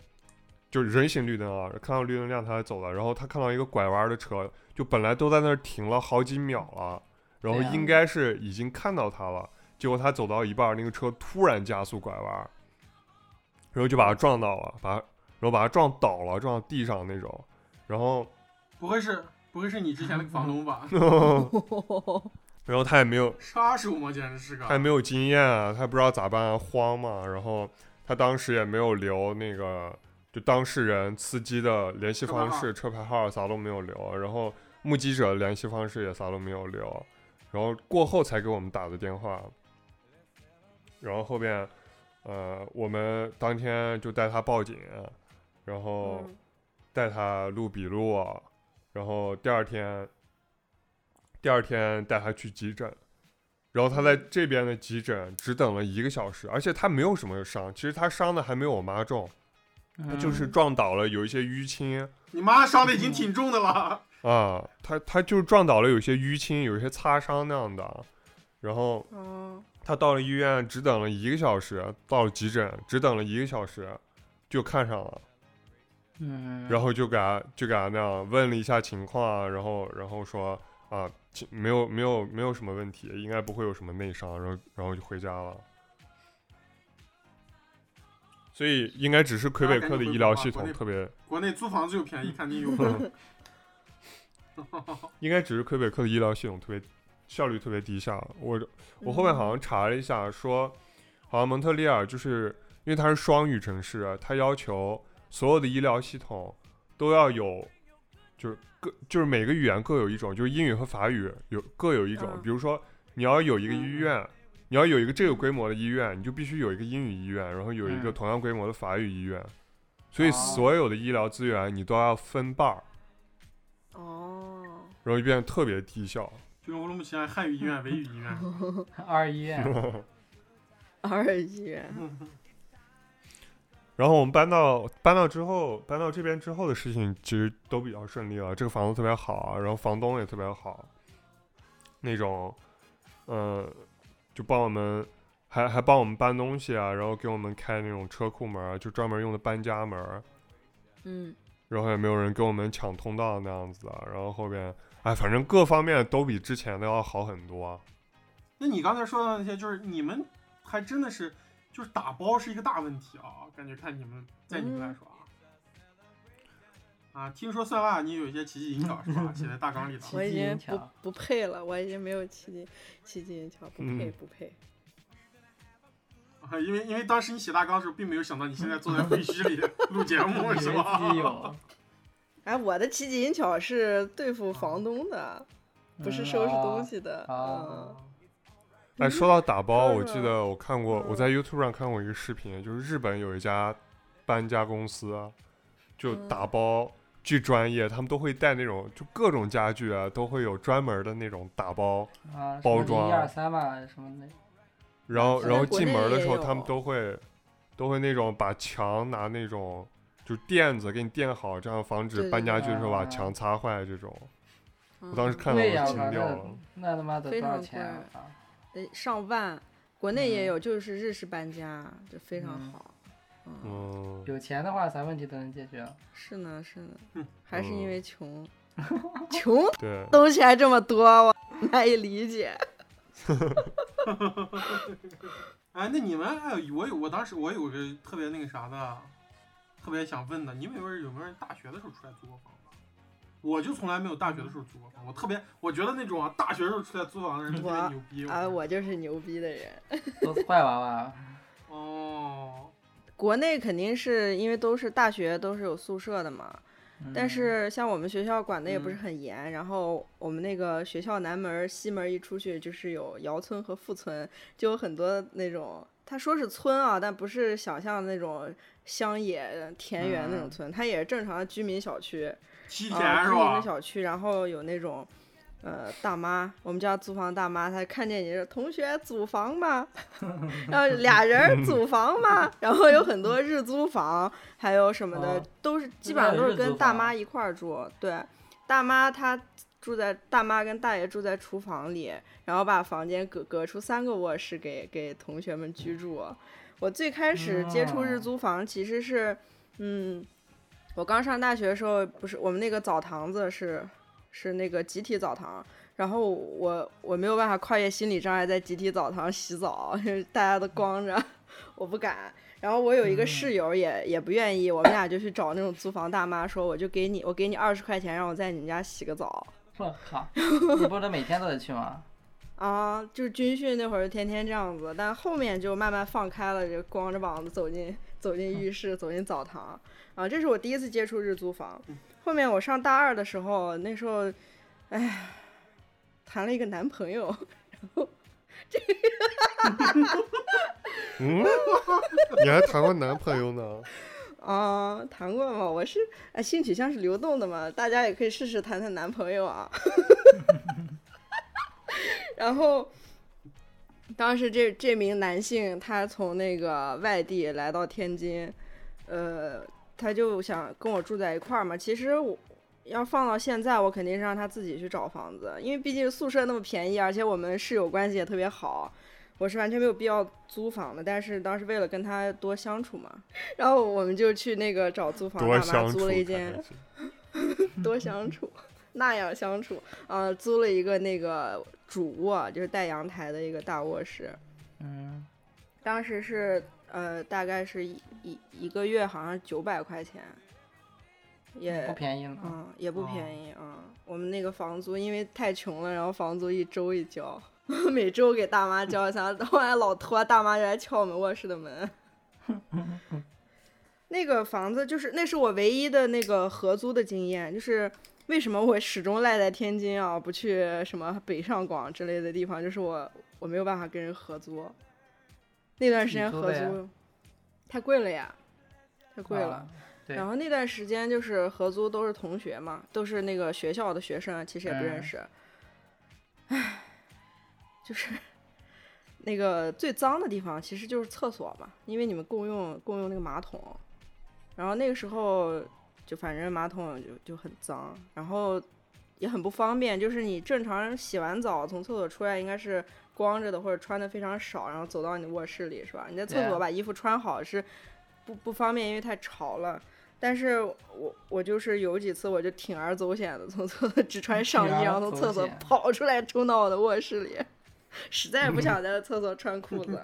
[SPEAKER 5] 就人行绿灯啊，看到绿灯亮，他才走了。然后他看到一个拐弯的车，就本来都在那儿停了好几秒了，然后
[SPEAKER 4] 对啊
[SPEAKER 5] 应该是已经看到他了，结果他走到一半儿，那个车突然加速拐弯，然后就把他撞到了，把他然后把他撞倒了，撞到地上那种。然 后，
[SPEAKER 3] 不会是不会是你之前那个房东吧？
[SPEAKER 5] 嗯然后他也没有
[SPEAKER 3] 杀手吗？简直是
[SPEAKER 5] 他也
[SPEAKER 3] 个。
[SPEAKER 5] 没有经验啊，他也不知道咋办、啊，慌嘛。然后他当时也没有留那个就当事人、司机的联系方式、车牌号啥都没有留，然后目击者的联系方式也啥都没有留，然后过后才给我们打的电话。然后后面，呃，我们当天就带他报警，然后。
[SPEAKER 1] 嗯
[SPEAKER 5] 带他录笔录啊，然后第二天，第二天带他去急诊，然后他在这边的急诊只等了一个小时，而且他没有什么伤，其实他伤的还没有我妈重，
[SPEAKER 4] 嗯
[SPEAKER 5] 他就是撞倒了，有一些淤青
[SPEAKER 3] 你妈伤的已经
[SPEAKER 5] 嗯
[SPEAKER 3] 挺重的了，
[SPEAKER 5] 啊，他他就是撞倒了，有一些淤青，有一些擦伤那样的，然后
[SPEAKER 1] 哦，
[SPEAKER 5] 他到了医院只等了一个小时，到了急诊只等了一个小时，就看上了。
[SPEAKER 4] 嗯，
[SPEAKER 5] 然后就给他就给他那样问了一下情况啊，然后然后说啊，其没有没有没有什么问题，应该不会有什么内伤，然后然后就回家了。所以应该只是魁北克的医疗系统特别，
[SPEAKER 3] 国内租房最有便宜，看你有没 有。
[SPEAKER 5] 应该只是魁北克的医疗系统特别效率特别低下。我我
[SPEAKER 1] 嗯
[SPEAKER 5] 后面好像查了一下，说好像蒙特利尔就是因为它是双语城市，啊它要求所有的医疗系统都要有，就是各就是每个语言各有一种，就是英语和法语有各有一种。
[SPEAKER 1] 嗯
[SPEAKER 5] 比如说你要有一个医
[SPEAKER 3] 嗯嗯
[SPEAKER 5] 院，你要有一个这个规模的医院，你就必须有一个英语医院，然后有一个
[SPEAKER 4] 嗯
[SPEAKER 5] 同样规模的法语医院。所以
[SPEAKER 4] 哦
[SPEAKER 5] 所有的医疗资源你都要分瓣儿，
[SPEAKER 1] 哦，
[SPEAKER 5] 然后就变得特别低效。
[SPEAKER 3] 就跟乌鲁木齐汉语医院、维语医院，
[SPEAKER 4] 二医院，
[SPEAKER 1] 偶尔医院，
[SPEAKER 5] 嗯然后我们搬到搬到之后，搬到这边之后的事情其实都比较顺利了。这个房子特别好，啊然后房东也特别好，那种，呃，就帮我们还还帮我们搬东西啊，然后给我们开那种车库门儿，就专门用的搬家门儿。
[SPEAKER 1] 嗯，
[SPEAKER 5] 然后也没有人跟我们抢通道那样子的。然后后边，哎，反正各方面都比之前的要好很多。
[SPEAKER 3] 那你刚才说的那些，就是你们还真的是，就是打包是一个大问题啊，感觉看你们在你们来说啊。啊，听说蒜辣你有一些奇技淫巧是吧？写在大纲里的。
[SPEAKER 4] 奇
[SPEAKER 1] 我已
[SPEAKER 4] 技淫
[SPEAKER 1] 经不
[SPEAKER 4] 巧
[SPEAKER 1] 不配了，我已经没有奇迹奇迹银桥，不配
[SPEAKER 5] 嗯
[SPEAKER 1] 不配。
[SPEAKER 3] 啊，因为因为当时你写大纲的时候，并没有想到你现在坐在废墟 里录节目，
[SPEAKER 4] 以
[SPEAKER 3] 是
[SPEAKER 4] 为自己
[SPEAKER 3] 吧？
[SPEAKER 4] 有，
[SPEAKER 1] 哎，我的奇迹银桥是对付房东的，不是收拾东西的。
[SPEAKER 4] 哦
[SPEAKER 1] 嗯，
[SPEAKER 5] 哎，说到打包，
[SPEAKER 1] 嗯
[SPEAKER 5] 我记得我看过，我在 YouTube 上看过一个视频，就是日本有一家搬家公司啊，就
[SPEAKER 1] 嗯
[SPEAKER 5] 打包巨专业，他们都会带那种就各种家具啊，都会有专门的那种打包，
[SPEAKER 4] 啊，
[SPEAKER 5] 包装
[SPEAKER 4] 一二三吧，什么的，
[SPEAKER 5] 然后
[SPEAKER 1] 现在
[SPEAKER 5] 然后
[SPEAKER 1] 哦国
[SPEAKER 5] 进
[SPEAKER 1] 内
[SPEAKER 5] 门的
[SPEAKER 1] 也
[SPEAKER 5] 时候，
[SPEAKER 1] 有
[SPEAKER 5] 他们都会都会那种把墙拿那种就垫子给你垫好，这样防止
[SPEAKER 1] 对对
[SPEAKER 5] 搬家
[SPEAKER 4] 对
[SPEAKER 5] 具的时候把
[SPEAKER 4] 啊
[SPEAKER 5] 墙擦坏这种。
[SPEAKER 1] 嗯
[SPEAKER 5] 我当时看到
[SPEAKER 4] 对呀，
[SPEAKER 5] 我
[SPEAKER 4] 我
[SPEAKER 5] 惊
[SPEAKER 4] 靠，
[SPEAKER 5] 掉
[SPEAKER 4] 那
[SPEAKER 5] 了。
[SPEAKER 4] 那他妈得
[SPEAKER 1] 非
[SPEAKER 4] 多少
[SPEAKER 1] 常
[SPEAKER 4] 钱啊？我靠
[SPEAKER 1] 得嗯呃上万，国内也
[SPEAKER 4] 嗯
[SPEAKER 1] 有，就是日式搬家，就非常
[SPEAKER 4] 嗯
[SPEAKER 1] 好。
[SPEAKER 5] 嗯，
[SPEAKER 4] 有钱的话，啥问题都能解决。
[SPEAKER 1] 是呢，是呢
[SPEAKER 3] 嗯，
[SPEAKER 1] 还是因
[SPEAKER 5] 嗯
[SPEAKER 1] 为穷， 穷
[SPEAKER 5] 对，
[SPEAKER 1] 东西还这么多，我难以理解。
[SPEAKER 3] 哎，那你们哎，我有我当时我有个特别那个啥的，特别想问的，你们有没有人有没有人大学的时候出来租过房子？我就从来没有大学的时候租过房，我特别我觉得那种啊，大学时候出来租房的人特别
[SPEAKER 1] 我
[SPEAKER 3] 牛逼。
[SPEAKER 1] 啊，
[SPEAKER 3] 觉得
[SPEAKER 1] 我就是牛逼的人。
[SPEAKER 4] 都是坏娃娃，
[SPEAKER 3] 哦，
[SPEAKER 1] 国内肯定是因为都是大学都是有宿舍的嘛，
[SPEAKER 4] 嗯
[SPEAKER 1] 但是像我们学校管的也不是
[SPEAKER 4] 嗯
[SPEAKER 1] 很严，然后我们那个学校南门儿、西门儿一出去就是有窑村和富村，就有很多那种，他说是村啊，但不是想象的那种乡野田园那种
[SPEAKER 4] 嗯
[SPEAKER 1] 村，它也是正常的居民小区，
[SPEAKER 3] 梯
[SPEAKER 1] 啊，
[SPEAKER 3] 田、
[SPEAKER 1] 就是是我们
[SPEAKER 3] 吧？
[SPEAKER 1] 小区，然后有那种，呃，大妈，我们家租房大妈，她看见你是同学租房吗？ 然后俩人儿租房吗？ 然后有很多日租房，还有什么的，
[SPEAKER 4] 哦
[SPEAKER 1] 都是基
[SPEAKER 4] 那
[SPEAKER 1] 本上
[SPEAKER 4] 还
[SPEAKER 1] 都
[SPEAKER 4] 有
[SPEAKER 1] 是
[SPEAKER 4] 日
[SPEAKER 1] 跟
[SPEAKER 4] 租
[SPEAKER 1] 大
[SPEAKER 4] 房啊
[SPEAKER 1] 妈一块儿住。对，大妈她住在大妈跟大爷住在厨房里，然后把房间隔隔出三个卧室给给同学们居住。哦我最开始接触日
[SPEAKER 4] 哦
[SPEAKER 1] 租房其实是，嗯，我刚上大学的时候，不是我们那个澡堂子是是那个集体澡堂，然后我我没有办法跨越心理障碍在集体澡堂洗澡， 因为大家都光着， 我不敢。然后我有一个室友也、也不愿意，我们俩就去找那种租房大妈说，我就给你我给你二十块钱，让我在你们家洗个澡。
[SPEAKER 4] 我靠，你不能每天都得去吗？
[SPEAKER 1] 啊，就是军训那会儿天天这样子，但后面就慢慢放开了，就光着膀子走进走进浴室，走进澡堂啊，这是我第一次接触日租房。后面我上大二的时候，那时候，哎，谈了一个男朋友，
[SPEAKER 5] 嗯， 你还谈过男朋友呢？
[SPEAKER 1] 啊，谈过吗？我是啊，性取向是流动的嘛，大家也可以试试谈谈男朋友啊。然后，当时这这名男性他从那个外地来到天津，呃，他就想跟我住在一块儿嘛。其实我要放到现在，我肯定是让他自己去找房子，因为毕竟宿舍那么便宜，而且我们室友关系也特别好。我是完全没有必要租房的，但是当时为了跟他多相处嘛，然后我们就去那个找租房
[SPEAKER 5] 多
[SPEAKER 1] 大妈
[SPEAKER 5] 相处
[SPEAKER 1] 租了一
[SPEAKER 5] 才
[SPEAKER 1] 间
[SPEAKER 5] 开，心
[SPEAKER 1] 多相处，那样相处。呃，租了一个那个主卧，就是带阳台的一个大卧室。
[SPEAKER 4] 嗯，
[SPEAKER 1] 当时是呃，大概是一一一个月好像九百块钱，也
[SPEAKER 4] 不便宜呢。
[SPEAKER 1] 嗯也不
[SPEAKER 3] 哦
[SPEAKER 1] 便宜啊、嗯我们那个房租因为太穷了，然后房租一周一交， 每周给大妈交一下， 后来老拖大妈就来敲我们卧室的 门。那个房子就是，那是我唯一的那个合租的经验，就是为什么我始终赖在天津啊，不去什么北上广之类的地方，就是我我没有办法跟人合租，那段时间
[SPEAKER 4] 自己租
[SPEAKER 1] 合
[SPEAKER 4] 的呀
[SPEAKER 1] 租太贵了呀，太贵了。
[SPEAKER 4] 啊，对
[SPEAKER 1] 然后那段时间就是合租都是同学嘛，都是那个学啊校的学生，其实也不认
[SPEAKER 4] 嗯
[SPEAKER 1] 识。唉，就是那个最脏的地方其实就是厕所嘛，因为你们共用共用那个马桶，然后那个时候就反正马桶就就很脏，然后也很不方便，就是你正常洗完澡从厕所出来应该是光着的或者穿的非常少，然后走到你的卧室里是吧？你在厕
[SPEAKER 4] 对
[SPEAKER 1] 所
[SPEAKER 4] 啊
[SPEAKER 1] 把衣服穿好是不不方便，因为太潮了。但是我我就是有几次我就铤而走险的从厕所只 穿上衣，
[SPEAKER 4] 铤而
[SPEAKER 1] 然后从
[SPEAKER 4] 走
[SPEAKER 1] 厕所
[SPEAKER 4] 险
[SPEAKER 1] 跑出来冲到我的卧室里，实在不 想在厕所穿裤子。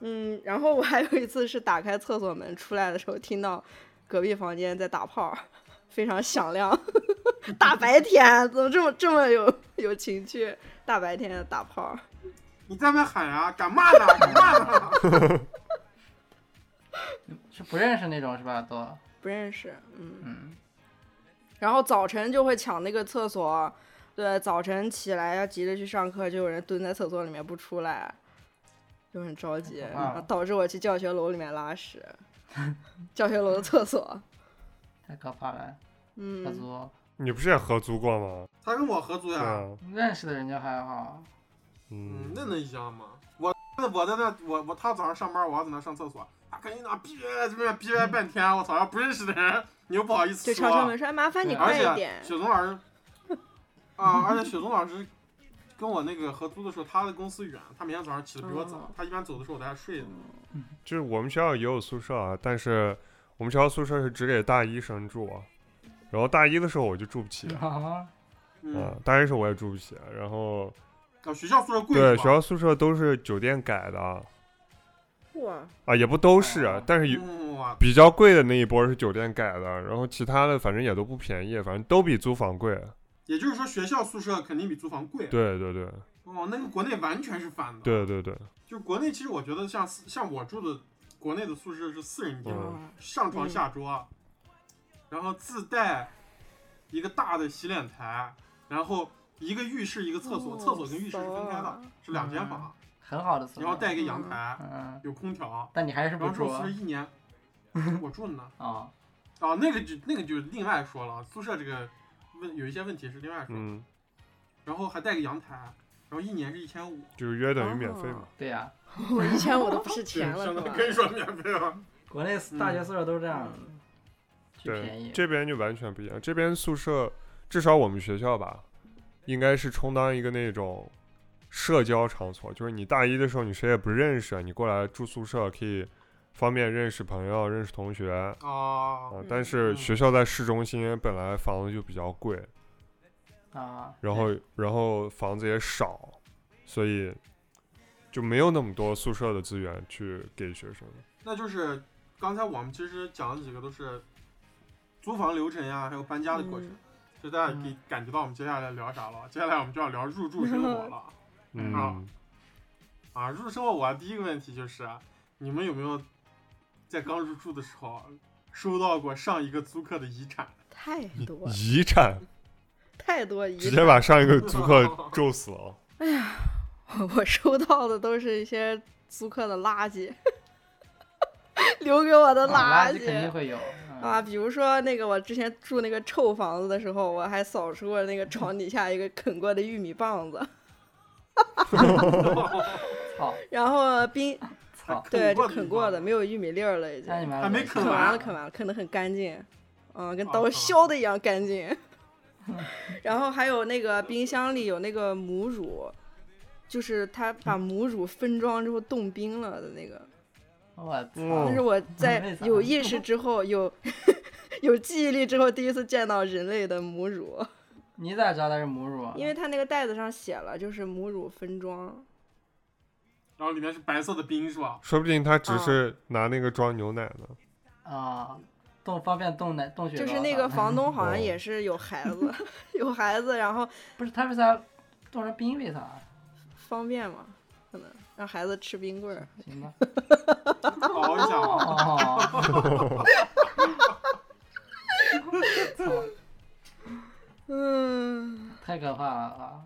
[SPEAKER 1] 嗯，然后我还有一次是打开厕所门出来的时候，听到隔壁房间在打炮，非常响亮。 大白天怎么这么这么有有情趣？大白天的打炮，
[SPEAKER 3] 你在外喊啊，干嘛 呢？干嘛呢？
[SPEAKER 4] 是不认识那种是吧？都，
[SPEAKER 1] 不认识，嗯。
[SPEAKER 4] 嗯，
[SPEAKER 1] 然后早晨就会抢那个厕所，对，早晨起来要急着去上课，就有人蹲在厕所里面不出来，就很着急，
[SPEAKER 4] 可怕了
[SPEAKER 1] 然后导致我去教学楼里面拉屎，教学楼的厕所，
[SPEAKER 4] 太可怕了，合
[SPEAKER 1] 嗯，
[SPEAKER 4] 租
[SPEAKER 5] 你不是也合租过吗？
[SPEAKER 3] 他跟我合租
[SPEAKER 5] 对
[SPEAKER 3] 呀，
[SPEAKER 5] 啊，
[SPEAKER 4] 认识的人就还好，
[SPEAKER 5] 嗯
[SPEAKER 3] 嗯，，那能一样吗？我我在那我我他早上上班，我要在那上厕所，他赶紧拿逼这边逼歪半天，我操，要不认识的人，你又不好意思
[SPEAKER 1] 就
[SPEAKER 3] 说
[SPEAKER 1] 敲，敲门说，哎麻烦你
[SPEAKER 4] 对
[SPEAKER 1] 快一
[SPEAKER 3] 而
[SPEAKER 1] 点
[SPEAKER 3] 且，雪松老师啊，而且雪松老师跟我那个合租的时候，他的公司远，他每天早上起的比我早，
[SPEAKER 1] 嗯
[SPEAKER 3] 他一般走的时候我在那睡呢。
[SPEAKER 5] 就是我们学校也有宿舍啊，但是我们学校宿舍是只给大一生住啊，然后大一的时候我就住不起啊，
[SPEAKER 4] 啊，
[SPEAKER 3] 嗯，
[SPEAKER 5] 大一的时候我也住不起，然后
[SPEAKER 3] 啊，学校宿舍贵
[SPEAKER 5] 对
[SPEAKER 3] 是
[SPEAKER 5] 学
[SPEAKER 3] 吧
[SPEAKER 5] 校宿舍都是酒店改的啊，
[SPEAKER 1] 哇，
[SPEAKER 5] 啊也不都是啊
[SPEAKER 4] 哦，
[SPEAKER 5] 但是有
[SPEAKER 3] 嗯哇，
[SPEAKER 5] 比较贵的那一波是酒店改的，然后其他的反正也都不便宜，反正都比租房贵。
[SPEAKER 3] 也就是说学校宿舍肯定比租房贵。啊
[SPEAKER 5] 对对对
[SPEAKER 3] 哦，那跟国内完全是反的。，
[SPEAKER 5] 对对对，
[SPEAKER 3] 就国内其实我觉得像四像我住的国内的宿舍是四人间，
[SPEAKER 5] 嗯
[SPEAKER 1] 哇
[SPEAKER 3] 上床
[SPEAKER 1] 嗯
[SPEAKER 3] 下桌，然后自带一个大的洗脸台，然后一个浴室一个厕所，
[SPEAKER 1] 哦
[SPEAKER 3] 厕所跟浴室是分开的，
[SPEAKER 1] 骚
[SPEAKER 3] 是两间房，
[SPEAKER 4] 很好的宿舍，
[SPEAKER 3] 然后带一个阳台，
[SPEAKER 4] 嗯，
[SPEAKER 3] 有空调，
[SPEAKER 4] 但你还是
[SPEAKER 3] 然
[SPEAKER 4] 不
[SPEAKER 3] 后
[SPEAKER 4] 住
[SPEAKER 3] 住宿舍
[SPEAKER 4] 啊
[SPEAKER 3] 一 年，我住的呢。
[SPEAKER 4] 哦，
[SPEAKER 3] 哦，那个就那个就另外说了，宿舍这个问有一些问题是另外说，
[SPEAKER 5] 嗯，
[SPEAKER 3] 然后还带个阳台，然后一年是一千五，
[SPEAKER 5] 就是约等于免
[SPEAKER 3] 哦
[SPEAKER 5] 费嘛。
[SPEAKER 4] 对呀，
[SPEAKER 1] 哦我一千五都不是钱 了，
[SPEAKER 3] 相
[SPEAKER 1] 是
[SPEAKER 3] 当
[SPEAKER 1] 吧
[SPEAKER 3] 可？以说免费了。
[SPEAKER 4] 国内
[SPEAKER 3] 嗯
[SPEAKER 4] 大学宿舍都是这样的，嗯巨便
[SPEAKER 5] 对
[SPEAKER 4] 宜，，
[SPEAKER 5] 这边就完全不一样。这边宿舍，至少我们学校吧，应该是充当一个那种社交场所，就是你大一的时候你谁也不认识，啊你过来住宿舍可以方便认识朋友、认识同学啊、
[SPEAKER 3] 哦，
[SPEAKER 5] 但是学校在市中心，本来房子就比较贵，
[SPEAKER 4] 啊，
[SPEAKER 5] 然后然后房子也少，所以就没有那么多宿舍的资源去给学生。
[SPEAKER 3] 那就是刚才我们其实讲的几个都是租房流程呀，还有搬家的过程
[SPEAKER 1] 嗯。
[SPEAKER 3] 这大家也可以感觉到我们接下来聊啥了。接下来我们就要聊入住生活 了
[SPEAKER 5] 嗯，
[SPEAKER 3] 啊啊！入住生活，我第一个问题就是，啊你们有没有在刚入住的时候收到过上一个租客的遗产？
[SPEAKER 1] 太多
[SPEAKER 5] 遗产
[SPEAKER 1] 太多遗
[SPEAKER 5] 直
[SPEAKER 1] 产
[SPEAKER 5] 接把上一个租客咒死了。
[SPEAKER 1] 我收到的都是一些租客的垃圾， 留给我的
[SPEAKER 4] 啊
[SPEAKER 1] 垃
[SPEAKER 4] 垃圾肯定会有，
[SPEAKER 1] 啊，
[SPEAKER 4] 嗯
[SPEAKER 1] 比如说那个我之前住那个臭房子的时候，我还扫除过那个床底下一个啃过的玉米棒子，
[SPEAKER 4] 操
[SPEAKER 1] 然后冰
[SPEAKER 4] 操，
[SPEAKER 1] 对就
[SPEAKER 3] 啃
[SPEAKER 1] 啃
[SPEAKER 3] 过
[SPEAKER 1] 过
[SPEAKER 3] 的
[SPEAKER 1] 的，没有玉米粒儿了已经
[SPEAKER 4] 那，你们
[SPEAKER 3] 还没
[SPEAKER 4] 恶心
[SPEAKER 3] 啃
[SPEAKER 1] 啃
[SPEAKER 3] 完
[SPEAKER 1] 完
[SPEAKER 4] 啊
[SPEAKER 1] 了啃完了，啃得很干净，嗯，跟
[SPEAKER 3] 哦
[SPEAKER 1] 刀
[SPEAKER 3] 哦
[SPEAKER 1] 削的一样干 净。然后还有那个冰箱里有那个母乳，就是他把母乳分装之后冻冰了的那个。
[SPEAKER 4] 我
[SPEAKER 5] 哦
[SPEAKER 1] 那
[SPEAKER 4] 操，
[SPEAKER 1] 是我
[SPEAKER 4] 为
[SPEAKER 1] 在
[SPEAKER 4] 啥
[SPEAKER 1] 有意识之后，有 有记忆力之后，第一次见到人类的母乳，
[SPEAKER 4] 你咋知道它是母乳啊？
[SPEAKER 1] 因为它那个袋子上写了，就是母乳分装。
[SPEAKER 3] 然后里面是白色的冰 是吧？
[SPEAKER 5] 说不定他
[SPEAKER 1] 嗯
[SPEAKER 5] 只是拿那个装牛奶呢。
[SPEAKER 4] 啊，冻方便冻奶冻雪
[SPEAKER 1] 就
[SPEAKER 4] 糕啥的，
[SPEAKER 1] 是那个房东好像
[SPEAKER 5] 哦
[SPEAKER 1] 也是有孩子， 有孩子，然后
[SPEAKER 4] 不是他为啥冻成冰为啥？
[SPEAKER 1] 方便嘛，可能让孩子吃冰棍儿。
[SPEAKER 4] 行吧，
[SPEAKER 3] 熬一下啊。
[SPEAKER 4] 哦，
[SPEAKER 1] 嗯。
[SPEAKER 4] 太可怕了啊！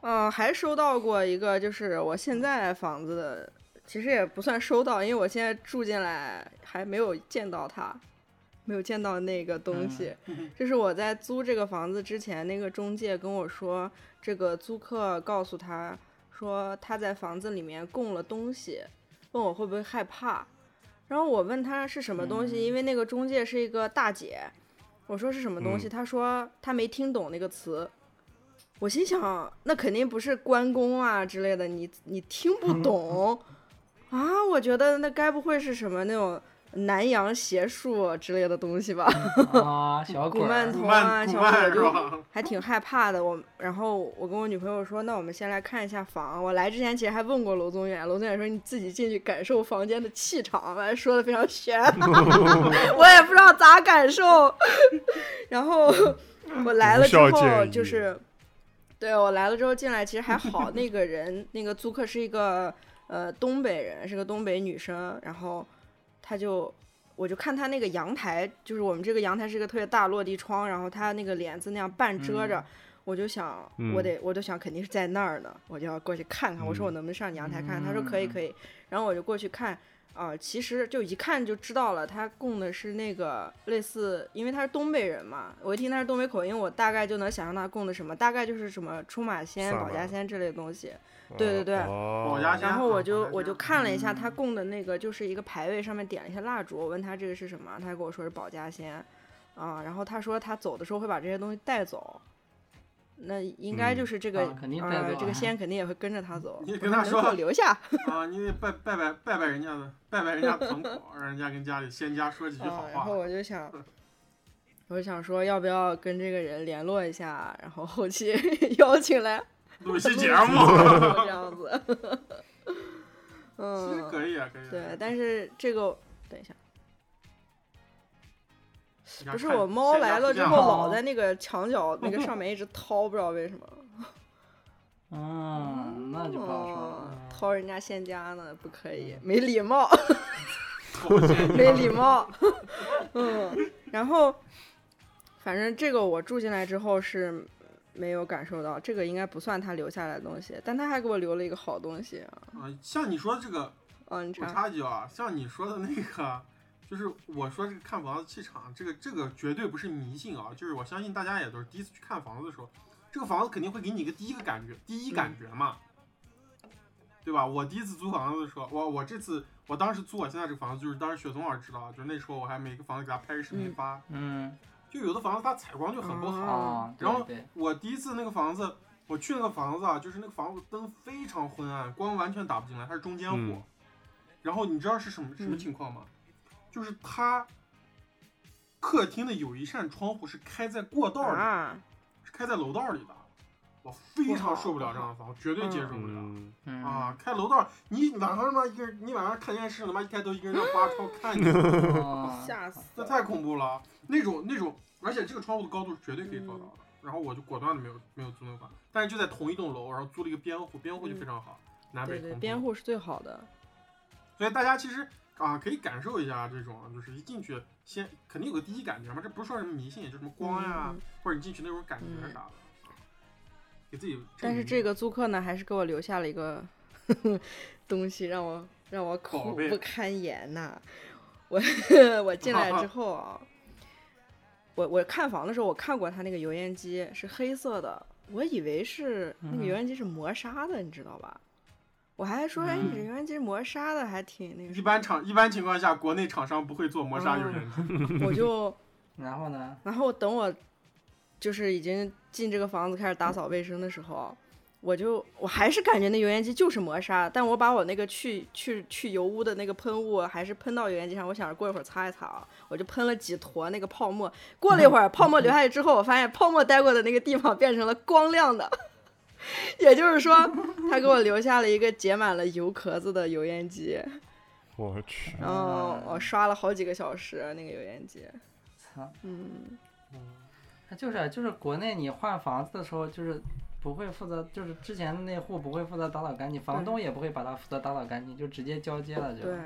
[SPEAKER 1] 嗯，还收到过一个，就是我现在房子的，其实也不算收到，因为我现在住进来还没有见到它，没有见到那个东西。就是我在租这个房子之前，那个中介跟我说，这个租客告诉他说他在房子里面供了东西，问我会不会害怕。然后我问他是什么东西，
[SPEAKER 4] 嗯
[SPEAKER 1] 因为那个中介是一个大姐，我说是什么东西，
[SPEAKER 5] 嗯
[SPEAKER 1] 她说她没听懂那个词。我心想，那肯定不是关公啊之类的，你你听不 懂啊？我觉得那该不会是什么那种南洋邪术之类的东西吧？
[SPEAKER 4] 啊，小鬼
[SPEAKER 1] 古曼
[SPEAKER 4] 儿
[SPEAKER 1] 童
[SPEAKER 3] 古
[SPEAKER 1] 啊，
[SPEAKER 3] 曼古
[SPEAKER 1] 小鬼
[SPEAKER 3] 曼
[SPEAKER 1] 儿
[SPEAKER 3] 是
[SPEAKER 1] 就
[SPEAKER 3] 吧？
[SPEAKER 1] 还挺害怕的。我然后我跟我女朋友说，那我们先来看一下房。我来之前其实还问过楼宗远，楼宗远说你自己进去感受房间的气场吧，说的非常 玄，我也不知道咋感受。 然后我来了之
[SPEAKER 5] 无效
[SPEAKER 1] 后
[SPEAKER 5] 建议
[SPEAKER 1] 就是。对我来了之后进来，其实还好。那个人，那个租客是一个呃东北人，是个东北女生。然后她就，我就看她那个阳台，就是我们这个阳台是一个特别大落地窗，然后她那个帘子那样半遮着，我就想，我
[SPEAKER 5] 嗯
[SPEAKER 1] 得，我就想肯定是在那儿呢，我就要过去看看。我说我能不能上阳台看看？她说可以，
[SPEAKER 4] 嗯
[SPEAKER 1] 可以。然后我就过去看，啊、其实就一看就知道了，他供的是那个类似，因为他是东北人嘛，我一听他是东北口音，我大概就能想象他供的什么，大概就是什么出马仙、
[SPEAKER 5] 萨
[SPEAKER 1] 保家
[SPEAKER 5] 满
[SPEAKER 1] 仙之类的东西。对对
[SPEAKER 5] 对
[SPEAKER 1] 对
[SPEAKER 5] 保
[SPEAKER 3] 哦家仙
[SPEAKER 1] 然后我
[SPEAKER 3] 保
[SPEAKER 1] 就
[SPEAKER 3] 家
[SPEAKER 1] 我就
[SPEAKER 3] 仙
[SPEAKER 1] 看了一下他
[SPEAKER 4] 嗯
[SPEAKER 1] 供的那个，就是一个牌位，上面点了一些蜡烛。我问他这个是什么，他跟我说是保家仙，啊，然后他说他走的时候会把这些东西带走，那应该就
[SPEAKER 5] 嗯
[SPEAKER 1] 是这个
[SPEAKER 4] 啊肯定带
[SPEAKER 1] 呃
[SPEAKER 4] 走
[SPEAKER 1] 这个
[SPEAKER 4] 啊
[SPEAKER 1] 仙肯定也会跟着他走。
[SPEAKER 3] 你
[SPEAKER 1] 我
[SPEAKER 3] 跟他
[SPEAKER 1] 门
[SPEAKER 3] 说
[SPEAKER 1] 口留 下，
[SPEAKER 3] 啊，你得拜拜拜拜拜人家的，拜拜 人家堂口，让人家跟家里仙家说几句好
[SPEAKER 1] 啊，然后
[SPEAKER 3] 话。
[SPEAKER 1] 我就想
[SPEAKER 3] 嗯，
[SPEAKER 1] 我就想说要不要跟这个人联络一下，然后后期 邀请来
[SPEAKER 3] 录一期
[SPEAKER 1] 录
[SPEAKER 3] 节
[SPEAKER 1] 一期
[SPEAKER 3] 目，
[SPEAKER 1] 这样子。
[SPEAKER 3] 其实
[SPEAKER 1] 嗯，
[SPEAKER 3] 可以啊，可以啊。
[SPEAKER 1] 对，但是这个等一下，
[SPEAKER 3] 你看
[SPEAKER 1] 不是
[SPEAKER 3] 看
[SPEAKER 1] 我猫
[SPEAKER 3] 仙家
[SPEAKER 1] 来了
[SPEAKER 3] 出
[SPEAKER 1] 之
[SPEAKER 3] 现
[SPEAKER 1] 后
[SPEAKER 3] 了
[SPEAKER 1] 老在那个墙 角那个上面一直掏，不知道为什么。
[SPEAKER 4] 嗯，那就不好说了。嗯
[SPEAKER 1] 嗯掏人家仙家呢，不可以，没礼 貌。
[SPEAKER 3] 好仙
[SPEAKER 1] 没礼貌。 嗯，然后反正这个我住进来之后是没有感受到，这个应该不算他留下来的东西，但他还给我留了一个好东西啊。
[SPEAKER 3] 啊，像你说这个，
[SPEAKER 1] 嗯，你
[SPEAKER 3] 我
[SPEAKER 1] 查，
[SPEAKER 3] 插一句啊，像你说的那个，就是我说这个看房子气场，这个这个绝对不是迷信啊，就是我相信大家也都是第一次去看房子的时候，这个房子肯定会给你一个第一个感觉，第一
[SPEAKER 1] 嗯
[SPEAKER 3] 感觉嘛，对吧？我第一次租房子的时候，我我这次我当时租我现在这个房子，就是当时雪松老师知道啊，就是那时候我还每个房子给他拍个视频
[SPEAKER 1] 嗯
[SPEAKER 3] 发，
[SPEAKER 4] 嗯
[SPEAKER 3] 就有的房子它采光就很不好，
[SPEAKER 1] 啊
[SPEAKER 4] 啊，对
[SPEAKER 3] 然后
[SPEAKER 4] 对，
[SPEAKER 3] 我第一次那个房子，我去那个房子啊，就是那个房子灯非常昏暗，光完全打不进来，它是中间火。
[SPEAKER 5] 嗯
[SPEAKER 3] 然后你知道是什么什么情况吗？就是它客厅的有一扇窗户是开在过道里，
[SPEAKER 1] 啊，
[SPEAKER 3] 是开在楼道里的。我非
[SPEAKER 1] 不好
[SPEAKER 3] 常受不了这样的房，绝对接受不了。
[SPEAKER 5] 嗯，
[SPEAKER 4] 嗯
[SPEAKER 3] 啊，开楼道，你晚上他妈一个人，你晚上看电视，他妈一开头一个人让八超看你，
[SPEAKER 4] 哦
[SPEAKER 1] 吓死
[SPEAKER 3] 那太恐怖了，那种那种，而且这个窗户的高度是绝对可以做到的。
[SPEAKER 1] 嗯
[SPEAKER 3] 然后我就果断的没有没有租那个房，但是就在同一栋楼，然后租了一个边户，边户就非常好，南
[SPEAKER 1] 对
[SPEAKER 3] 北
[SPEAKER 1] 对，
[SPEAKER 3] 通
[SPEAKER 1] 边
[SPEAKER 3] 风。
[SPEAKER 1] 户是最好的。
[SPEAKER 3] 所以大家其实啊，可以感受一下这种，就是一进去先肯定有个第一感觉嘛，这不是说什么迷信，就什么光呀、
[SPEAKER 1] 嗯
[SPEAKER 3] 或者你进去那种感觉啥的，啊给自己。
[SPEAKER 1] 但是这个租客呢，还是给我留下了一个 东西，让我让我
[SPEAKER 3] 宝
[SPEAKER 1] 苦
[SPEAKER 3] 贝
[SPEAKER 1] 不堪言呐、我 我进来 之后啊，我我看房的时候，我看过他那个油烟机是黑色的，我以为是那个
[SPEAKER 4] 嗯
[SPEAKER 1] 油烟机是磨砂的，你知道吧？我还说，哎，你这油烟机是磨砂的，还挺那个
[SPEAKER 3] 嗯一
[SPEAKER 1] 什
[SPEAKER 3] 般厂一般情况下，国内厂商不会做磨
[SPEAKER 1] 嗯
[SPEAKER 3] 砂油烟机，
[SPEAKER 1] 么。我就
[SPEAKER 4] 然后呢？
[SPEAKER 1] 然后等我就是已经进这个房子开始打扫卫生的时候，我就我还是感觉那油烟机就是磨砂，但我把我那个去去去油污的那个喷雾还是喷到油烟机上，我想着过一会儿擦一擦啊，我就喷了几坨那个泡沫。过了一会儿，泡沫流下去之后，我发现泡沫待过的那个地方变成了光亮的。 也就是说，他给我留下了一个结满了油壳子的油烟机，
[SPEAKER 5] 我去，
[SPEAKER 1] 然后我刷了好几个小时那个油烟机。
[SPEAKER 4] 操，
[SPEAKER 1] 嗯，
[SPEAKER 4] 那就是就是国内你换房子的时候，就是不会负责，就是之前的那户不会负责打扫干净，房东也不会把它负责打扫干净，就直接交接了就。
[SPEAKER 1] 对。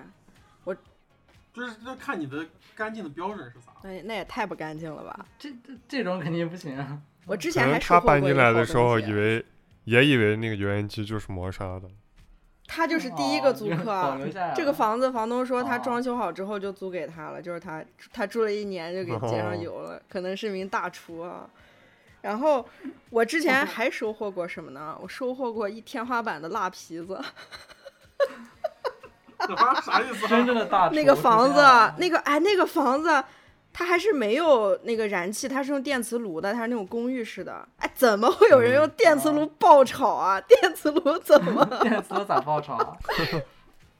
[SPEAKER 3] 就是要看你的干净的标准是啥。
[SPEAKER 1] 那那也太不干净了吧！
[SPEAKER 4] 这这这种肯定不行啊！
[SPEAKER 1] 我之
[SPEAKER 5] 可
[SPEAKER 1] 前
[SPEAKER 5] 能
[SPEAKER 1] 还
[SPEAKER 5] 他
[SPEAKER 1] 收获
[SPEAKER 5] 搬
[SPEAKER 1] 过
[SPEAKER 5] 进
[SPEAKER 1] 一
[SPEAKER 5] 来
[SPEAKER 1] 个
[SPEAKER 5] 的
[SPEAKER 1] 好
[SPEAKER 5] 时候
[SPEAKER 1] 东西
[SPEAKER 5] 以为也以为那个油烟机就是磨砂的，
[SPEAKER 1] 他就是第一个租客
[SPEAKER 4] 哦保
[SPEAKER 1] 啊。
[SPEAKER 4] 留下来了
[SPEAKER 1] 这个房子房东说他
[SPEAKER 4] 哦
[SPEAKER 1] 装修好之后就租给
[SPEAKER 5] 哦
[SPEAKER 1] 他了，就是他他住了一年就给接上油了，可能是名大厨啊。然后我之
[SPEAKER 4] 哦
[SPEAKER 1] 前还收获过什么呢？我收获过一天花板的蜡皮子，
[SPEAKER 3] 这话啥意思
[SPEAKER 4] 真
[SPEAKER 3] 啊？
[SPEAKER 4] 正的大厨
[SPEAKER 1] 那个
[SPEAKER 4] 是
[SPEAKER 1] 房子
[SPEAKER 4] 这样，的
[SPEAKER 1] 那个哎，那个房子，它还是没有那个燃气，它是用电磁炉的，它是那种公寓式的。哎，怎么会有
[SPEAKER 5] 嗯
[SPEAKER 1] 人用电
[SPEAKER 4] 哦
[SPEAKER 1] 磁炉爆炒啊？ 电磁炉怎么？
[SPEAKER 4] 电磁炉咋爆炒啊？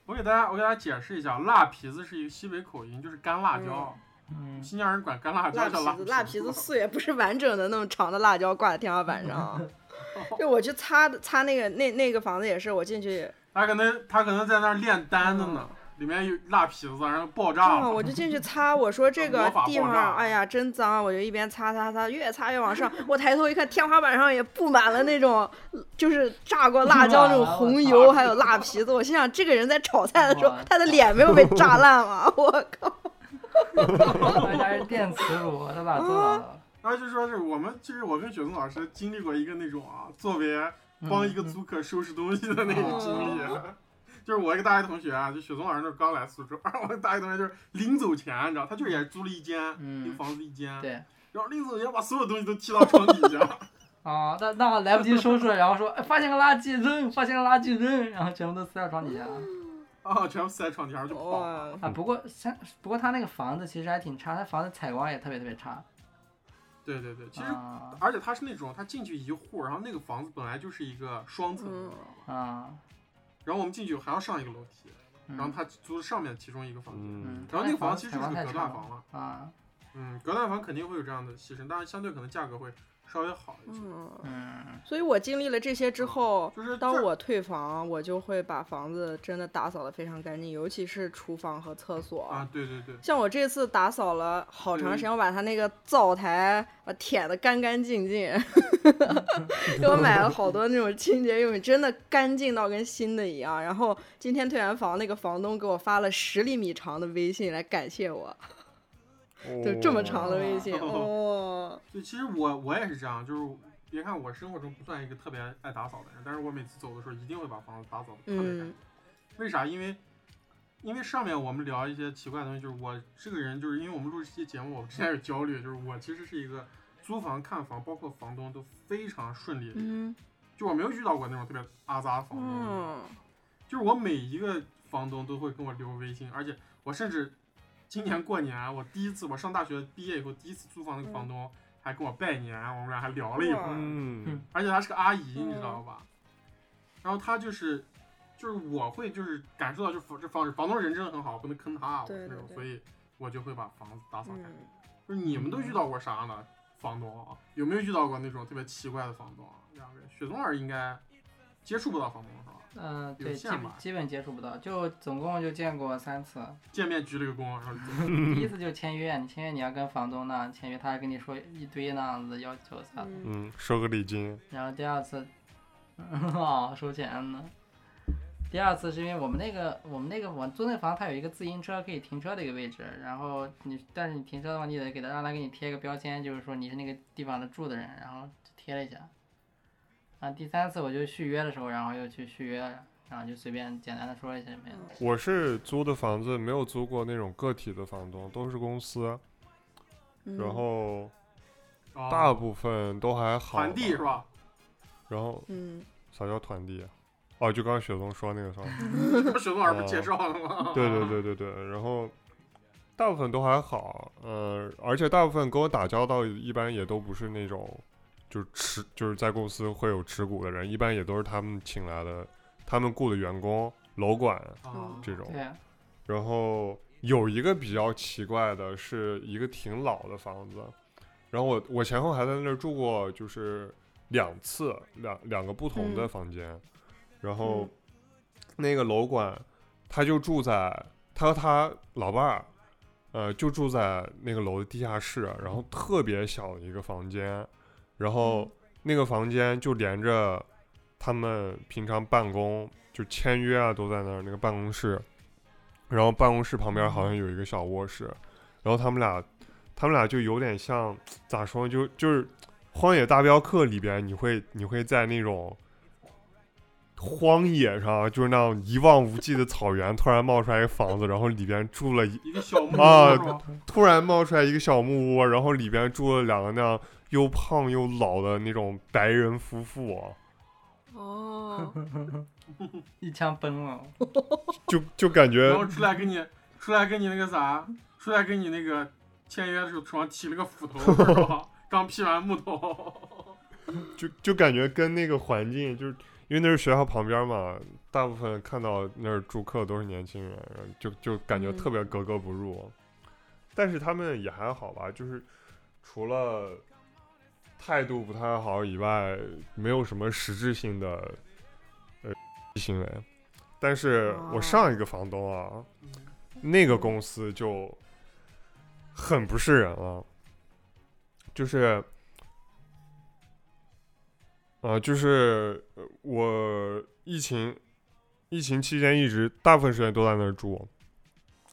[SPEAKER 3] 我给大家，我给大家解释一下，辣皮子是一个西北口音，就是干辣椒。
[SPEAKER 4] 嗯，
[SPEAKER 3] 新疆人管干辣椒
[SPEAKER 1] 辣
[SPEAKER 3] 叫
[SPEAKER 1] 皮子，
[SPEAKER 3] 辣
[SPEAKER 1] 辣皮 子碎，不是完整的那种长的辣椒挂在天花板上 啊。就我去擦擦那个那那个房子也是，我进去
[SPEAKER 3] 他可能他可能在那儿炼丹的呢，
[SPEAKER 4] 嗯
[SPEAKER 3] 里面有辣皮子，然后爆炸
[SPEAKER 1] 啊，
[SPEAKER 3] 了。
[SPEAKER 1] 我就进去擦，我说这
[SPEAKER 3] 魔
[SPEAKER 1] 个
[SPEAKER 3] 法
[SPEAKER 1] 地
[SPEAKER 3] 爆炸
[SPEAKER 1] 方，哎呀，真脏！我就一边擦擦擦，越擦越往上。我抬头一看，天花板上也布满了那种，就是炸过辣椒那种
[SPEAKER 4] 哇
[SPEAKER 1] 红
[SPEAKER 3] 我
[SPEAKER 1] 油，
[SPEAKER 3] 操
[SPEAKER 1] 还有辣皮子。我心想，这个人在炒菜的时候
[SPEAKER 4] 哇，
[SPEAKER 1] 他的脸没有被炸烂吗？ 我靠！
[SPEAKER 4] 我家是电磁炉，他咋做到的？
[SPEAKER 3] 然后就说是我们，就是我跟雪松老师经历过一个那种啊，作为
[SPEAKER 4] 嗯
[SPEAKER 3] 帮一个租客收拾东西的那种经
[SPEAKER 1] 嗯
[SPEAKER 3] 历。啊 就是我一个大学同学啊，就雪松老师那时候刚来苏州，我一个大学同学就是临走前，你知道，他就是也租了一间，
[SPEAKER 4] 嗯
[SPEAKER 3] 一个房子一 间，
[SPEAKER 4] 对。
[SPEAKER 3] 然后临走前把所有东西都踢到床底下，
[SPEAKER 4] 啊，那那来不及收拾，然后说、哎、发现个垃圾扔，发现个垃圾扔，然后全部都塞到床底下。
[SPEAKER 3] 啊，全部塞床底下就跑了。
[SPEAKER 1] 哇，
[SPEAKER 4] 啊，不过像不过他那个房子其实还挺差，他房子采光也特别特别差。
[SPEAKER 3] 对对对，其实
[SPEAKER 4] 啊
[SPEAKER 3] 而且他是那种他进去一户，然后那个房子本来就是一个双层，
[SPEAKER 1] 嗯
[SPEAKER 3] 你知道吧？
[SPEAKER 4] 啊，
[SPEAKER 3] 然后我们进去还要上一个楼梯，然后
[SPEAKER 4] 嗯
[SPEAKER 3] 他租上面其中一个房间，
[SPEAKER 5] 嗯
[SPEAKER 4] 嗯，
[SPEAKER 3] 然后那个
[SPEAKER 4] 房
[SPEAKER 3] 房
[SPEAKER 4] 子
[SPEAKER 3] 其实
[SPEAKER 4] 采
[SPEAKER 3] 就是个
[SPEAKER 4] 光太
[SPEAKER 3] 隔
[SPEAKER 4] 差
[SPEAKER 3] 断房
[SPEAKER 4] 了
[SPEAKER 3] 了。
[SPEAKER 4] 啊，
[SPEAKER 3] 嗯，隔断房肯定会有这样的牺牲，但是相对可能价格会稍微好一些。
[SPEAKER 1] 嗯，
[SPEAKER 4] 嗯，
[SPEAKER 1] 所以我经历了这些之后。
[SPEAKER 3] 嗯就是
[SPEAKER 1] 当
[SPEAKER 3] 这
[SPEAKER 1] 我退房，我就会把房子真的打扫得非常干净，尤其是厨房和厕所。
[SPEAKER 3] 啊，
[SPEAKER 4] 嗯
[SPEAKER 3] 嗯对对对，
[SPEAKER 1] 像我这次打扫了好长时间，我把它那个灶台啊舔得干干净 净，给我买了好多那种清洁用品，真的干净到跟新的一样。然后今天退完房，那个房东给我发了十厘米长的微信来感谢我，
[SPEAKER 5] 哦
[SPEAKER 1] 就嗯这么长的微信哦，
[SPEAKER 3] 对，其实我我也是这样，就是别看我生活中不算一个特别爱打扫的人，但是我每次走的时候一定会把房子打扫的特别干净。
[SPEAKER 1] 嗯
[SPEAKER 3] 为啥？因为因为上面我们聊一些奇怪的东西，就是我这个人，就是因为我们录这期节目，我之前有焦虑，就是我其实是一个租房、看房，包括房东都非常顺利的，
[SPEAKER 1] 嗯
[SPEAKER 3] 就我没有遇到过那种特别阿杂的房东。
[SPEAKER 1] 嗯，
[SPEAKER 3] 就是我每一个房东都会跟我留微信，而且我甚至今年过年，我第一次我上大学毕业以后第一次租房那个
[SPEAKER 1] 嗯
[SPEAKER 3] 房东还跟我拜年，我们俩还聊了一会儿，
[SPEAKER 5] 嗯，
[SPEAKER 3] 而且她是个阿姨，你知
[SPEAKER 1] 嗯
[SPEAKER 3] 道吧？然后她就是就是我会就是感受到就是房这房房东人真的很好，不能坑他啊我
[SPEAKER 1] 对
[SPEAKER 3] 是那种，
[SPEAKER 1] 对对
[SPEAKER 3] 所以我就会把房子打扫干净。
[SPEAKER 1] 嗯
[SPEAKER 3] 就是你们都遇到过啥呢？房东啊，有没有遇到过那种特别奇怪的房东啊？两位，雪松儿应该接触不到房东是吧？
[SPEAKER 4] 嗯、对，
[SPEAKER 3] 有
[SPEAKER 4] 基
[SPEAKER 3] 线
[SPEAKER 4] 本
[SPEAKER 3] 吧
[SPEAKER 4] 基本接触不到，就总共就见过三 次。
[SPEAKER 3] 见面鞠了个躬，然后就走。
[SPEAKER 4] 第一次就是签约，你签约你要跟房东那样签约，他还跟你说一堆那样子要求啥的。
[SPEAKER 1] 嗯
[SPEAKER 5] 嗯，收个礼金，
[SPEAKER 4] 然后第二次， 哦，收钱呢。第二次是因为我们那个我们那个我租那房，它有一个自行车可以停车的一个位置，然后你但是你停车的话，你得给他让他给你贴一个标签，就是说你是那个地方的住的人，然后就贴了一下。然后第三次我就续约的时候，然后又去续约了，然后就随便简单的说一下就没了。
[SPEAKER 5] 我是租的房子没有租过那种个体的房东，都是公司，
[SPEAKER 1] 嗯
[SPEAKER 5] 然后
[SPEAKER 3] 哦
[SPEAKER 5] 大部分都还好吧。
[SPEAKER 3] 传递是吧？
[SPEAKER 5] 然后
[SPEAKER 1] 嗯
[SPEAKER 5] 啥叫团地啊？哦，就刚刚雪松说那个啥，
[SPEAKER 3] 这 不是雪松老师不介绍了吗？
[SPEAKER 5] 哦对对对对对，然后大部分都还好，呃，而且大部分跟我打交道一般也都不是那种就是持就是在公司会有持股的人，一般也都是他们请来的，他们雇的员工、楼管
[SPEAKER 1] 嗯
[SPEAKER 3] 啊，
[SPEAKER 5] 这种。
[SPEAKER 4] 对，
[SPEAKER 5] 然后有一个比较奇怪的是一个挺老的房子，然后我我前后还在那儿住过，就是两次两两个不同的
[SPEAKER 1] 嗯
[SPEAKER 5] 房间，然后
[SPEAKER 1] 嗯
[SPEAKER 5] 那个楼管他就住在他和他老伴儿。呃，就住在那个楼的地下室，然后特别小的一个房间，然后那个房间就连着他们平常办公就签约啊都在那儿那个办公室，然后办公室旁边好像有一个小卧室，然后他们俩，他们俩就有点像咋说呢，就就是《荒野大镖客》里边你会你会在那种荒野上，就是那种一望无际的草原，突然冒出来一个房子，然后里边住了一，
[SPEAKER 3] 一个小木屋
[SPEAKER 5] 啊
[SPEAKER 3] 是吧？
[SPEAKER 5] 突然冒出来一个小木屋，然后里边住了两个那样又胖又老的那种白人夫妇、啊
[SPEAKER 1] 哦，
[SPEAKER 4] 一枪崩了。
[SPEAKER 5] 就就感
[SPEAKER 3] 然后
[SPEAKER 5] 觉
[SPEAKER 3] 出来给你，出来给你那个啥，出来给你那个签约的时候手上提了个斧头，是吧刚劈完木头，
[SPEAKER 5] 就就感觉跟那个环境，就是因为那是学校旁边嘛，大部分看到那儿住客都是年轻人，然后就就感觉
[SPEAKER 1] 嗯
[SPEAKER 5] 特别格格不入。但是他们也还好吧，就是除了态度不太好以外，没有什么实质性的呃行为。但是我上一个房东啊，那个公司就很不是人了，就是，啊，就是呃我疫情疫情期间一直大部分时间都在那儿住，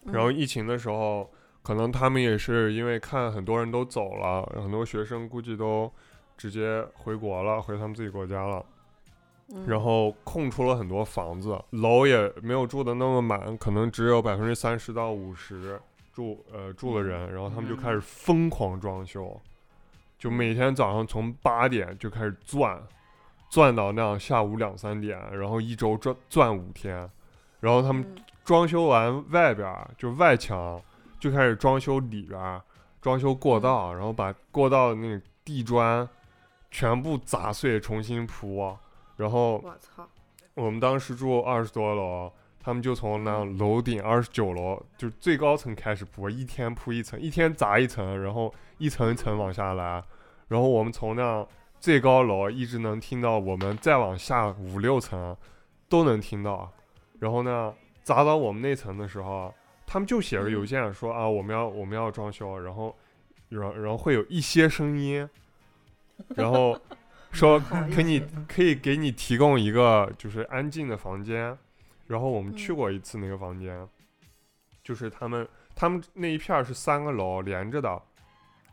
[SPEAKER 5] 然后疫情的时候，可能他们也是因为看很多人都走了，很多学生估计都直接回国了，回他们自己国家了。
[SPEAKER 1] 嗯
[SPEAKER 5] 然后空出了很多房子，楼也没有住的那么满，可能只有百分之三十到五十住呃住的人，然后他们就开始疯狂装修，就每天早上从八点就开始钻，钻到那样下午两三点，然后一周转钻五天，然后他们
[SPEAKER 1] 嗯
[SPEAKER 5] 装修完外边儿就外墙，就开始装修里边儿，装修过道，然后把过道的那个地砖全部砸碎重新铺。然后
[SPEAKER 1] 我操，
[SPEAKER 5] 我们当时住二十多楼，他们就从那楼顶二十九楼，就是最高层开始铺，一天铺一层，一天砸一层，然后一层一层往下来，然后我们从那最高楼一直能听到我们再往下五六层都能听到，啊然后呢砸到我们那层的时候，啊他们就写着邮件说啊我们要我们要装修，啊然后然后然后会有一些声音，然后说可你可以给你提供一个就是安静的房间，然后我们去
[SPEAKER 1] 嗯
[SPEAKER 5] 过一次那个房间，就是他们他们那一片儿是三个楼连着的，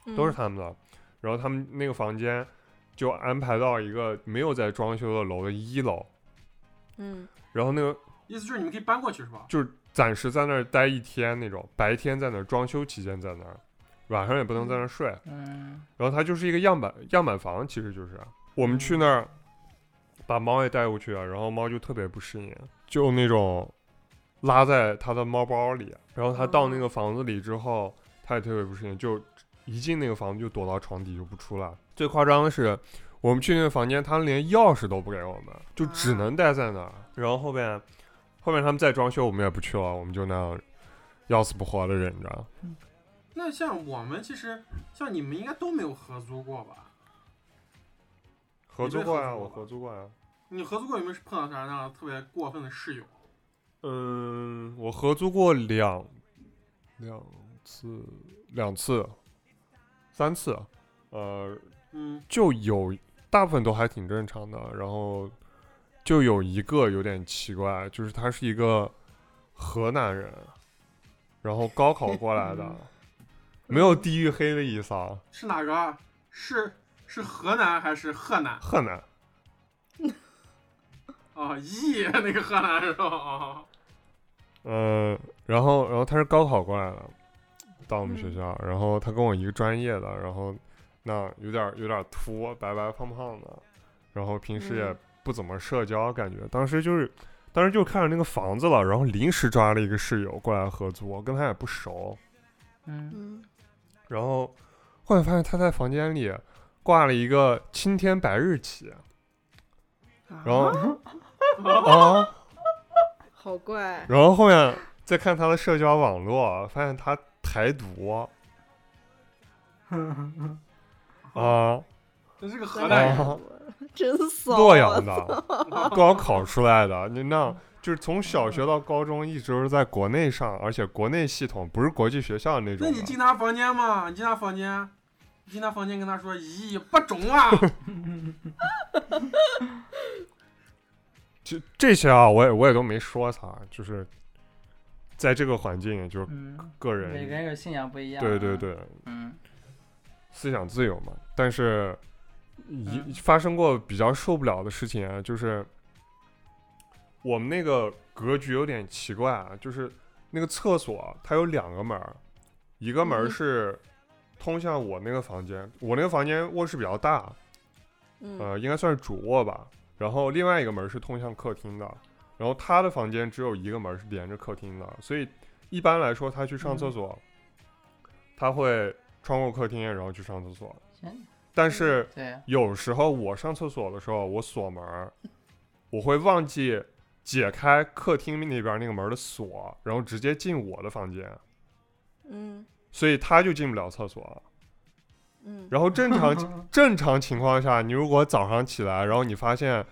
[SPEAKER 1] 嗯
[SPEAKER 5] 都是他们的。然后他们那个房间就安排到一个没有在装修的楼的一楼，
[SPEAKER 1] 嗯
[SPEAKER 5] 然后那个
[SPEAKER 3] 意思就是你们可以搬过去是吧？
[SPEAKER 5] 就是暂时在那儿待一天那种，白天在那儿装修期间在那儿，晚上也不能在那儿睡。
[SPEAKER 4] 嗯，
[SPEAKER 5] 然后它就是一个样板样板房，其实就是啊我们去那儿把猫也带过去，啊然后猫就特别不适应，就那种拉在它的猫包里，啊然后它到那个房子里之后，它也特别不适应，就一进那个房子就躲到床底就不出来。最夸张的是，我们去那个房间，他们连钥匙都不给我们，就只能待在那儿。然后后面后面他们再装修，我们也不去了，我们就那样要死不活的忍着。
[SPEAKER 3] 那像我们其实像你们应该都没有合租过吧？
[SPEAKER 5] 合租过呀，
[SPEAKER 3] 你被合租过
[SPEAKER 5] 我
[SPEAKER 3] 吧
[SPEAKER 5] 合租过呀。
[SPEAKER 3] 你合租过有没有碰到啥那样特别过分的室友？
[SPEAKER 5] 嗯，我合租过两两次，两次，三次，呃，
[SPEAKER 3] 嗯，
[SPEAKER 5] 就有大部分都还挺正常的，然后就有一个有点奇怪，就是他是一个河南人，然后高考过来的，没有地域黑的意思啊，
[SPEAKER 3] 是哪个啊？是是河南还是河南
[SPEAKER 5] 河南。
[SPEAKER 3] 啊？咦，那个河南是吧？ 啊，
[SPEAKER 5] 嗯，然后然后他是高考过来的，到我们学校，然后他跟我一个专业的，然后那有点儿有点儿秃，白白胖胖的，然后平时也
[SPEAKER 1] 嗯
[SPEAKER 5] 不怎么社交，感觉当时就是当时就看上那个房子了，然后临时抓了一个室友过来合租，我跟他也不熟，
[SPEAKER 4] 嗯，
[SPEAKER 1] 嗯，
[SPEAKER 5] 然后后来发现他在房间里挂了一个青天白日旗，
[SPEAKER 1] 然
[SPEAKER 5] 然后啊。
[SPEAKER 1] 好怪，
[SPEAKER 5] 然后后面再看他的社交网络，发现他台 独。啊，
[SPEAKER 3] 这是个河
[SPEAKER 1] 河
[SPEAKER 3] 南
[SPEAKER 5] 南
[SPEAKER 3] 人，
[SPEAKER 5] 人
[SPEAKER 1] 真骚，
[SPEAKER 5] 洛阳的， 高考出来的，你
[SPEAKER 3] 嗯
[SPEAKER 5] 那就是从小学到高中一直都是在国内上，而且国内系统不是国际学校那种
[SPEAKER 3] 那
[SPEAKER 5] 的。
[SPEAKER 3] 你进他房间吗？你进他房间，你进他房间跟他说：“咦，不中啊
[SPEAKER 5] 这这些啊，我也我也都没说啥，就是在这个环境，就是
[SPEAKER 4] 嗯，
[SPEAKER 5] 个
[SPEAKER 4] 每个
[SPEAKER 5] 人，
[SPEAKER 4] 人有信仰不一样。啊
[SPEAKER 5] 对对，对，
[SPEAKER 4] 嗯，
[SPEAKER 5] 思想自由嘛。但是一发生过比较受不了的事情啊，就是我们那个格局有点奇怪啊，就是那个厕所它有两个门儿，一个门儿
[SPEAKER 1] 嗯
[SPEAKER 5] 是通向我那个房间，我那个房间卧室比较大，
[SPEAKER 1] 嗯
[SPEAKER 5] 呃，应该算是主卧吧。然后另外一个门是通向客厅的，然后他的房间只有一个门是连着客厅的，所以一般来说他去上厕所，他会穿过客厅然后去上厕所。
[SPEAKER 4] 行，
[SPEAKER 5] 但是
[SPEAKER 4] 对，啊
[SPEAKER 5] 有时候我上厕所的时候，我锁门儿，我会忘记解开客厅那边那个门的锁，然后直接进我的房间，
[SPEAKER 1] 嗯
[SPEAKER 5] 所以他就进不了厕所。
[SPEAKER 1] 嗯
[SPEAKER 5] 然后正常正常情况下，你如果早上起来，然后你发现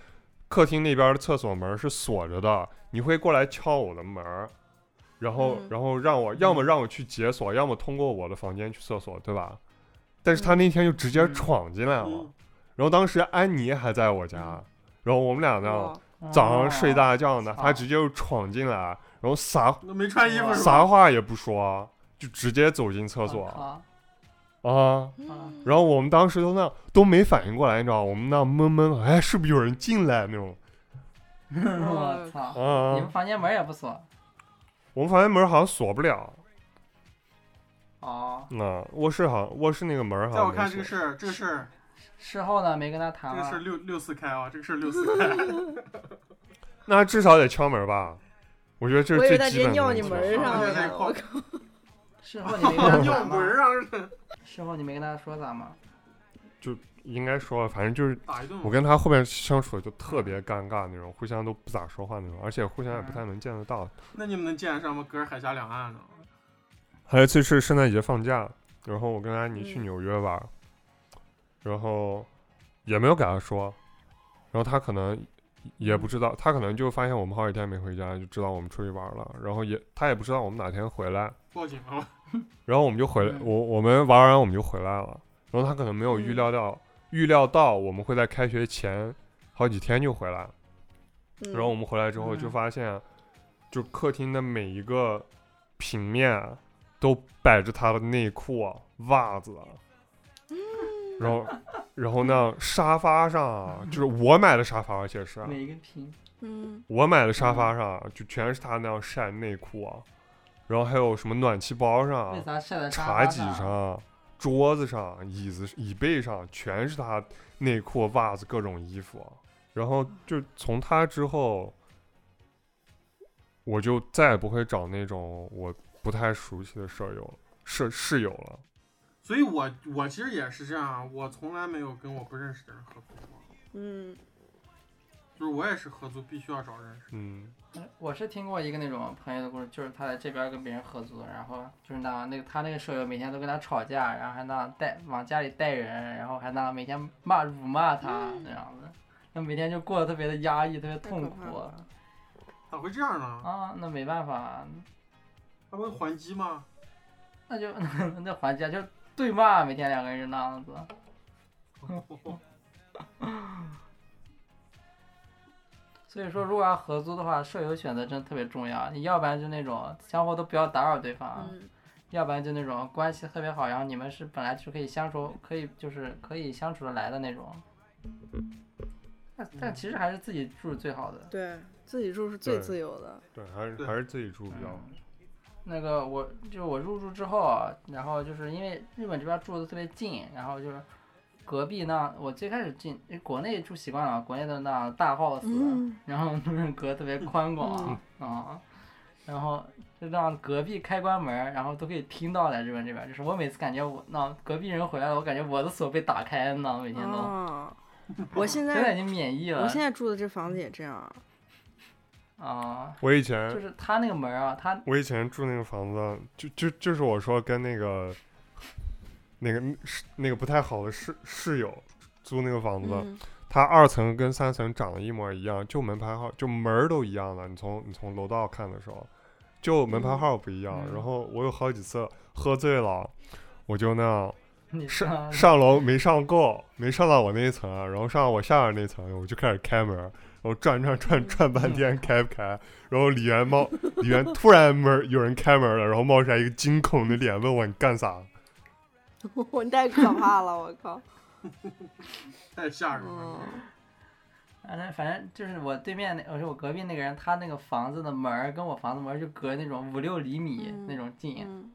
[SPEAKER 5] 客厅那边的厕所门是锁着的，你会过来敲我的门儿，然后、
[SPEAKER 1] 嗯
[SPEAKER 5] 然后让我要么让我去解锁，要么通过我的房间去厕所，对吧？但是他那天就直接
[SPEAKER 4] 嗯
[SPEAKER 5] 闯进来了，
[SPEAKER 3] 嗯
[SPEAKER 5] 然后当时安妮还在我家
[SPEAKER 4] 嗯，
[SPEAKER 5] 然后我们俩呢
[SPEAKER 1] 哇
[SPEAKER 5] 早上睡
[SPEAKER 4] 哦
[SPEAKER 5] 大觉呢，他
[SPEAKER 4] 操
[SPEAKER 5] 直接就闯进来，然后啥
[SPEAKER 3] 那没穿衣服是吧？
[SPEAKER 5] 啥话也不说，就直接走进厕
[SPEAKER 4] 我
[SPEAKER 5] 所
[SPEAKER 4] 靠
[SPEAKER 5] 啊。
[SPEAKER 1] 嗯
[SPEAKER 5] 然后我们当时都那都没反应过来，你知道吗，我们那闷闷的，哎，是不是有人进来那种？
[SPEAKER 1] 嗯
[SPEAKER 4] 我操！
[SPEAKER 1] 哦
[SPEAKER 5] 啊
[SPEAKER 4] 嗯你们，房间门也不锁
[SPEAKER 5] 我们房间门好像锁不了，
[SPEAKER 4] 哦。
[SPEAKER 5] 啊，卧室好像卧室那个门好
[SPEAKER 3] 在
[SPEAKER 5] 像
[SPEAKER 3] 我
[SPEAKER 5] 没
[SPEAKER 3] 看这个
[SPEAKER 5] 锁
[SPEAKER 3] 事儿，这个事儿，
[SPEAKER 4] 事后呢，没跟他
[SPEAKER 3] 这
[SPEAKER 4] 谈
[SPEAKER 3] 个事儿
[SPEAKER 4] 了。
[SPEAKER 3] 六六四开啊，这个事儿 六四开。
[SPEAKER 5] 那至少得敲门吧？我觉得这
[SPEAKER 1] 我
[SPEAKER 5] 是
[SPEAKER 1] 以为
[SPEAKER 5] 最
[SPEAKER 1] 他直
[SPEAKER 5] 基
[SPEAKER 1] 接
[SPEAKER 5] 本的
[SPEAKER 1] 尿
[SPEAKER 5] 东
[SPEAKER 1] 你
[SPEAKER 5] 西
[SPEAKER 1] 门儿上了呢，我靠！
[SPEAKER 4] 事后你没 跟他
[SPEAKER 3] 尿
[SPEAKER 4] 谈
[SPEAKER 3] 门
[SPEAKER 4] 吗？
[SPEAKER 3] 儿啊上
[SPEAKER 4] 事后你没跟他说咋吗？
[SPEAKER 5] 应该说，反正就是
[SPEAKER 3] 打一顿吧。
[SPEAKER 5] 我跟他后面相处就特别尴尬那种，互相都不咋说话那种，而且互相也
[SPEAKER 1] 嗯
[SPEAKER 5] 不太能见得到。
[SPEAKER 3] 那你们能见得上吗？隔着海峡两岸呢？
[SPEAKER 5] 还有一次是圣诞节放假，然后我跟安妮去
[SPEAKER 1] 嗯
[SPEAKER 5] 纽约玩，然后也没有给她说，然后她可能也
[SPEAKER 1] 嗯
[SPEAKER 5] 不知道，她可能就发现我们好几天没回家，就知道我们出去玩了，然后也她也不知道我们哪天回来，
[SPEAKER 3] 报警了吗？
[SPEAKER 5] 然后我们就回来，
[SPEAKER 4] 嗯
[SPEAKER 5] 我我们玩完我们就回来了，然后她可能没有预
[SPEAKER 1] 嗯
[SPEAKER 5] 料到、预料到我们会在开学前好几天就回来，
[SPEAKER 1] 嗯
[SPEAKER 5] 然后我们回来之后就
[SPEAKER 4] 嗯
[SPEAKER 5] 发现，啊就客厅的每一个平面啊都摆着他的内裤、啊、袜子，啊，
[SPEAKER 1] 嗯
[SPEAKER 5] 然后，然后呢，沙发上啊，就是我买的沙发，而且是啊
[SPEAKER 4] 每一个屏
[SPEAKER 1] 嗯
[SPEAKER 5] 我买的沙发上啊就全是他那样晒内裤啊，然后还有什么暖气包上啊、
[SPEAKER 4] 为啥晒在沙
[SPEAKER 5] 茶
[SPEAKER 4] 发
[SPEAKER 5] 几上、桌子上、椅子、椅背上，全是他内裤、袜子、各种衣服啊。然后
[SPEAKER 4] 嗯
[SPEAKER 5] 就从他之后，我就再也不会找那种我不太熟悉的舍友、舍室友了。
[SPEAKER 3] 所以我我其实也是这样啊，我从来没有跟我不认识的人合租过，
[SPEAKER 1] 嗯
[SPEAKER 3] 就是我也是合租必须要找认识的。
[SPEAKER 5] 嗯，
[SPEAKER 4] 我是听过一个那种朋友的故事，就是他在这边跟别人合租，然后就是那那个他那个舍友每天都跟他吵架，然后还那带往家里带人，然后还那每天骂辱骂他那样子，那每天就过得特别的压抑，特别痛
[SPEAKER 1] 太可怕
[SPEAKER 4] 苦
[SPEAKER 1] 了
[SPEAKER 3] 咋会这样呢？
[SPEAKER 4] 啊。那没办法，
[SPEAKER 3] 他不会还击吗？
[SPEAKER 4] 那就 那还价就对骂，每天两个人就那样子。所以说，如果要合租的话，舍友选择真的特别重要。你要不然就那种相互都不要打扰对方，
[SPEAKER 1] 嗯
[SPEAKER 4] 要不然就那种关系特别好，然后你们是本来就可以相处，可以就是可以相处得来的那种。但但其实还是自己住最好的。
[SPEAKER 1] 对自己住是最
[SPEAKER 5] 对
[SPEAKER 1] 自由的，
[SPEAKER 5] 对，还是
[SPEAKER 3] 对
[SPEAKER 5] 还是自己住比较好。
[SPEAKER 4] 嗯，那个我就我入住之后啊，然后就是因为日本这边住的特别近，然后就是隔壁那我最开始进国内住习惯了，国内的那大 house，、
[SPEAKER 1] 嗯
[SPEAKER 4] 然后隔特别宽广啊、然后就让隔壁开关门儿，然后都可以听到在日本这边，就是我每次感觉我那隔壁人回来了，我感觉我的锁被打开呢，每天都、
[SPEAKER 1] 啊，我现
[SPEAKER 4] 现在
[SPEAKER 1] 在
[SPEAKER 4] 已经免疫了
[SPEAKER 1] 我现在住的这房子也这样，
[SPEAKER 4] 啊、
[SPEAKER 5] 我以前
[SPEAKER 4] 就是他那个门儿啊，他
[SPEAKER 5] 我以前住那个房子，就就就是我说跟那个那个室那个不太好的室室友租那个房子，
[SPEAKER 1] 嗯
[SPEAKER 5] 它二层跟三层长得一模一样，就门牌号就门儿都一样的。你从你从楼道看的时候，就门牌号不一样。
[SPEAKER 4] 嗯
[SPEAKER 5] 然后我有好几次喝醉了，我就那样
[SPEAKER 4] 你
[SPEAKER 5] 上上楼没上够，没上到我那一层，啊然后上到我下面那层，我就开始开门，然后转转
[SPEAKER 4] 嗯
[SPEAKER 5] 转转半天开不开，然后李源冒李源突然门有人开门了，然后冒出来一个惊恐的脸问我你干啥？
[SPEAKER 1] 我太可怕了，我靠！
[SPEAKER 3] 太吓人了！
[SPEAKER 1] 嗯，
[SPEAKER 4] 反正反正啊就是我对面那，我说我隔壁那个人，他那个房子的门儿跟我房子门儿就隔那种五六厘米那种近，
[SPEAKER 1] 嗯，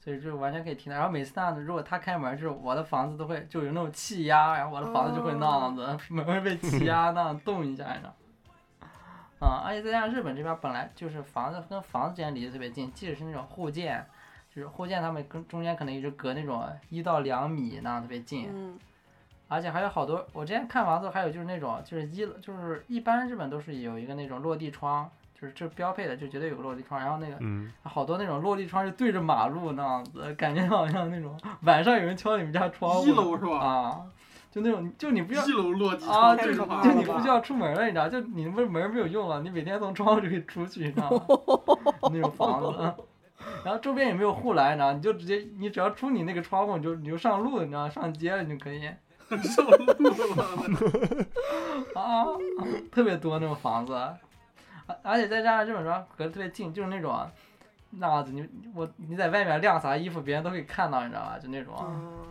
[SPEAKER 4] 所以就完全可以听到。然后每次那样子，如果他开门儿，就是我的房子都会就有那种气压，然后我的房子就会那样子，
[SPEAKER 1] 哦
[SPEAKER 4] 门会被气压那样动一下，你知道。啊、而且再加上日本这边本来就是房子跟房子之间离得特别近，即使是那种户建，就是户建他们跟中间可能也就隔那种一到两米那样特别近，
[SPEAKER 1] 嗯
[SPEAKER 4] 而且还有好多，我之前看房子还有就是那种就是一就是一般日本都是有一个那种落地窗，就是这标配的就绝对有个落地窗，然后那个
[SPEAKER 5] 嗯，
[SPEAKER 4] 好多那种落地窗是对着马路那样子，感觉好像那种晚上有人敲你们家窗户
[SPEAKER 3] 一楼是吧？
[SPEAKER 4] 啊，就那种就你不要
[SPEAKER 3] 一楼落地
[SPEAKER 4] 啊，
[SPEAKER 3] 窗
[SPEAKER 1] 太
[SPEAKER 4] 对，
[SPEAKER 3] 这
[SPEAKER 1] 可
[SPEAKER 3] 种
[SPEAKER 1] 怕
[SPEAKER 3] 话
[SPEAKER 4] 就
[SPEAKER 1] 了
[SPEAKER 4] 你
[SPEAKER 1] 吧
[SPEAKER 4] 不需要出门了，你知道？就你不是门没有用了，你每天从窗户就可以出去，你知道吗？那种房 子，然后周边也没有护栏，你知道？你就直接，你只要出你那个窗户，你就你就上路，你知道？上街了你就可以
[SPEAKER 3] 上路 了，
[SPEAKER 4] 啊， 特别多那种房子，而而且再加上这种说隔得特别近，就是那种。啊那样子你我你在外面晾啥衣服，别人都可以看到，你知道吧？就那种，
[SPEAKER 3] 啊
[SPEAKER 4] 啊
[SPEAKER 1] 哦，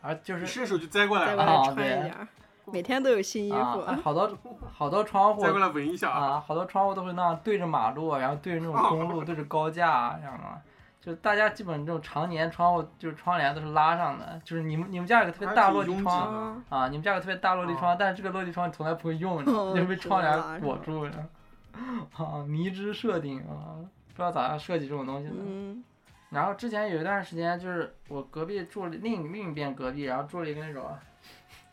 [SPEAKER 4] 而就是
[SPEAKER 3] 你伸手就摘过来
[SPEAKER 1] 再
[SPEAKER 3] 了
[SPEAKER 1] 过，
[SPEAKER 4] 啊
[SPEAKER 1] 来穿
[SPEAKER 4] 对
[SPEAKER 1] 一点儿，每天都有新衣
[SPEAKER 4] 啊，哎
[SPEAKER 1] 服，
[SPEAKER 4] 好多好多窗户
[SPEAKER 3] 摘过来闻一下啊。
[SPEAKER 4] 啊，好多窗户都会那样对着马路，然后对着那种公路，对着高架，这样的。就大家基本这种常年窗户就是窗帘都是拉上的，就是你们你们家有个特别大落地
[SPEAKER 3] 还挺
[SPEAKER 4] 窗
[SPEAKER 3] 拥
[SPEAKER 1] 哦
[SPEAKER 4] 啊，你们家有个特别大落地窗，但是这个落地窗从来不会用，
[SPEAKER 1] 哦
[SPEAKER 4] 就被窗帘
[SPEAKER 1] 知道
[SPEAKER 4] 裹
[SPEAKER 1] 了
[SPEAKER 4] 住了。啊，迷之设定啊，不知道咋样设计这种东西的。
[SPEAKER 1] 嗯，
[SPEAKER 4] 然后之前有一段时间，就是我隔壁住了另另一边隔壁，然后住了一个那种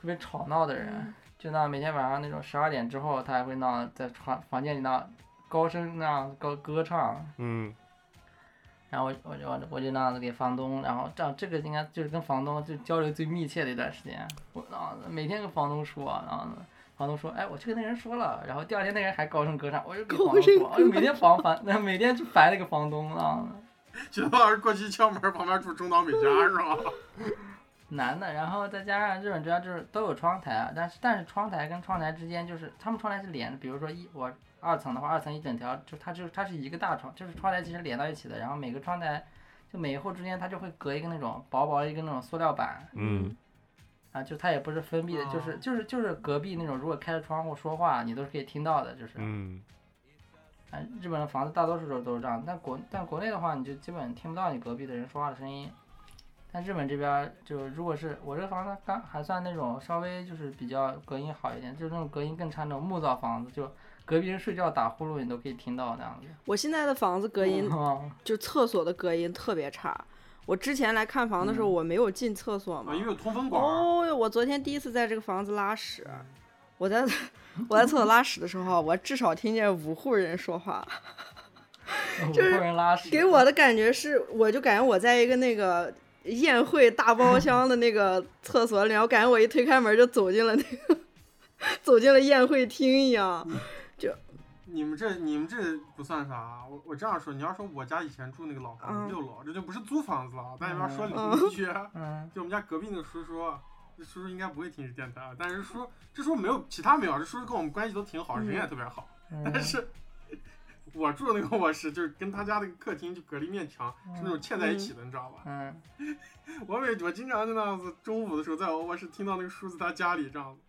[SPEAKER 4] 特别吵闹的人，
[SPEAKER 1] 嗯
[SPEAKER 4] 就那每天晚上那种十二点之后，他还会那样在床房间里那样高声那样高歌唱，
[SPEAKER 5] 嗯，
[SPEAKER 4] 然后我我就我就那样子给房东，然后这样这个应该就是跟房东就交流最密切的一段时间，我然后每天跟房东说，然后呢房东说，哎，我去跟那人说了，然后第二天那人还高声歌唱，我就给房
[SPEAKER 1] 高
[SPEAKER 4] 东
[SPEAKER 1] 声
[SPEAKER 4] 说，我就哎每天烦烦，那每天去烦那个房东啊。
[SPEAKER 3] 九老师过去敲门，旁边住中岛美嘉是吧？
[SPEAKER 4] 男的，然后再加上日本这边就是都有窗台啊，但是但是窗台跟窗台之间就是他们窗台是连着，比如说一我二层的话，二层一整条就它就它是一个大窗，就是窗台其实连到一起的，然后每个窗台就每一户之间它就会隔一个那种薄薄的一个那种塑料板
[SPEAKER 5] 嗯，
[SPEAKER 4] 啊，就它也不是封闭的，就是就是就是隔壁那种如果开着窗户说话你都是可以听到的，就是
[SPEAKER 5] 嗯，
[SPEAKER 4] 啊日本的房子大多数时候都是这样，但国但国内的话你就基本听不到你隔壁的人说话的声音。但日本这边儿就如果是我这个房子刚还算那种稍微就是比较隔音好一点，就是那种隔音更差那种木造房子，就隔壁人睡觉打呼噜你都可以听到那样子。
[SPEAKER 1] 我现在的房子隔 音，
[SPEAKER 4] 啊
[SPEAKER 1] 就厕所的隔音特别差。我之前来看房的时候，
[SPEAKER 4] 嗯
[SPEAKER 1] 我没有进厕所嘛
[SPEAKER 3] 啊，因，为有通风管儿。
[SPEAKER 1] 哦，我昨天第一次在这个房子拉屎，我在 我在厕所拉屎的时候，我至少听见五户人说话，
[SPEAKER 4] 五
[SPEAKER 1] 就是
[SPEAKER 4] 个人拉屎，
[SPEAKER 1] 给我的感觉是，我就感觉我在一个那个宴会大 包厢的那个厕所里，然后感觉我一推开门就走进了那个走进了宴会厅一样。
[SPEAKER 3] 你们这你们这不算啥，啊我我这样说，你要说我家以前住那个老房
[SPEAKER 1] 嗯
[SPEAKER 3] 子六楼，这就不是租房子了，咱也不要说
[SPEAKER 1] 嗯
[SPEAKER 3] 邻居。
[SPEAKER 4] 嗯
[SPEAKER 3] 就我们家隔壁那个叔叔，这叔叔应该不会听这电台啊，但是叔这叔叔没有其他没有，这叔叔跟我们关系都挺好，人也特别好。
[SPEAKER 4] 嗯
[SPEAKER 3] 但是 我住的那个卧室就是跟他家那个客厅就隔了一面墙，是那种嵌在一起的，你知道吧？
[SPEAKER 4] 嗯，
[SPEAKER 3] 我每我经常就那样子，中午的时候在我卧室听到那个叔子他家里这样子。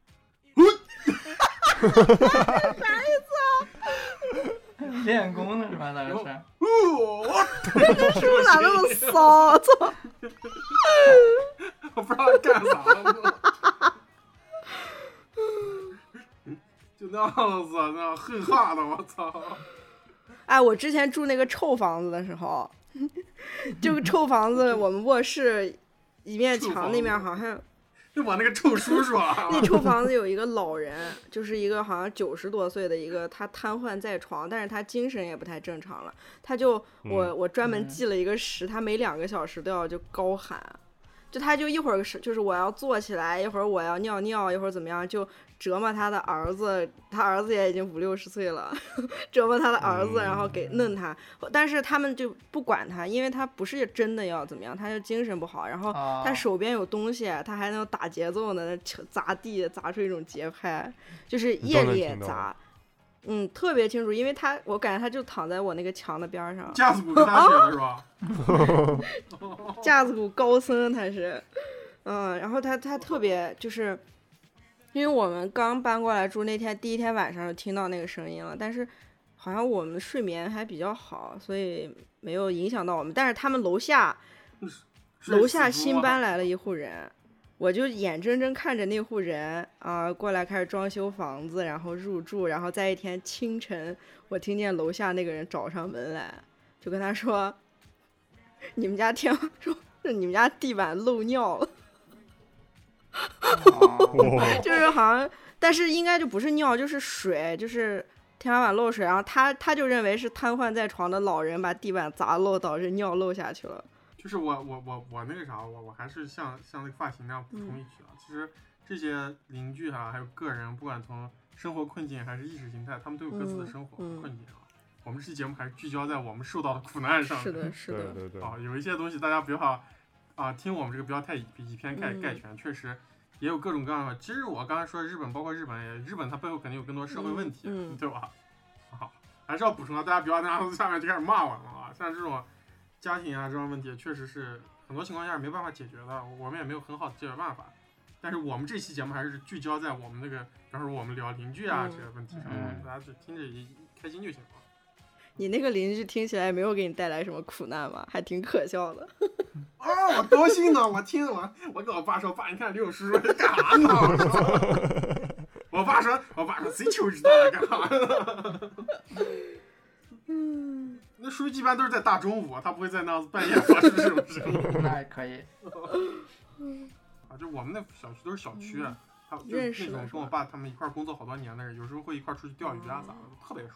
[SPEAKER 4] 练功了是吧？那个 是。
[SPEAKER 3] 哦，
[SPEAKER 1] 是不是咋那么骚？啊 操！
[SPEAKER 3] 我不知道他干啥呢，就那样子，那样恨哈的，我操！
[SPEAKER 1] 哎，我之前住那个臭房子的时候，这个臭房子，我们卧室一面
[SPEAKER 3] 臭房
[SPEAKER 1] 墙
[SPEAKER 3] 子
[SPEAKER 1] 那面好像
[SPEAKER 3] 就我那个臭叔叔啊，
[SPEAKER 1] 那臭房子有一个老人，就是一个好像九十多岁的一个，他瘫痪在床，但是他精神也不太正常了。他就我、我专门
[SPEAKER 4] 嗯
[SPEAKER 1] 记了一个时，他每两个小时都要就高喊，就他就一会儿是就是我要坐起来，一会儿我要尿尿，一会儿怎么样，就折磨他的儿子，他儿子也已经五六十岁了， 折磨他的儿子，然后给
[SPEAKER 5] 嗯
[SPEAKER 1] 弄他，但是他们就不管他，因为他不是真的要怎么样，他就精神不好，然后
[SPEAKER 4] 啊，
[SPEAKER 1] 哦
[SPEAKER 5] 哦
[SPEAKER 1] 他手边有东西，他还能打节奏呢，敲砸地砸出一种节拍，就是
[SPEAKER 5] 你
[SPEAKER 1] 夜
[SPEAKER 5] 都能
[SPEAKER 1] 里也
[SPEAKER 5] 听到
[SPEAKER 1] 砸，嗯，特别清楚，因为他我感觉他就躺在我那个墙的边儿上，
[SPEAKER 3] 架子鼓是大学的是吧？
[SPEAKER 1] 架子鼓高僧他是，嗯，然后他他特别就是因为我们刚搬过来住那天第一天晚上就听到那个声音了，但是好像我们睡眠还比较好，所以没有影响到我们。但是他们楼下
[SPEAKER 3] 是
[SPEAKER 1] 楼下
[SPEAKER 3] 死猪啊
[SPEAKER 1] 新
[SPEAKER 3] 吗
[SPEAKER 1] 搬来了一户人，我就眼睁睁看着那户人啊、过来开始装修房子，然后入住，然后在一天清晨，我听见楼下那个人找上门来，就跟他说：“你们家天说 是你们家地板漏尿了。”
[SPEAKER 4] 哦
[SPEAKER 5] 哇，
[SPEAKER 1] 就是好像，但是应该就不是尿，就是水，就是天花板漏水。然后他他就认为是瘫痪在床的老人把地板砸漏，导致尿漏下去了。
[SPEAKER 3] 就是我我我我那个啥，我我还是像像那个发型那样补
[SPEAKER 1] 嗯
[SPEAKER 3] 充一句啊，其实这些邻居啊，还有个人，不管从生活困境还是意识形态，他们都有各自的
[SPEAKER 1] 嗯
[SPEAKER 3] 生活
[SPEAKER 1] 嗯
[SPEAKER 3] 困境啊。我们这期节目还是聚焦在我们受到的苦难上
[SPEAKER 1] 是的，是
[SPEAKER 5] 对
[SPEAKER 1] 的，
[SPEAKER 5] 对对，
[SPEAKER 3] 啊，有一些东西大家不要啊、听我们这个不要太以以偏概
[SPEAKER 1] 嗯
[SPEAKER 3] 概全，确实也有各种各样的。其实我刚才说日本，包括日本也，日本它背后肯定有更多社会问题，
[SPEAKER 1] 嗯嗯
[SPEAKER 3] 对吧？啊，还是要补充啊，大家不要拿到下面就开始骂我们啊。像这种家庭啊这种问题，确实是很多情况下是没办法解决的，我们也没有很好的解决办法。但是我们这期节目还是聚焦在我们那个，比方说我们聊邻居啊、
[SPEAKER 1] 嗯
[SPEAKER 3] 这些问题上，
[SPEAKER 6] 嗯
[SPEAKER 3] 大家就听着也开心就行了。啊
[SPEAKER 1] 你那个邻居听起来没有给你带来什么苦难吧？还挺可笑的。
[SPEAKER 3] 啊，我高兴呢，我听我我跟我爸说，爸，你看六叔叔 干啥呢？我说我爸说，我爸说谁求知道啊干啥呢？
[SPEAKER 1] 嗯，
[SPEAKER 3] 那书记一般都是在大中午，啊他不会在那样子半夜发出这种声音
[SPEAKER 4] 那也可以。
[SPEAKER 3] 啊。就我们那小区都是小区，啊他就
[SPEAKER 1] 认
[SPEAKER 3] 是
[SPEAKER 1] 识
[SPEAKER 3] 那种
[SPEAKER 1] 的是
[SPEAKER 3] 跟
[SPEAKER 1] 吧
[SPEAKER 3] 我爸他们一块儿工作好多年的人，有时候会一块儿出去钓鱼啊啥的，特别熟。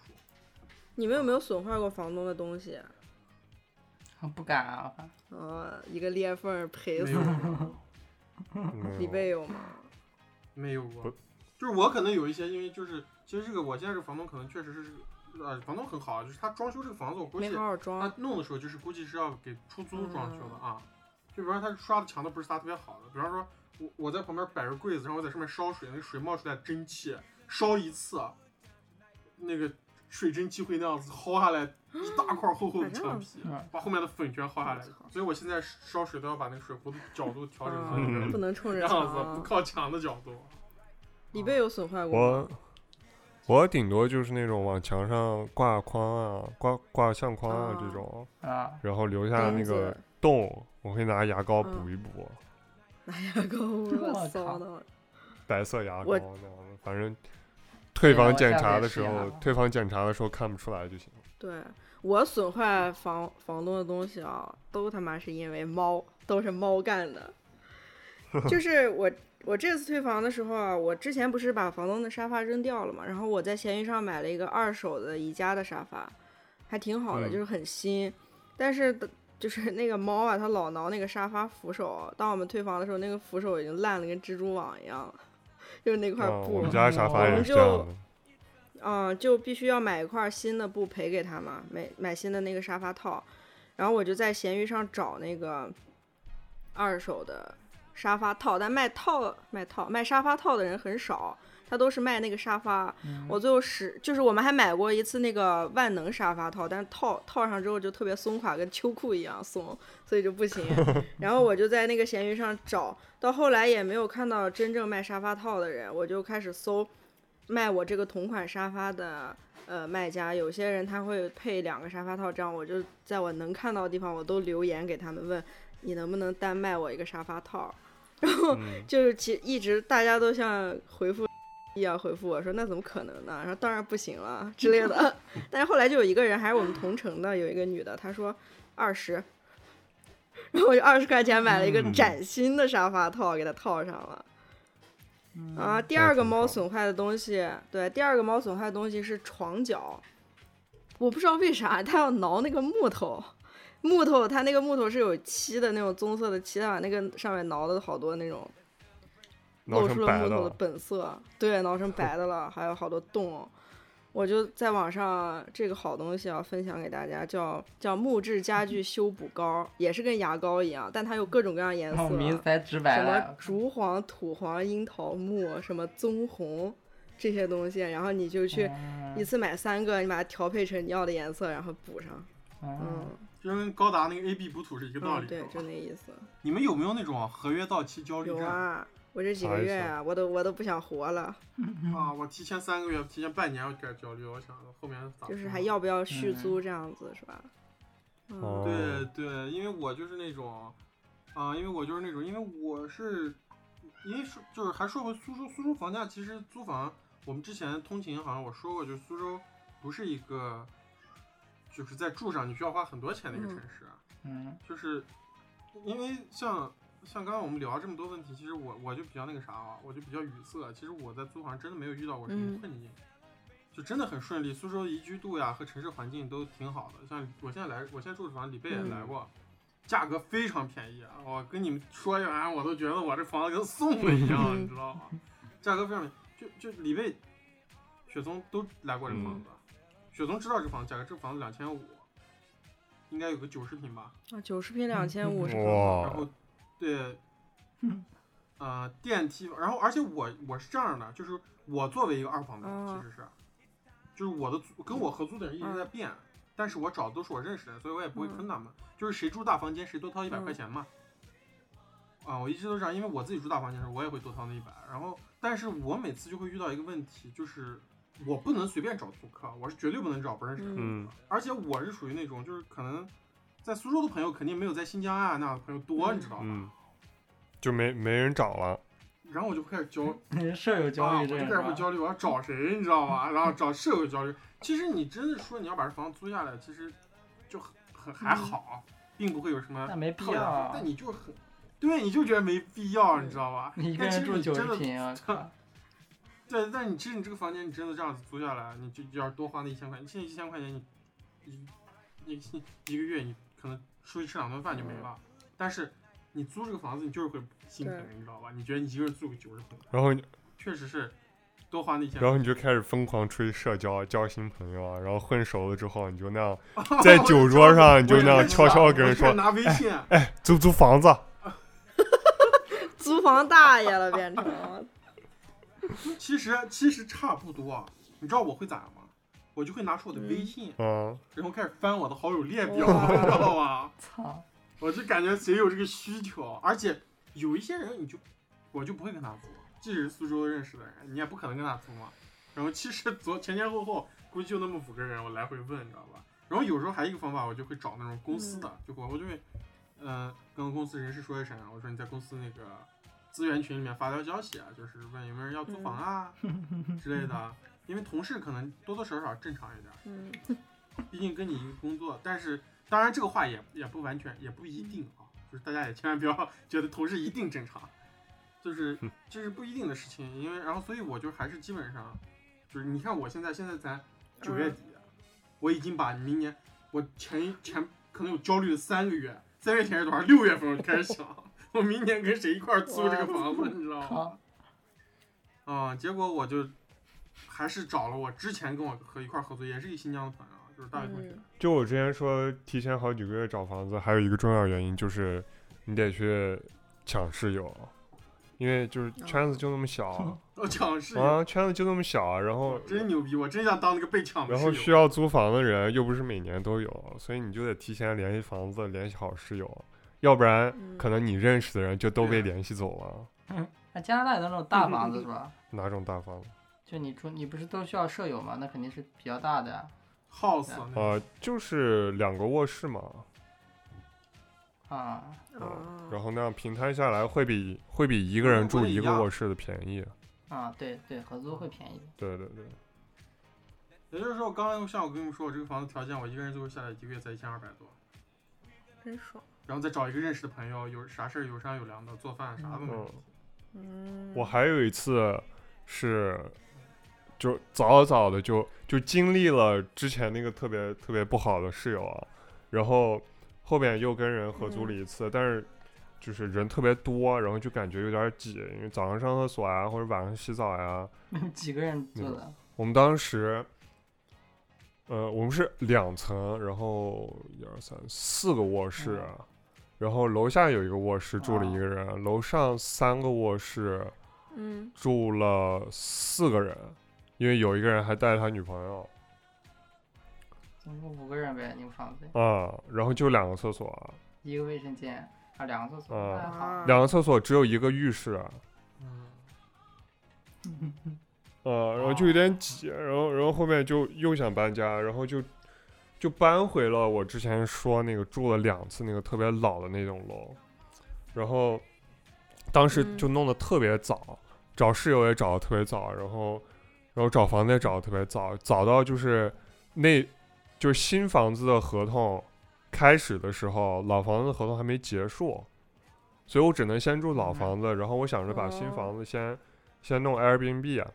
[SPEAKER 1] 你们有没有损坏过房东的东西？
[SPEAKER 4] 不敢啊，
[SPEAKER 1] 呃，一个裂缝儿赔
[SPEAKER 3] 没
[SPEAKER 1] 死
[SPEAKER 3] 有
[SPEAKER 5] 没
[SPEAKER 1] 李
[SPEAKER 5] 有
[SPEAKER 1] 贝有吗？
[SPEAKER 3] 没有过
[SPEAKER 5] 不，
[SPEAKER 3] 就是我可能有一些，因为就是其实这个我现在这个房东可能确实是，呃，房东很好，啊，就是他装修这个房子，我估
[SPEAKER 1] 没
[SPEAKER 3] 计
[SPEAKER 1] 好好
[SPEAKER 3] 他
[SPEAKER 1] 装。
[SPEAKER 3] 弄的时候就是估计是要给出租装修的
[SPEAKER 1] 嗯
[SPEAKER 3] 啊。就比方说他刷的墙都不是啥特别好的，比方说我我在旁边摆个柜子，然后我在上面烧水，那个水冒出来蒸汽，烧一次，啊那个水蒸气会那样子薅下来 一大块厚厚的墙皮
[SPEAKER 4] 嗯，
[SPEAKER 3] 把后面的粉全薅下来
[SPEAKER 1] 我操。
[SPEAKER 3] 所以我现在烧水都要把那个水壶的角度调整
[SPEAKER 1] 啊
[SPEAKER 3] 成那
[SPEAKER 5] 嗯
[SPEAKER 1] 不
[SPEAKER 3] 个
[SPEAKER 1] 能冲着
[SPEAKER 3] 样子，不
[SPEAKER 1] 墙。
[SPEAKER 3] 靠墙的角度。
[SPEAKER 1] 李贝有损坏过吗
[SPEAKER 5] 我？我顶多就是那种往墙上挂框啊、挂挂相框啊这
[SPEAKER 1] 啊
[SPEAKER 5] 种，
[SPEAKER 4] 啊，
[SPEAKER 5] 然后留下那
[SPEAKER 1] 钉
[SPEAKER 5] 个
[SPEAKER 1] 子
[SPEAKER 5] 洞，我会拿牙膏
[SPEAKER 1] 嗯
[SPEAKER 5] 补一补，
[SPEAKER 1] 拿牙膏我
[SPEAKER 4] 我
[SPEAKER 1] 啊骚
[SPEAKER 4] 靠
[SPEAKER 1] 的。
[SPEAKER 5] 白色牙膏
[SPEAKER 1] 我
[SPEAKER 5] 那样的，反正退
[SPEAKER 4] 对
[SPEAKER 5] 房
[SPEAKER 4] 我
[SPEAKER 5] 检
[SPEAKER 4] 下次
[SPEAKER 5] 查
[SPEAKER 4] 也
[SPEAKER 5] 的
[SPEAKER 4] 试
[SPEAKER 5] 时
[SPEAKER 4] 一下
[SPEAKER 5] 候，
[SPEAKER 4] 吧
[SPEAKER 5] 退房检查的时候看不出来就行。
[SPEAKER 1] 对我损坏房房东的东西啊，都他妈是因为猫，都是猫干 的。就是我我这次退房的时候啊，我之前不是把房东的沙发扔掉了嘛，然后我在闲鱼上买了一个二手的宜家的沙发，还挺好的，
[SPEAKER 5] 嗯
[SPEAKER 1] 就是很新，但是的就是那个猫啊，它老挠那个沙发扶手，当我们退房的时候，那个扶手已经烂的跟蜘蛛网一样了， 就是那块
[SPEAKER 5] 啊，
[SPEAKER 1] 布。
[SPEAKER 5] 我们家沙发
[SPEAKER 1] 我
[SPEAKER 5] 也
[SPEAKER 1] 们
[SPEAKER 5] 是这样
[SPEAKER 1] 就
[SPEAKER 5] 的。
[SPEAKER 1] 嗯，就必须要买一块新的布赔给他嘛，买买新的那个沙发套。然后我就在闲鱼上找那个二手的沙发套，但卖套卖套卖沙发套的人很少，他都是卖那个沙发。
[SPEAKER 4] 嗯
[SPEAKER 1] 我最后使就是我们还买过一次那个万能沙发套，但是套套上之后就特别松垮，跟秋裤一样松，所以就不行。然后我就在那个闲鱼上找，到后来也没有看到真正卖沙发套的人，我就开始搜卖我这个同款沙发的呃卖家，有些人他会配两个沙发套，这样我就在我能看到的地方，我都留言给他们问，你能不能单卖我一个沙发套？
[SPEAKER 5] 嗯，
[SPEAKER 1] 就是其一直大家都像回复一样回复我说那怎么可能呢？然后当然不行了之类 的。但是后来就有一个人还是我们同城的，有一个女的，她说二十，然后我就二十块钱买了一个
[SPEAKER 5] 嗯
[SPEAKER 1] 崭新的沙发套，给它套上了。啊，第
[SPEAKER 5] 嗯那
[SPEAKER 1] 二个
[SPEAKER 5] 挺
[SPEAKER 1] 猫
[SPEAKER 5] 好
[SPEAKER 1] 损坏的东西，对，第二个猫损坏的东西是床脚，我不知道为啥它要挠那个木头，木头它那个木头是有漆的那种棕色的漆，它把那个上面挠了好多那种
[SPEAKER 5] 闹
[SPEAKER 1] 露出
[SPEAKER 5] 成
[SPEAKER 1] 了
[SPEAKER 5] 白
[SPEAKER 1] 木头的
[SPEAKER 5] 的，
[SPEAKER 1] 本色，对，挠成白的了， 还有好多洞。我就在网上这个好东西啊，分享给大家，叫叫木质家具修补膏，也是跟牙膏一样，但它有各种各样的颜
[SPEAKER 4] 嗯
[SPEAKER 3] 哦
[SPEAKER 4] 那我
[SPEAKER 1] 色，啊
[SPEAKER 4] 名字太直白
[SPEAKER 1] 什么
[SPEAKER 4] 了，
[SPEAKER 1] 竹黄、土黄、樱桃木，什么棕红这些东西，然后你就去
[SPEAKER 3] 哦
[SPEAKER 4] 嗯
[SPEAKER 1] 一次买三个，你把它调配成你要的颜色，然后补上。
[SPEAKER 4] 嗯，
[SPEAKER 1] 嗯，
[SPEAKER 3] 就跟高达那个 A B 哦补土是一个道
[SPEAKER 1] 嗯
[SPEAKER 3] 理。
[SPEAKER 1] 对，
[SPEAKER 3] 是吧
[SPEAKER 1] 就那意思。
[SPEAKER 3] 啊你们有没有那种合约到期焦虑
[SPEAKER 1] 有
[SPEAKER 3] 症？
[SPEAKER 1] 啊，我这几个月啊，我都我都不想活了，
[SPEAKER 3] 啊！我提前三个月，提前半年我就开始焦虑，我想后面咋
[SPEAKER 1] 就是
[SPEAKER 3] 办
[SPEAKER 1] 还要不要续
[SPEAKER 3] 嗯
[SPEAKER 1] 租这样子是吧？嗯
[SPEAKER 5] 哦
[SPEAKER 3] 对对，因为我就是那种，啊、因为我就是那种，因为我是，因为是就是还说回苏州，苏州房价其实租房，我们之前通勤好像我说过，就是苏州不是一个，就是在住上你需要花很多钱的一个
[SPEAKER 1] 嗯
[SPEAKER 3] 城市，啊
[SPEAKER 4] 嗯
[SPEAKER 3] 就是因为像像刚刚我们聊这么多问题，其实我我就比较那个啥啊，我就比较语塞，其实我在租房真的没有遇到过什么
[SPEAKER 1] 嗯
[SPEAKER 3] 困境。就真的很顺利，苏州宜居度呀和城市环境都挺好的。像我现在来，我现在住的房，李贝也
[SPEAKER 1] 嗯
[SPEAKER 3] 来过，价格非常便宜啊！我跟你们说一下，我都觉得我这房子跟送了一样，你知 道吗？价格非常便宜，就就李贝、雪松都来过这房
[SPEAKER 1] 嗯
[SPEAKER 3] 子，雪松知道这房子价格，这房子两千五，应该有个九十平吧。
[SPEAKER 1] 啊，九十平两千五
[SPEAKER 4] 嗯
[SPEAKER 1] 是很好。
[SPEAKER 3] 然
[SPEAKER 5] 哇
[SPEAKER 3] 后，对
[SPEAKER 4] 嗯，
[SPEAKER 3] 呃，电梯，然后而且我我是这样的，就是我作为一个二房东，
[SPEAKER 1] 哦
[SPEAKER 3] 其实是，就是我的租跟我合租的人一直在变，但是我找的都是我认识的人，所以我也不会坑他们，就是谁住大房间谁多掏一百
[SPEAKER 1] 嗯
[SPEAKER 3] 块钱嘛。啊，我一直都这样，因为我自己住大房间的时候，我也会多掏那一百。然后，但是我每次就会遇到一个问题，就是我不能随便找租客，我是绝对不能找不认识的人。
[SPEAKER 5] 嗯，
[SPEAKER 3] 而且我是属于那种，就是可能在苏州的朋友肯定没有在新疆啊那的朋友多，
[SPEAKER 1] 嗯
[SPEAKER 3] 你知道吗？
[SPEAKER 5] 嗯，就没没人找了，
[SPEAKER 3] 然后我就开始焦，
[SPEAKER 4] 嗯，舍友
[SPEAKER 3] 啊，
[SPEAKER 4] 焦
[SPEAKER 3] 我
[SPEAKER 4] 虑
[SPEAKER 3] 就
[SPEAKER 4] 这
[SPEAKER 3] 开
[SPEAKER 4] 个
[SPEAKER 3] 始
[SPEAKER 4] 是
[SPEAKER 3] 会
[SPEAKER 4] 吧？
[SPEAKER 3] 焦虑，我要找谁，你知道吗？然后找舍友焦虑。其实你真的说你要把这房子租下来，其实就很很还好，并不会有什么
[SPEAKER 4] 嗯那没必
[SPEAKER 3] 特别
[SPEAKER 4] 要
[SPEAKER 3] 大的
[SPEAKER 4] 啊，
[SPEAKER 3] 但你就很，对，你就觉得没必要，
[SPEAKER 1] 嗯
[SPEAKER 3] 你知道吧？
[SPEAKER 4] 你一个
[SPEAKER 3] 但其
[SPEAKER 4] 人
[SPEAKER 3] 实
[SPEAKER 4] 住
[SPEAKER 3] 你
[SPEAKER 4] 九
[SPEAKER 3] 真
[SPEAKER 4] 十
[SPEAKER 3] 的
[SPEAKER 4] 平啊，靠
[SPEAKER 3] 对，但你其实你这个房间，你真的这样子租下来，你就就要多花那一千块钱。现在一千块钱你，你你你一个月你可能出去吃两顿饭就没了。但是你租这个房子，你就是会心疼，
[SPEAKER 1] 对
[SPEAKER 3] 你知道吧？你觉得你一个人住个九十平，
[SPEAKER 5] 然后
[SPEAKER 3] 确实是多花那一千
[SPEAKER 5] 然
[SPEAKER 3] 块
[SPEAKER 5] 后
[SPEAKER 3] 钱。
[SPEAKER 5] 你就开始疯狂吹社交，交新朋友啊，然后混熟了之后，你就那样在 酒桌上，你就那样悄悄地跟人
[SPEAKER 3] 我
[SPEAKER 5] 说哎
[SPEAKER 3] 就拿微信，
[SPEAKER 5] 租不租房子，
[SPEAKER 1] 租房大爷了变成，
[SPEAKER 3] 其实其实差不多。你知道我会咋样吗？我就会拿出我的微信，
[SPEAKER 5] 嗯，
[SPEAKER 3] 然后开始翻我的好友列表，
[SPEAKER 1] 哇
[SPEAKER 3] 你知道吗？
[SPEAKER 4] 操，
[SPEAKER 3] 我就感觉谁有这个需求，而且有一些人你就我就不会跟他租，即使是苏州认识的人，你也不可能跟他租嘛。然后其实昨前前后后估计就那么五个人，我来回问，你知道吧？然后有时候还有一个方法，我就会找那种公司的，就我我就会，呃，跟公司人事说一声，啊我说你在公司那个资源群里面发条消息啊，就是问有没有人要租房啊、之类的，啊因为同事可能多多少少正常一点。
[SPEAKER 1] 嗯，
[SPEAKER 3] 毕竟跟你一个工作，但是当然这个话也也不完全，也不一定啊，就是大家也千万不要觉得同事一定正常，就是这是不一定的事情，因为然后所以我就还是基本上，就是你看我现在现在才九月底，我已经把明年我前一前可能有焦虑的三个月，三月前是多少？六月份我就开始想，我明年跟谁一块儿租这个房子，你知道吗？
[SPEAKER 4] 靠，
[SPEAKER 3] 啊、结果我就还是找了我之前跟我合一块儿合作，也是一新疆的朋友，啊就是 大学同学。
[SPEAKER 1] 嗯
[SPEAKER 5] 就我之前说提前好几个月找房子，还有一个重要原因就是你得去抢室友，因为就是
[SPEAKER 3] 哦
[SPEAKER 5] 圈子就那么小
[SPEAKER 3] 我抢室友，
[SPEAKER 5] 啊，圈子就那么小，然后
[SPEAKER 3] 嗯真牛逼！我真想当那个被抢的
[SPEAKER 5] 然后需
[SPEAKER 3] 室友。
[SPEAKER 5] 要租房的人又不是每年都有，所以你就得提前联系房子，联系好室友，要不然
[SPEAKER 1] 嗯
[SPEAKER 5] 可能你认识的人就都被
[SPEAKER 3] 对啊
[SPEAKER 5] 联系走了。
[SPEAKER 4] 那加拿大有那种 大房子是吧？
[SPEAKER 5] 哪种大房子？
[SPEAKER 4] 就你住，你不是都需要舍友吗？那肯定是比较大的呀。
[SPEAKER 3] House
[SPEAKER 4] 对
[SPEAKER 3] 那
[SPEAKER 5] 呃，就是两个卧室嘛，
[SPEAKER 4] 啊
[SPEAKER 1] 哦
[SPEAKER 5] 然后那样平摊下来会比会比一个人住
[SPEAKER 3] 我也一
[SPEAKER 5] 一
[SPEAKER 3] 样
[SPEAKER 5] 个卧室的便宜。
[SPEAKER 4] 啊，对对，合租会便宜。
[SPEAKER 5] 对对对，
[SPEAKER 3] 也就是说，我刚才像我跟你们说，我这个房子条件，我一个人最后下来一个月才一千二百多，
[SPEAKER 1] 真爽，
[SPEAKER 3] 然后再找一个认识的朋友，有啥事儿有商有量的，做饭啥都没问题。
[SPEAKER 1] 嗯，
[SPEAKER 5] 嗯我还有一次是，就早早的就就经历了之前那个特别特别不好的室友啊，然后后面又跟人合租了一次，但是就是人特别多，然后就感觉有点挤，因为早上上厕所啊，或者晚上洗澡呀、
[SPEAKER 4] 几个人住的？
[SPEAKER 5] 我们当时，呃，我们是两层，然后一二三四个卧室，啊然后楼下有一个卧室住了一个人，楼上三个卧室
[SPEAKER 1] 嗯
[SPEAKER 5] 住了四个人，因为有一个人还带他女朋友
[SPEAKER 4] 总共五个人呗，你们房子
[SPEAKER 5] 啊、然后就两个厕所，
[SPEAKER 4] 一个卫生间啊，两个厕所，
[SPEAKER 5] 啊
[SPEAKER 4] 那还好。
[SPEAKER 1] 啊
[SPEAKER 5] 两个厕所只有一个浴室，啊
[SPEAKER 3] 嗯，
[SPEAKER 5] 呃，然后就有点挤，然后然后后面就又想搬家，然后就就搬回了我之前说那个住了两次那个特别老的那栋楼，然后当时
[SPEAKER 1] 嗯
[SPEAKER 5] 就弄得特别早，找室友也找的特别早，然后然后找房子也找的特别早，早到就是那就是新房子的合同开始的时候，老房子的合同还没结束，所以我只能先住老房子，然后我想着把新
[SPEAKER 1] 哦
[SPEAKER 5] 房子先、先弄 Airbnb 啊。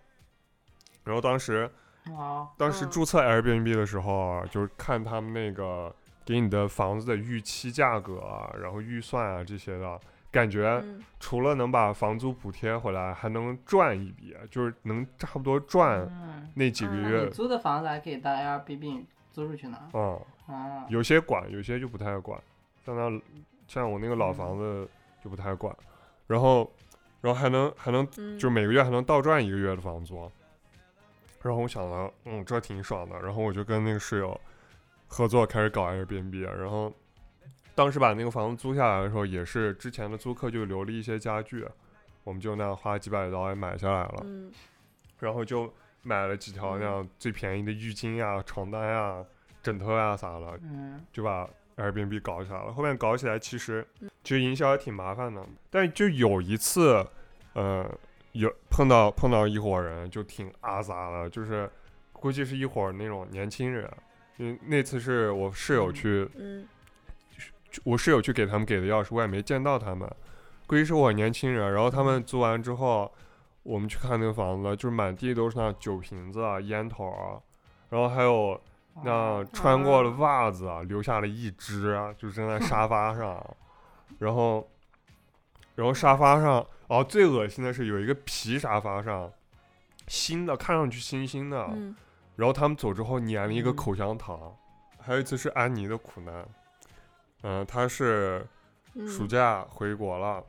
[SPEAKER 5] 然后当时
[SPEAKER 4] 哦，
[SPEAKER 5] 当时
[SPEAKER 1] 嗯
[SPEAKER 5] 注册 Airbnb 的时候啊，就是看他们那个给你的房子的预期价格啊，然后预算啊这些的，感觉
[SPEAKER 1] 嗯
[SPEAKER 5] 除了能把房租补贴回来，还能赚一笔，啊就是能差不多赚
[SPEAKER 4] 嗯，
[SPEAKER 5] 那几个
[SPEAKER 1] 嗯
[SPEAKER 4] 那
[SPEAKER 5] 月
[SPEAKER 4] 你。租的房子还可以当 Airbnb 租出去呢。
[SPEAKER 5] 嗯，
[SPEAKER 4] 啊，
[SPEAKER 5] 有些管，有些就不太管。像那像我那个
[SPEAKER 1] 嗯
[SPEAKER 5] 老房子就不太管，然后然后还能还能
[SPEAKER 1] 嗯，
[SPEAKER 5] 就每个月还能倒赚一个月的房租。然后我想了，嗯，这挺爽的。然后我就跟那个室友合作开始搞 Airbnb。然后当时把那个房子租下来的时候，也是之前的租客就留了一些家具，我们就那样花几百刀也买下来了。
[SPEAKER 1] 嗯
[SPEAKER 5] 然后就买了几条那样最便宜的浴巾呀、床单呀、枕头呀、啥的，
[SPEAKER 4] 嗯，
[SPEAKER 5] 就把 Airbnb 搞起来了。后面搞起来其实其实营销也挺麻烦的，但就有一次，呃，有碰到碰到一伙人就挺阿杂的，就是估计是一伙那种年轻人。因为那次是我室友去，
[SPEAKER 1] 嗯
[SPEAKER 5] 去我室友去给他们给的钥匙，我也没见到他们，估计是我年轻人。然后他们租完之后，我们去看那个房子，就是满地都是那酒瓶子啊、烟头啊，然后还有
[SPEAKER 4] 啊
[SPEAKER 5] 那穿过了袜子啊，留下了一只啊，就扔在沙发上，然后，然后沙发上，哦，最恶心的是有一个皮沙发上，新的，看上去新新的，
[SPEAKER 1] 嗯，
[SPEAKER 5] 然后他们走之后粘了一个
[SPEAKER 4] 嗯
[SPEAKER 5] 口香糖，还有一次是安妮的苦难，嗯、她是
[SPEAKER 1] 嗯
[SPEAKER 5] 暑假回国了，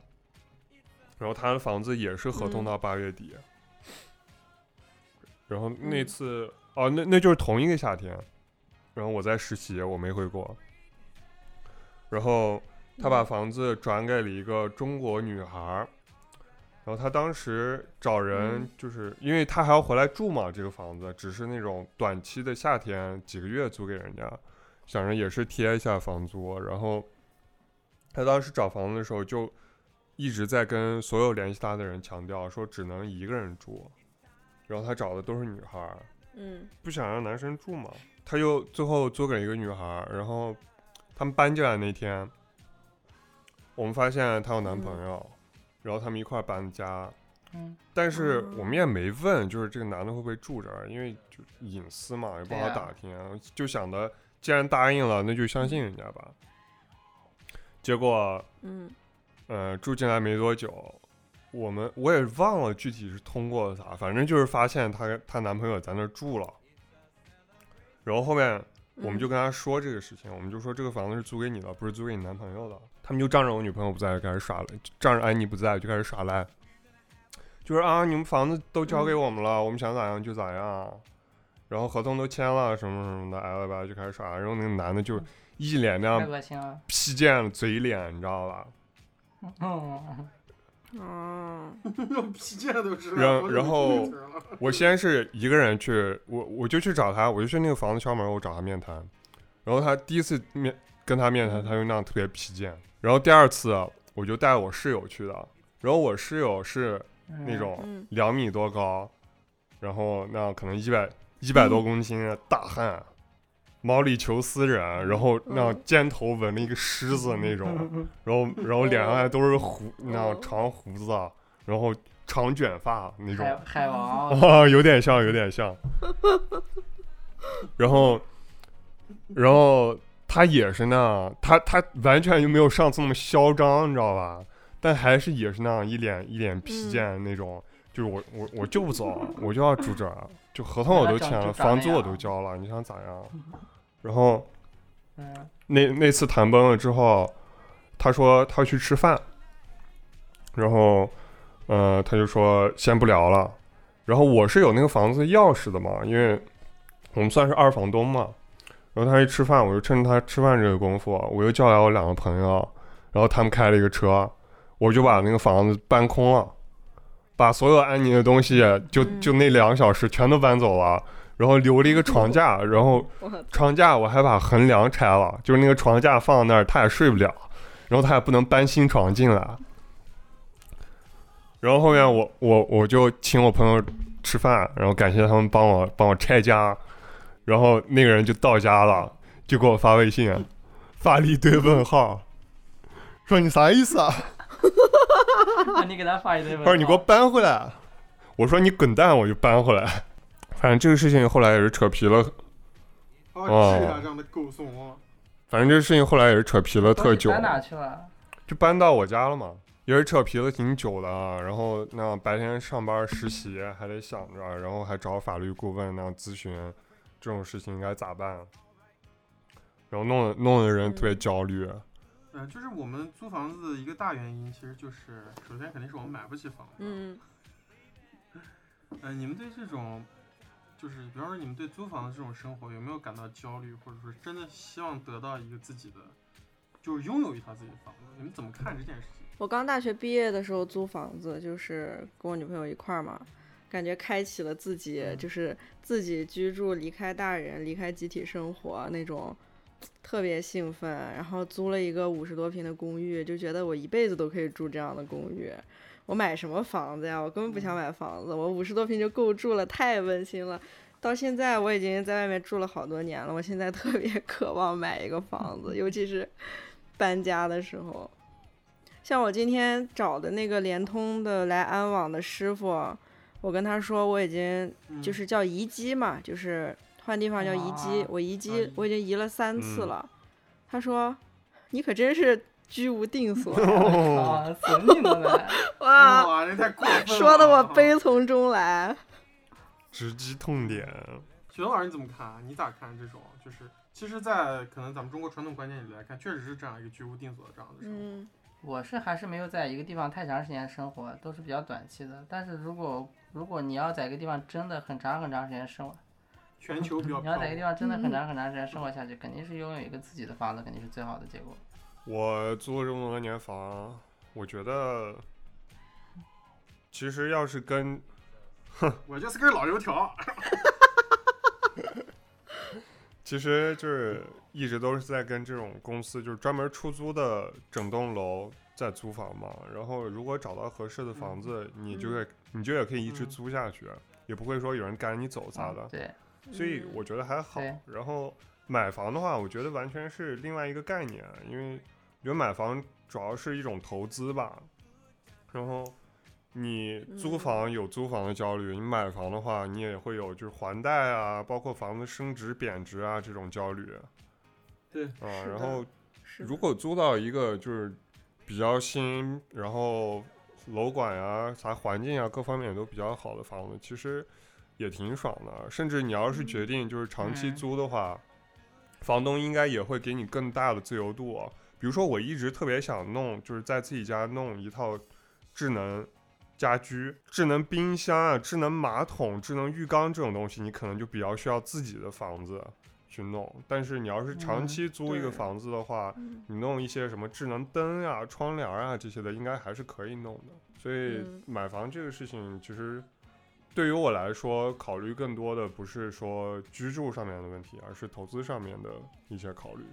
[SPEAKER 5] 然后他的房子也是合同
[SPEAKER 1] 嗯
[SPEAKER 5] 到八月底，然后那
[SPEAKER 1] 嗯
[SPEAKER 5] 次、哦，那那就是同一个夏天，然后我在实习，我没回国，然后他把
[SPEAKER 1] 嗯
[SPEAKER 5] 房子转给了一个中国女孩儿，然后他当时找人
[SPEAKER 1] 嗯，
[SPEAKER 5] 就是、因为他还要回来住嘛，这个房子只是那种短期的夏天几个月租给人家，想着也是贴一下房租，啊然后他当时找房子的时候就一直在跟所有联系他的人强调说只能一个人住，然后他找的都是女孩儿，
[SPEAKER 1] 嗯
[SPEAKER 5] 不想让男生住嘛，他又最后租给了一个女孩儿，然后他们搬进来那天，我们发现她有男朋友，然后他们一块儿搬的家，
[SPEAKER 4] 嗯，
[SPEAKER 5] 但是
[SPEAKER 1] 哦
[SPEAKER 5] 我们也没问，就是这个男的会不会住这儿，因为就隐私嘛，也不
[SPEAKER 4] 对
[SPEAKER 5] 好
[SPEAKER 4] 呀
[SPEAKER 5] 打听、啊就想着既然答应了，那就相信人家吧。结果，
[SPEAKER 1] 嗯
[SPEAKER 5] 呃，住进来没多久，我们我也忘了具体是通过啥，反正就是发现她她男朋友在那儿住了。然后后面我
[SPEAKER 3] 嗯
[SPEAKER 5] 们就跟她说这个事情，我们就说这个房子是租给你的，不是租给你男朋友的。他们就仗着我女朋友不在，开始耍赖，仗着安妮不在就开始耍赖，就是啊，你们房子都交
[SPEAKER 3] 嗯
[SPEAKER 5] 给我们了，我们想咋样就咋样，然后合同都签了，什么什么的，哎了吧就开始耍。然后那个男的就
[SPEAKER 4] 嗯
[SPEAKER 5] 一脸那
[SPEAKER 3] 哎
[SPEAKER 4] 太
[SPEAKER 5] 样
[SPEAKER 4] 恶心了。
[SPEAKER 5] 屁贱嘴脸，你知道吧？
[SPEAKER 4] 嗯，
[SPEAKER 1] 哦，
[SPEAKER 3] 这嗯 皮件都知道。
[SPEAKER 5] 然
[SPEAKER 3] 啊我都
[SPEAKER 5] 然后
[SPEAKER 3] 没听出来了
[SPEAKER 5] 我先是一个人去，我我就去找他，我就去那个房子敲门，我找他面谈。然后他第一次面跟他面谈，他就那样特别皮贱。然后第二次啊我就带我室友去的，然后我室友是那
[SPEAKER 4] 那
[SPEAKER 5] 种
[SPEAKER 1] 嗯
[SPEAKER 5] 两米多高，然后那样可能一百一百多公斤的大汉，毛里求斯人，然后那样
[SPEAKER 1] 嗯
[SPEAKER 5] 肩头纹了一个狮子那种，啊
[SPEAKER 4] 嗯
[SPEAKER 5] 然后然后脸上还都是胡
[SPEAKER 1] 嗯
[SPEAKER 5] 那样长胡子，啊然后长卷发那种
[SPEAKER 4] 海。海王，
[SPEAKER 5] 啊， 有点像，有点像。然后，然后他也是那样，他他完全就没有上次那么嚣张，你知道吧？但还是也是那样，一脸一脸
[SPEAKER 1] 嗯
[SPEAKER 5] 皮贱那种。就是我我我就不走，我就要住这儿，就合同我都签
[SPEAKER 4] 那
[SPEAKER 5] 了，
[SPEAKER 4] 就长
[SPEAKER 5] 房租
[SPEAKER 4] 那
[SPEAKER 5] 我
[SPEAKER 4] 样
[SPEAKER 5] 都交了，你啊嗯想咋样？然后
[SPEAKER 4] 嗯，
[SPEAKER 5] 那那次谈崩了之后，他说他要去吃饭，然后，呃，他就说先不聊了。然后我是有那个房子钥匙的嘛，因为我们算是二房东嘛。然后他一吃饭，我就趁他吃饭这个功夫，我又叫来我两个朋友，然后他们开了一个车，我就把那个房子搬空了。把所有安妮的东西就
[SPEAKER 1] 嗯
[SPEAKER 5] 就那两个小时全都搬走了，然后留了一个床架，然后
[SPEAKER 1] 我操
[SPEAKER 5] 床架我还把横梁拆了，就是那个床架放那儿，他也睡不了，然后他也不能搬新床进来。然后后面我我我就请我朋友吃饭，然后感谢他们帮我帮我拆家，然后那个人就到家了，就给我发微信，啊
[SPEAKER 4] 嗯
[SPEAKER 5] 发了一堆问号，说你啥意思啊？
[SPEAKER 4] 你给他发一堆 文
[SPEAKER 5] 他说
[SPEAKER 4] 字，
[SPEAKER 5] 你给我搬回来，啊我说你滚蛋，我就搬回来。反正这个事情后来也是扯皮了，
[SPEAKER 3] 好好
[SPEAKER 5] 哦
[SPEAKER 3] 治一下这样的狗怂啊！
[SPEAKER 5] 反正这个事情后来也是扯皮了特久。
[SPEAKER 4] 搬哪去了？
[SPEAKER 5] 就搬到我家了嘛，也是扯皮了挺久的啊。然后那白天上班实习还得想着，然后还找法律顾问那咨询这种事情应该咋办，然后弄得弄得人特别焦虑。
[SPEAKER 3] 嗯、就是我们租房子的一个大原因，其实就是首先肯定是我们买不起房。
[SPEAKER 1] 嗯，
[SPEAKER 3] 呃，你们对这种，就是比方说你们对租房的这种生活有没有感到焦虑，或者说真的希望得到一个自己的，就是拥有一套自己的房子？你们怎么看这件事情？
[SPEAKER 1] 我刚大学毕业的时候租房子，就是跟我女朋友一块儿嘛，感觉开启了自己就是自己居住，离开大人，离开集体生活那种，特别兴奋。然后租了一个五十多平的公寓，就觉得我一辈子都可以住这样的公寓。我买什么房子呀？我根本不想买房子，我五十多平就够住了，太温馨了。到现在我已经在外面住了好多年了，我现在特别 渴望买一个房子，尤其是搬家的时候。像我今天找的那个联通的来安网的师傅，我跟他说我已经
[SPEAKER 3] 嗯、
[SPEAKER 1] 就是叫移机嘛，就是换地方叫移机
[SPEAKER 4] 啊，
[SPEAKER 1] 我移
[SPEAKER 3] 啊
[SPEAKER 1] 机
[SPEAKER 3] 移
[SPEAKER 1] 我已经移了三次
[SPEAKER 5] 嗯
[SPEAKER 1] 了。他说你可真是居无定所呀，
[SPEAKER 5] 哦，
[SPEAKER 4] 啊， 损你了呗！
[SPEAKER 1] 哇，
[SPEAKER 3] 哇，这太过分了！
[SPEAKER 1] 啊 说的我悲
[SPEAKER 3] 啊。
[SPEAKER 1] 从中 来。
[SPEAKER 5] 直击痛点。
[SPEAKER 3] 雪老师你怎么看？啊你咋看这种？就是其实，在可能咱们中国传统观念里来看，确实是这样一个居无定所的这样的生活。
[SPEAKER 1] 嗯
[SPEAKER 4] 我是还是没有在一个地方太长时间生活，都是比较短期的。但是如果如果你要在一个地方真的很长很长时间生活，
[SPEAKER 3] 全球比较
[SPEAKER 4] 你要
[SPEAKER 3] 漂
[SPEAKER 4] 在一个地
[SPEAKER 3] 亮。
[SPEAKER 4] 方真的很长很长时间生活下去，肯定是拥有一个自己的房子，肯定是最好的结果。
[SPEAKER 5] 我租了这么多年房，我觉得其实要是跟
[SPEAKER 3] 我就是根老油条。
[SPEAKER 5] 其实就是一直都是在跟这种公司，就是专门出租的整栋楼在租房嘛。然后如果找到合适的房子，你就会你就也可以一直
[SPEAKER 3] 嗯
[SPEAKER 5] 租下去，也不会说有人赶你走啥的。
[SPEAKER 4] 嗯对，
[SPEAKER 1] 嗯
[SPEAKER 5] 所以我觉得还好
[SPEAKER 4] 对。
[SPEAKER 5] 然后买房的话，我觉得完全是另外一个概念，因为我觉得买房主要是一种投资吧。然后你
[SPEAKER 1] 嗯
[SPEAKER 5] 租房有租房的焦虑，你买房的话，你也会有就是还贷啊，包括房子升值贬值啊这种焦虑。
[SPEAKER 3] 对
[SPEAKER 5] 啊，
[SPEAKER 1] 是
[SPEAKER 5] 然
[SPEAKER 1] 的
[SPEAKER 5] 后
[SPEAKER 1] 嗯是
[SPEAKER 5] 如果租到一个就是比较新，然后楼管啊、啥环境啊各方面都比较好的房子，其实也挺爽的。甚至你要是决定就是长期
[SPEAKER 4] 嗯
[SPEAKER 5] 租的话，房东应该也会给你更大的自由度啊、比如说，我一直特别想弄，就是在自己家弄一套智能家居、智能冰箱啊、智能马桶、智能浴缸这种东西，你可能就比较需要自己的房子去弄。但是你要是长
[SPEAKER 4] 嗯
[SPEAKER 5] 期租一个
[SPEAKER 1] 对
[SPEAKER 5] 房子的话，
[SPEAKER 1] 嗯
[SPEAKER 5] 你弄一些什么智能灯啊、窗帘啊这些的，应该还是可以弄的。所以
[SPEAKER 1] 嗯
[SPEAKER 5] 买房这个事情，其实对于我来说，考虑更多的不是说居住上面的问题，而是投资上面的一些考虑。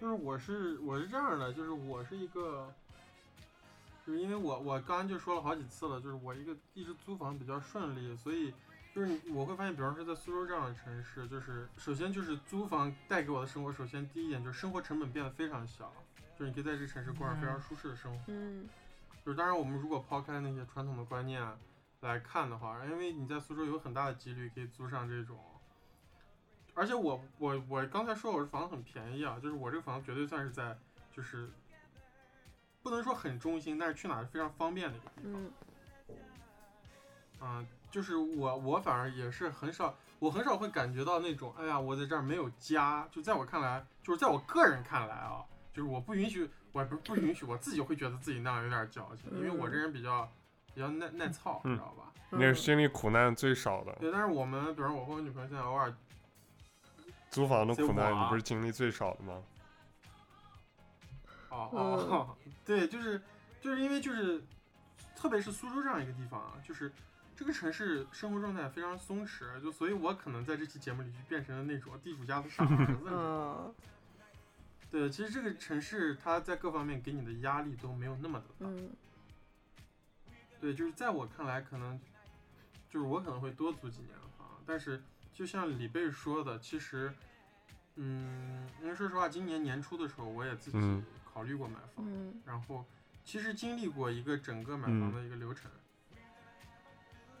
[SPEAKER 3] 就是我是我是这样的，就是我是一个，就是因为我我刚刚就说了好几次了，就是我一个一直租房比较顺利，所以就是你我会发现，比方说在苏州这样的城市，就是首先就是租房带给我的生活，首先第一点就是生活成本变得非常小，就是你可以在这个城市过上非常舒适的生活。
[SPEAKER 1] 嗯
[SPEAKER 3] 就是当然，我们如果抛开那些传统的观念来看的话，因为你在苏州有很大的几率可以租上这种，而且我我我刚才说我这房子很便宜啊，就是我这个房子绝对算是在就是不能说很中心，但是去哪儿非常方便的一个地方。
[SPEAKER 1] 嗯
[SPEAKER 3] 嗯，就是我我反而也是很少，我很少会感觉到那种，哎呀，我在这儿没有家。就在我看来，就是在我个人看来啊，就是我不允许，我也不是不允许，我自己会觉得自己那样有点矫情，因为我这人比较比较耐耐操，你知道吧？
[SPEAKER 1] 嗯
[SPEAKER 5] 你也是经历苦难最少的，
[SPEAKER 3] 对，但是我们，比如说我和我女朋友现在偶尔，
[SPEAKER 5] 租房的苦
[SPEAKER 3] 所以
[SPEAKER 5] 难
[SPEAKER 3] 我啊
[SPEAKER 5] 你不是经历最少的吗？
[SPEAKER 3] 哦哦， 对，就是就是因为就是，特别是苏州这样一个地方啊，就是这个城市生活状态非常松弛，就所以我可能在这期节目里就变成了那种地主家的傻儿子。
[SPEAKER 1] 嗯
[SPEAKER 3] 对，其实这个城市它在各方面给你的压力都没有那么的大。
[SPEAKER 1] 嗯
[SPEAKER 3] 对，就是在我看来，可能就是我可能会多租几年房，但是就像李贝说的，其实，嗯，因为说实话，今年年初的时候，我也自己
[SPEAKER 5] 嗯
[SPEAKER 3] 考虑过买房，
[SPEAKER 1] 嗯
[SPEAKER 3] 然后其实经历过一个整个买
[SPEAKER 5] 嗯
[SPEAKER 3] 房的一个流程，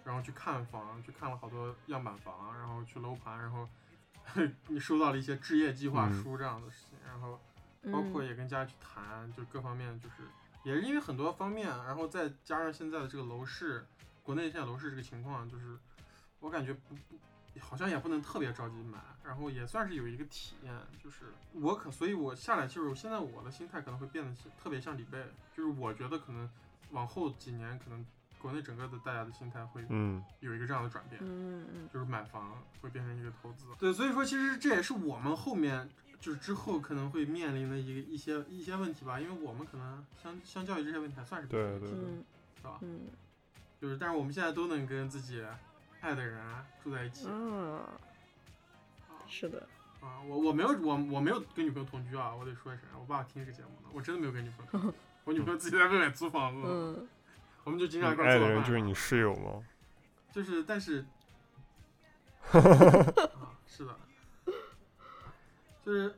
[SPEAKER 3] 然后去看房，去看了好多样板房，然后去楼盘，然后 你收到了一些置业计划
[SPEAKER 5] 嗯
[SPEAKER 3] 书这样的事情，然后
[SPEAKER 1] 嗯，
[SPEAKER 3] 包括也跟家去谈，就各方面就是也是因为很多方面，然后再加上现在的这个楼市，国内现在楼市这个情况，就是我感觉不不好像也不能特别着急买，然后也算是有一个体验，就是我可所以，我下来就是现在我的心态可能会变得特别像李贝，就是我觉得可能往后几年可能国内整个的大家的心态会
[SPEAKER 5] 嗯
[SPEAKER 3] 有一个这样的转变，
[SPEAKER 1] 嗯嗯
[SPEAKER 3] 就是买房会变成一个投资。对，所以说其实这也是我们后面就是之后可能会面临的一个一些一些问题吧，因为我们可能相相较于这些问题还算是比较
[SPEAKER 5] 对对
[SPEAKER 1] 嗯
[SPEAKER 3] 是吧？
[SPEAKER 1] 嗯
[SPEAKER 3] 就是但是我们现在都能跟自己爱的人啊住在一
[SPEAKER 5] 呃
[SPEAKER 3] 起、
[SPEAKER 1] 嗯，
[SPEAKER 5] 嗯
[SPEAKER 1] 是的，
[SPEAKER 3] 啊！我我没有我我没有跟女朋友同居啊，我得说一声，我爸听这个节目呢，我真的没有跟女朋友 同居，我女朋友自己在外面租房子呢，
[SPEAKER 1] 嗯
[SPEAKER 3] 我们就经
[SPEAKER 5] 你
[SPEAKER 3] 常一块
[SPEAKER 5] 嗯爱
[SPEAKER 3] 儿
[SPEAKER 5] 的
[SPEAKER 3] 做
[SPEAKER 5] 人
[SPEAKER 3] 饭，啊
[SPEAKER 5] 就是你室友吗？
[SPEAKER 3] 就是但是，啊，是的，就是，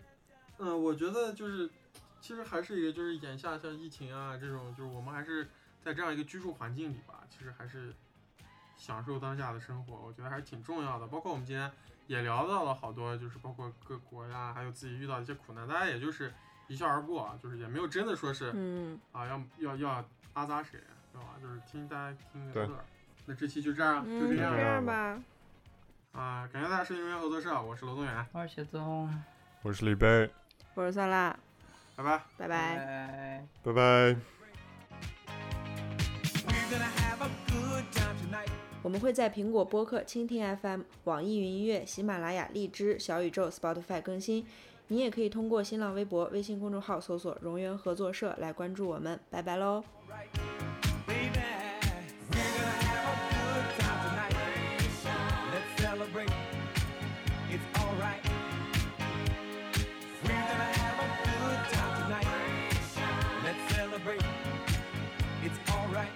[SPEAKER 3] 嗯、我觉得就是，其实还是一个就是眼下像疫情啊这种，就是我们还是在这样一个居住环境里吧，其实还是享受当下的生活，我觉得还是挺重要的。包括我们今天也聊到了好多，就是包括各国呀，还有自己遇到的一些苦难，大家也就是一笑而过啊，就是也没有真的说是
[SPEAKER 1] 嗯
[SPEAKER 3] 啊，要要要阿扎谁，对吧？就是听大家听
[SPEAKER 5] 对
[SPEAKER 3] 个乐儿。那这期就这样，
[SPEAKER 1] 嗯，
[SPEAKER 3] 就这
[SPEAKER 1] 就
[SPEAKER 3] 样
[SPEAKER 1] 这
[SPEAKER 5] 吧
[SPEAKER 1] 样吧，
[SPEAKER 3] 啊！感谢大家收听《人员合作社》，我是罗东远，
[SPEAKER 4] 我是雪宗，
[SPEAKER 5] 我是李贝，
[SPEAKER 1] 我是酸辣，
[SPEAKER 3] 拜拜。
[SPEAKER 1] 拜
[SPEAKER 4] 拜
[SPEAKER 1] 拜。
[SPEAKER 4] 拜。
[SPEAKER 5] 拜拜。
[SPEAKER 6] We're gonna have a good time tonight.
[SPEAKER 1] 我们会在苹果播客、蜻蜓 FM、网易云音乐、喜马拉雅、荔枝、小宇宙、Spotify 更新。你也可以通过新浪微博、微信公众号搜索“荣源合作社”来关注我们。拜拜喽！
[SPEAKER 6] Baby, we're gonna have a good time tonight. Let's celebrate. It's alright. We're gonna have a good time tonight. Let's celebrate. It's alright.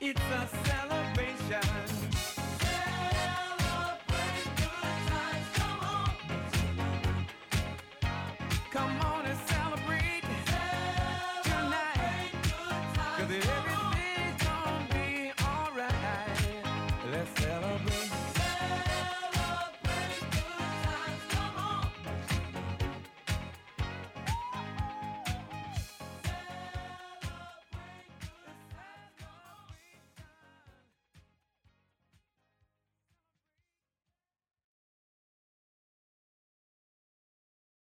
[SPEAKER 6] It's a celebration.